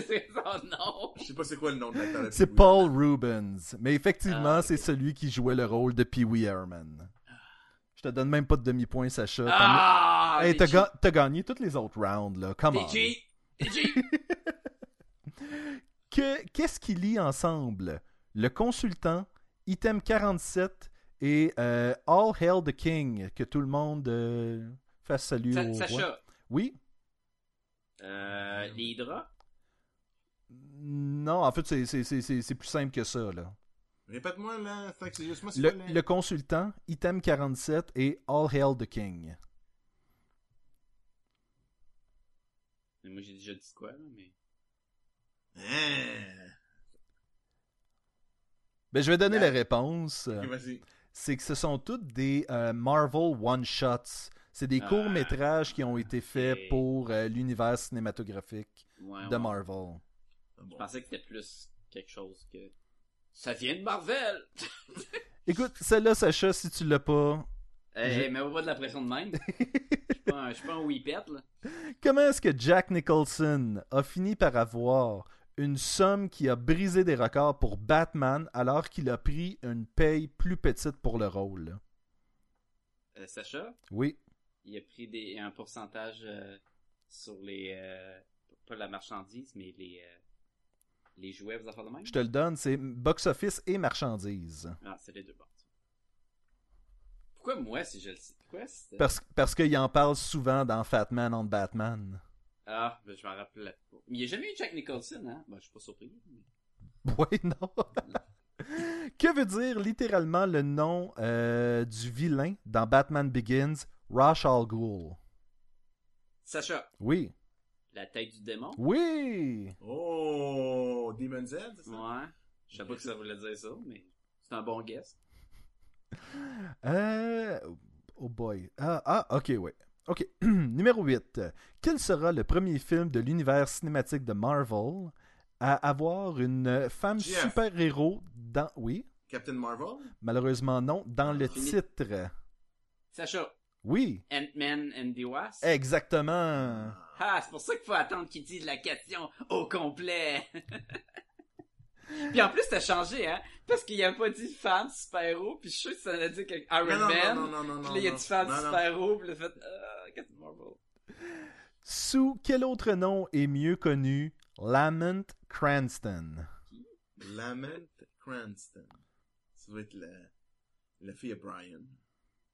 D: sais son nom.
E: Je sais pas c'est quoi le nom de l'acteur. de
A: C'est
E: Pee-wee.
A: Paul Rubens. Mais effectivement,
D: Ah, ok.
A: c'est celui qui jouait le rôle de Pee Wee Herman. Je te donne même pas de demi-point, Sacha. T'as-
D: Ah!
A: Hey,
D: t'es
A: t'as Ah,
D: cheap,
A: ga- t'as gagné toutes les autres rounds, là. Come
D: T'es
A: on.
D: cheap, t'es cheap.
A: Que- Qu'est-ce qui lie ensemble Le consultant, Item 47 et euh, All Hail the King, que tout le monde euh, fasse salut
D: Sa-
A: au roi.
D: Sacha,
A: Oui
D: euh, les draps,
A: Non, en fait, c'est- c'est- c'est c'est- c'est plus simple que ça, là.
E: Répète-moi, là. C'est c'est juste moi, c'est
A: Le,
E: quoi, là?
A: le consultant, Item 47 et All Hail the King.
D: Mais moi, j'ai déjà dit quoi, là, mais...
E: Hein?
A: Ben, je vais donner
E: Ouais.
A: la réponse.
E: Ok, vas-y.
A: C'est que ce sont toutes des euh, Marvel one-shots. C'est des
D: Ah,
A: courts-métrages qui ont été faits
D: ok. Ah,
A: pour euh, l'univers cinématographique
D: Ouais,
A: de
D: ouais.
A: Marvel.
E: Ah,
D: Je pensais que c'était plus quelque chose que... Ça vient de Marvel!
A: Écoute, celle-là, Sacha, si tu l'as pas,
D: Hey,
A: Je-
D: mais on Eh, pas de la pression de même. Je suis pas un- je suis pas un whippet, là.
A: comment est-ce que Jack Nicholson a fini par avoir une somme qui a brisé des records pour Batman alors qu'il a pris une paye plus petite pour le rôle?
D: Euh, Sacha,
A: Oui.
D: il a pris des, un pourcentage euh, sur les... euh, pas la marchandise, mais les... euh, les jouets, vous en faites de même?
A: Je te le donne, c'est box-office et marchandises.
D: Ah, c'est les deux bords. Pourquoi moi, si je le sais? Pourquoi c'était...
A: Parce, parce qu'il en parle souvent dans Fat Man on Batman.
D: Ah, ben, je m'en rappelais pas. Mais il n'y a jamais eu Jack Nicholson, hein? Ben, je suis pas surpris.
A: Ouais, non. que veut dire littéralement le nom euh, du vilain dans Batman Begins, Ra's al Ghul?
D: Sacha,
A: Oui.
D: la tête du démon?
A: Oui!
E: Oh! Demon Z, c'est ça?
D: Ouais. Je sais pas que ça voulait dire ça, mais c'est un bon guess.
A: Euh... Oh boy. Ah, ah, ok, ouais. Ok. Numéro 8. Quel sera le premier film de l'univers cinématique de Marvel à avoir une femme
E: Jeff.
A: super-héros dans... Oui,
E: Captain Marvel?
A: malheureusement non, dans le
D: Fini.
A: titre.
D: Sacha,
A: Oui,
D: Ant-Man and the Wasp?
A: exactement.
D: Ah, c'est pour ça qu'il faut attendre qu'ils disent la question au complet. puis en plus, t'as changé, hein? Parce qu'il n'y a pas dit femme super-héros, puis je suis sûr que ça allait dire que Iron Man.
E: non, non.
D: puis là, il y a
E: non.
D: du femme
E: Non, non.
D: super-héros, puis le fait, euh, Captain Marvel.
A: Sous quel autre nom est mieux connu Lament Cranston?
E: Lament Cranston. Ça doit être la, la fille à Brian.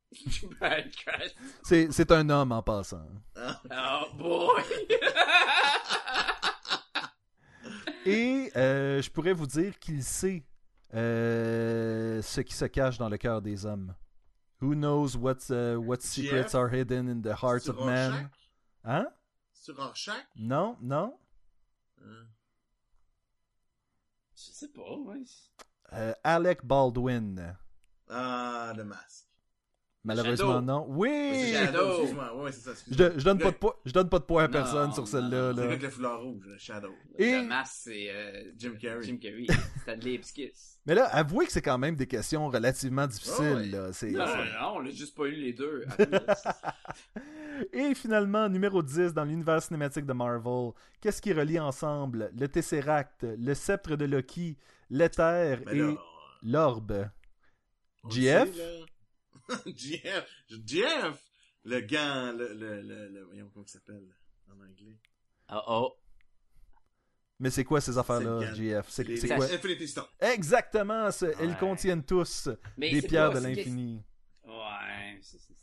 D: Bryan Cranston.
A: C'est c'est un homme en passant.
D: Oh boy!
A: Et euh, je pourrais vous dire qu'il sait euh, ce qui se cache dans le cœur des hommes. Who knows what, uh, what secrets
E: Jeff?
A: are hidden in the hearts
E: Sur
A: of men?
E: Rorschach?
A: Hein?
E: Sur Rorschach?
A: Non, non.
E: Hein?
D: je sais pas, ouais.
A: Euh, Alec Baldwin.
E: Ah, le masque.
A: Malheureusement,
D: Shadow.
A: non. Oui!
D: Shadow.
E: Excuse-moi, ouais, ouais, c'est ça.
A: Je,
E: excuse-moi.
A: do- je donne pas de points- je donne pas de points à
D: Non,
A: personne sur
D: non,
A: celle-là.
D: non.
A: là.
E: C'est le gars avec le foulard rouge, le Shadow.
A: Et-
D: Le masque, c'est euh,
E: Jim Carrey.
D: Jim Carrey. Stanley Ipskiss.
A: Mais là, avouez que c'est quand même des questions relativement difficiles.
E: Ah ouais.
A: là. C'est-
D: Oh, Non, non, non, on l'a juste pas eu les deux. Attends,
A: Et finalement, numéro 10 dans l'univers cinématique de Marvel, qu'est-ce qui relie ensemble le Tesseract, le sceptre de Loki, l'éther
E: Mais
A: et
E: Ben là,
A: l'orbe?
E: on
A: GF?
E: le sait, là. GF? GF! Le gant, le, le, le, le- voyons comment il s'appelle, en anglais.
D: oh oh.
A: Mais c'est quoi ces affaires-là,
E: C'est le
A: GF? C'est
E: Les-
A: c'est
E: les
A: quoi?
E: Infinity Stones.
A: Exactement, ce- elles
D: Ouais.
A: contiennent tous
D: Mais
A: des
D: c'est
A: pierres
D: pas-
A: de
D: c'est-
A: l'infini.
D: Ouais, c'est- c'est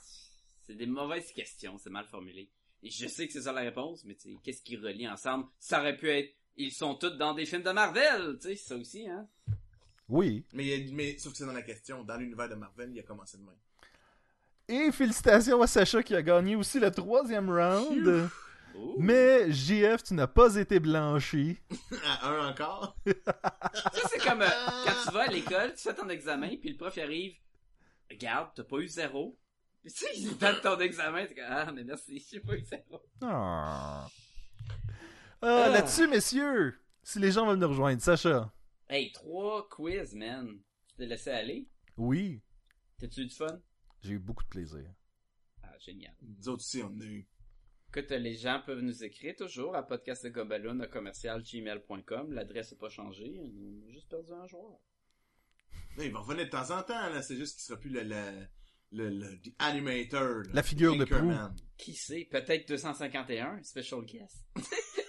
D: c'est des mauvaises questions, c'est mal formulé. Et je sais que c'est ça la réponse, mais tu sais, qu'est-ce qui relie ensemble? Ça aurait pu être, ils sont tous dans des films de Marvel, tu sais, ça aussi, hein?
A: Oui.
E: Mais, mais sauf que c'est dans la question, dans l'univers de Marvel, il a commencé de même.
A: Et félicitations à Sacha qui a gagné aussi le troisième round.
D: Ouh.
A: Mais JF, tu n'as pas été blanchi.
E: À un encore.
D: Ça, c'est comme euh, quand tu vas à l'école, tu fais ton examen, puis le prof il arrive, regarde, t'as pas eu zéro. Puis tu sais, il donne ton examen, t'es comme, ah, mais merci, j'ai pas eu zéro.
A: Ah. Euh,
D: Ah.
A: Là-dessus, messieurs, si les gens veulent nous rejoindre, Sacha.
D: Hey, trois quiz, man. Tu t'es laissé aller?
A: Oui,
D: T'as-tu eu du fun?
A: j'ai eu beaucoup de plaisir.
D: Ah, génial.
E: Nous autres aussi, on a eu.
D: Écoute, les gens peuvent nous écrire toujours à podcastdegobaloon@commercialgmail.com. L'adresse n'a pas changé. On a juste perdu un joueur.
E: Non, il va revenir de temps en temps, là. C'est juste qu'il sera plus le, le, le, le- the animator. là.
A: La figure de proue.
E: Tinkerman.
D: Qui sait? Peut-être 251, special guest.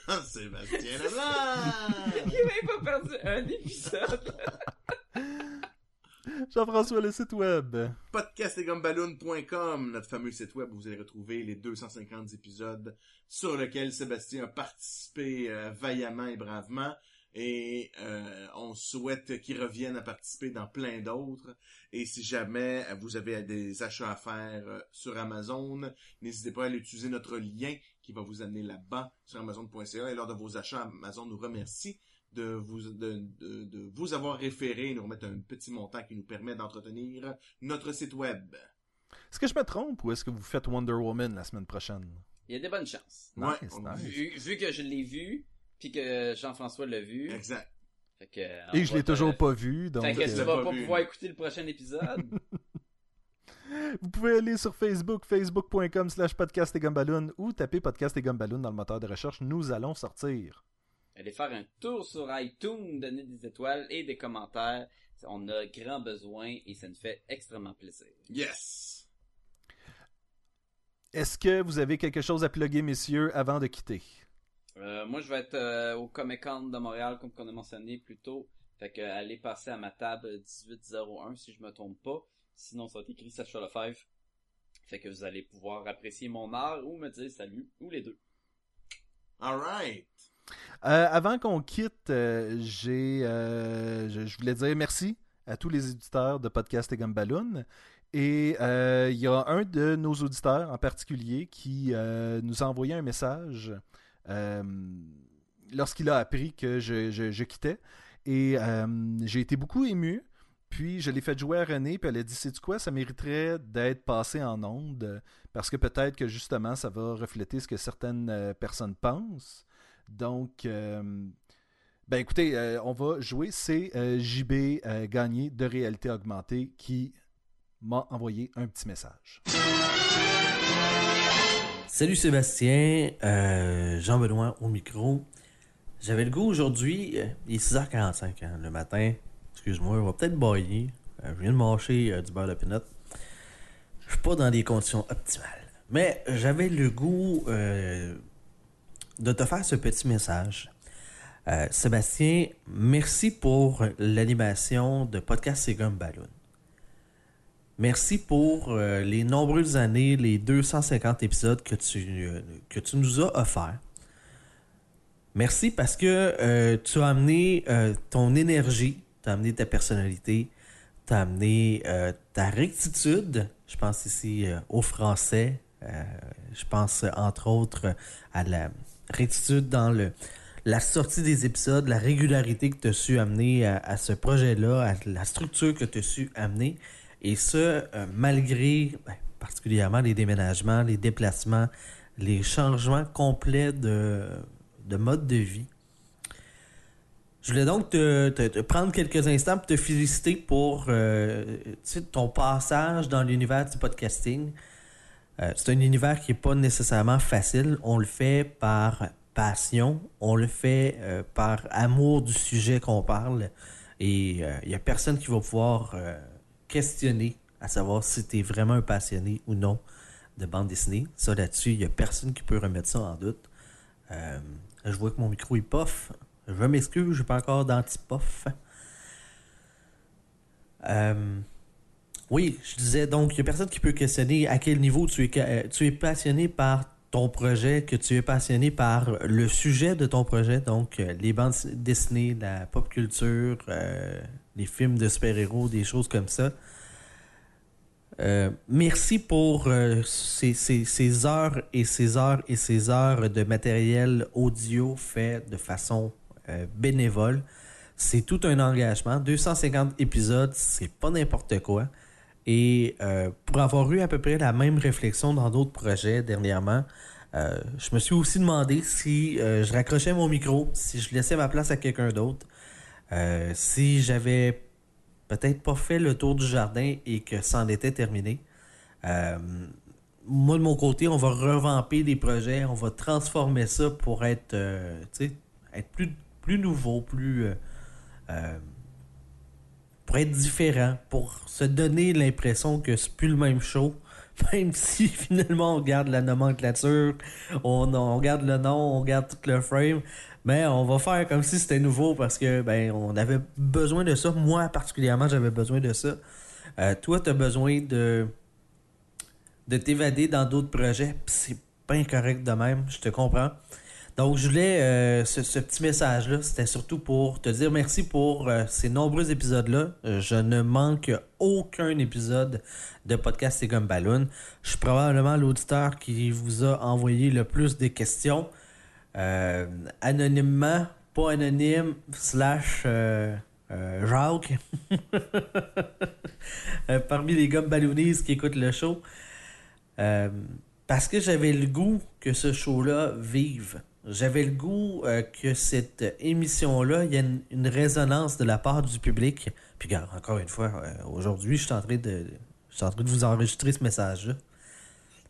E: Ah, Sébastien Leblanc!
D: Il a même pas perdu un épisode.
A: Jean-François, le site web.
E: podcastlegumballoon.com, notre fameux site web où vous allez retrouver les 250 épisodes sur lesquels Sébastien a participé euh, vaillamment et bravement. Et euh, on souhaite qu'il revienne à participer dans plein d'autres. Et si jamais euh, vous avez des achats à faire euh, sur Amazon, n'hésitez pas à aller utiliser notre lien qui va vous amener là-bas sur amazon.ca. Et lors de vos achats, Amazon nous remercie de vous, de, de- de vous avoir référé et nous remettre un petit montant qui nous permet d'entretenir notre site web.
A: Est-ce que je me trompe ou est-ce que vous faites Wonder Woman la semaine prochaine?
D: Il y a des bonnes chances.
E: Ouais,
A: Nice,
E: on-
A: nice.
D: Vu, vu que je l'ai vu, puis que Jean-François l'a vu.
E: Exact.
D: Fait que, euh, on
A: Et je
D: va
A: l'ai
D: te-
A: toujours pas vu, donc
D: Fait que
E: Je
D: tu
E: l'ai
A: euh,
D: vas
E: pas
D: pas
E: vu.
D: pouvoir écouter le prochain épisode.
A: vous pouvez aller sur Facebook, facebook.com slash podcast et gumballoon ou taper podcast et gumballoon dans le moteur de recherche. Nous allons sortir.
D: Allez faire un tour sur iTunes, donner des étoiles et des commentaires. On a grand besoin et ça nous fait extrêmement plaisir.
E: Yes!
A: Est-ce que vous avez quelque chose à plugger, messieurs, avant de quitter?
D: Euh, moi, je vais être euh, au Comic Con de Montréal, comme qu'on a mentionné plus tôt. Fait que, euh, allez passer à ma table 1801 si je me trompe pas. Sinon, ça va être écrit Sacha Lefebvre. Fait que vous allez pouvoir apprécier mon art ou me dire salut, ou les deux.
E: Alright!
A: Euh, avant qu'on quitte, euh, j'ai, euh, je, je voulais dire merci à tous les éditeurs de Podcast et Gumballoon. Et euh, il y a un de nos auditeurs en particulier qui euh, nous a envoyé un message euh, lorsqu'il a appris que je, je- je quittais. Et euh, j'ai été beaucoup ému. Puis je l'ai fait jouer à René, puis elle a dit C'est quoi, ça mériterait d'être passé en onde, parce que peut-être que justement ça va refléter ce que certaines euh, personnes pensent. Donc, euh, ben écoutez, euh, on va jouer. C'est euh, JB euh, Gagné de Réalité Augmentée qui m'a envoyé un petit message.
H: Salut Sébastien, euh, Jean-Benoît au micro. J'avais le goût aujourd'hui, euh, il est 6h45 hein, le matin. Excuse-moi, on va peut-être bailler. Euh, je viens de mâcher euh, du beurre de pinot. Je suis pas dans des conditions optimales. Mais j'avais le goût euh, de te faire ce petit message. Euh, Sébastien, merci pour l'animation de Podcast Ségum Balloon. Merci pour euh, les nombreuses années, les 250 épisodes que tu, euh, que tu nous as offerts. Merci parce que euh, tu as amené euh, ton énergie, tu as amené ta personnalité, tu as amené euh, ta rectitude. Je pense ici euh, aux Français. euh, je pense euh, entre autres euh, à la rectitude dans le, la sortie des épisodes, la régularité que tu as su amener à, à ce projet-là, à la structure que tu as su amener. Et ce, euh, malgré ben, particulièrement les déménagements, les déplacements, les changements complets de, de mode de vie. Je voulais donc te, te- te prendre quelques instants pour te féliciter pour euh, tu sais, ton passage dans l'univers du podcasting. Euh, c'est un univers qui n'est pas nécessairement facile. On le fait par passion, on le fait euh, par amour du sujet qu'on parle. Et euh, il n'y a personne qui va pouvoir euh, questionner à savoir si tu es vraiment un passionné ou non de bande dessinée. Ça, là-dessus, il n'y a personne qui peut remettre ça en doute. Euh, je vois que mon micro est pof. Je m'excuse, je suis pas encore d'antipof. Euh, oui, je disais donc, il n'y a personne qui peut questionner à quel niveau tu es, ca- euh, tu es passionné par ton projet, que tu es passionné par le sujet de ton projet, donc euh, les bandes dessinées, la pop culture, euh, les films de super-héros, des choses comme ça. Euh, merci pour euh, ces, ces- ces heures et ces heures et ces heures de matériel audio fait de façon euh, bénévole. C'est tout un engagement. 250 épisodes, c'est pas n'importe quoi. Et euh, pour avoir eu à peu près la même réflexion dans d'autres projets dernièrement, euh, je me suis aussi demandé si euh, je raccrochais mon micro, si je laissais ma place à quelqu'un d'autre, euh, si j'avais peut-être pas fait le tour du jardin et que ça en était terminé. Euh, moi, de mon côté, on va revamper les projets, on va transformer ça pour être, euh, tu sais, être plus, plus nouveau, plus. euh, euh, pour être différent, pour se donner l'impression que c'est plus le même show. Même si finalement on garde la nomenclature, on, on garde le nom, on garde tout le frame, mais on va faire comme si c'était nouveau parce que ben on avait besoin de ça. Moi particulièrement, j'avais besoin de ça. Euh, toi, tu as besoin de de t'évader dans d'autres projets, pis c'est pas incorrect de même, je te comprends. Donc, je voulais euh, ce, ce petit message-là, c'était surtout pour te dire merci pour euh, ces nombreux épisodes-là. Euh, je ne manque aucun épisode de podcast C'est comme Balloon. Je suis probablement l'auditeur qui vous a envoyé le plus des questions. Euh, anonymement, pas anonyme, slash euh, euh, Jacques. Euh, parmi les gars balloonistes qui écoutent le show. Euh, parce que j'avais le goût que ce show-là vive. J'avais le goût euh, que cette émission-là, il y a une, une résonance de la part du public. Puis regarde, encore une fois, euh, aujourd'hui, je suis en train de. Je suis en train de vous enregistrer ce message-là.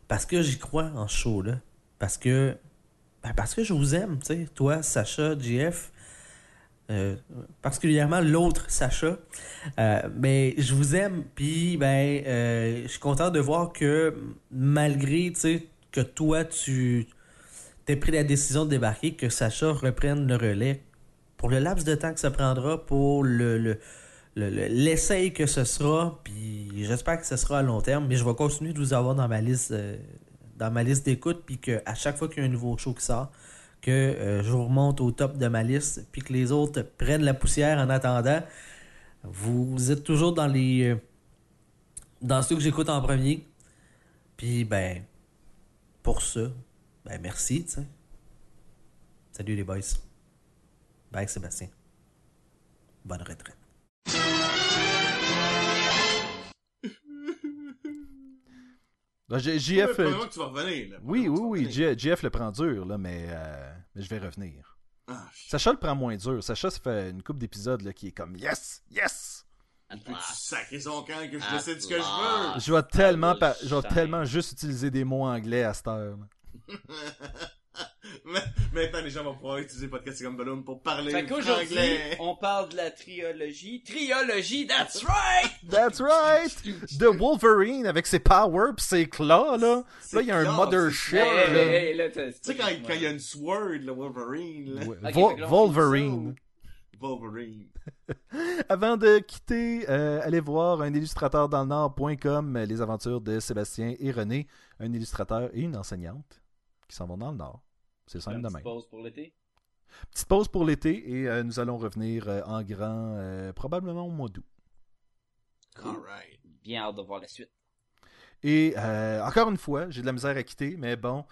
H: Parce que j'y crois en ce show-là. Parce que. ben, parce que je vous aime, tu sais. Toi, Sacha, JF. euh, particulièrement l'autre Sacha. Euh, mais je vous aime, puis ben, euh, je suis content de voir que malgré tu sais, que toi, tu t'es pris la décision de débarquer, que Sacha reprenne le relais pour le laps de temps que ça prendra, pour le, le- le- le- l'essai que ce sera, puis j'espère que ce sera à long terme, mais je vais continuer de vous avoir dans ma liste euh, dans ma liste d'écoute, puis que à chaque fois qu'il y a un nouveau show qui sort, que euh, je vous remonte au top de ma liste, puis que les autres prennent la poussière en attendant. Vous êtes toujours dans les. euh, dans ceux que j'écoute en premier. Puis, ben. Pour ça, ben merci, tu sais. Salut les boys. Bye Sébastien. Bonne retraite.
A: Là, J-
E: Ouais, ben,
A: JF. euh,
E: probablement que tu vas revenir, là.
A: Oui, oui,
E: Probablement que tu vas
A: oui.
E: revenir.
A: J- JF le prend dur, là, mais, euh, mais je vais revenir.
E: Ah, shit.
A: Sacha le prend moins dur. Sacha, ça fait une coupe d'épisodes là, qui est comme Yes! Yes!
E: Peux-tu sacrer son camp que je
D: Ah,
E: décide ce que je
D: ah.
E: veux?
A: Je vais tellement,
D: le
A: par- je vais
D: chien.
A: tellement juste utiliser des mots anglais à cette heure. là.
E: Mais- Maintenant, les gens vont pouvoir utiliser Podcast C'est comme Balloon pour parler
D: Fait qu'aujourd'hui,
E: anglais.
D: on parle de la triologie. Triologie, that's right!
A: That's right! The Wolverine avec ses powers pis ses claws, là.
E: C'est
A: Là, il y a un
E: classe,
A: mothership.
E: c'est classe.
A: là.
E: Hey, hey,
D: là,
E: Tu sais, quand, quand il y a une sword, le Wolverine, là.
A: Ouais.
D: Ok,
A: Vo-
D: fait que là, on
A: Wolverine.
E: Wolverine.
A: Avant de quitter, euh, allez voir un illustrateur dans le Nord.com, euh, les aventures de Sébastien et René, un illustrateur et une enseignante qui s'en vont dans le Nord. C'est simple de même.
D: pause pour l'été.
A: Petite pause pour l'été et euh, nous allons revenir euh, en grand euh, probablement au mois d'août.
E: Alright.
D: Bien hâte de voir la suite.
A: Et euh, encore une fois, j'ai de la misère à quitter, mais bon,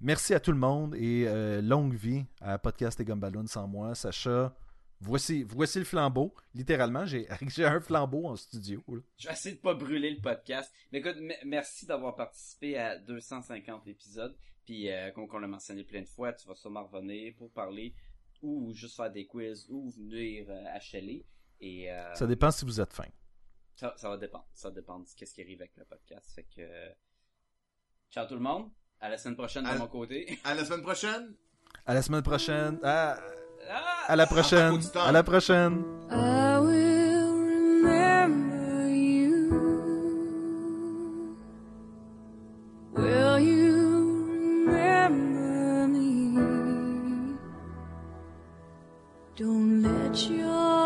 A: merci à tout le monde et euh, longue vie à Podcast et Gumballoon sans moi. Sacha, voici, voici le flambeau. Littéralement, j'ai j'ai un flambeau en studio. là.
D: Je vais essayer de pas brûler le podcast. Mais écoute, m- merci d'avoir participé à 250 épisodes. Puis, euh, comme on l'a mentionné plein de fois, tu vas sûrement revenir pour parler ou juste faire des quiz ou venir euh, à Shelley. Et euh,
A: Ça dépend si vous êtes fin.
D: ça, ça va dépendre. Ça va dépendre de ce qui arrive avec le podcast. Fait que... euh, Ciao tout le monde. À la semaine prochaine
E: À-
D: de mon côté.
E: À la semaine prochaine.
A: À la semaine prochaine. À,
D: Ah!
A: à la prochaine. À la prochaine.
B: I will remember you. Will you remember me?
C: Let your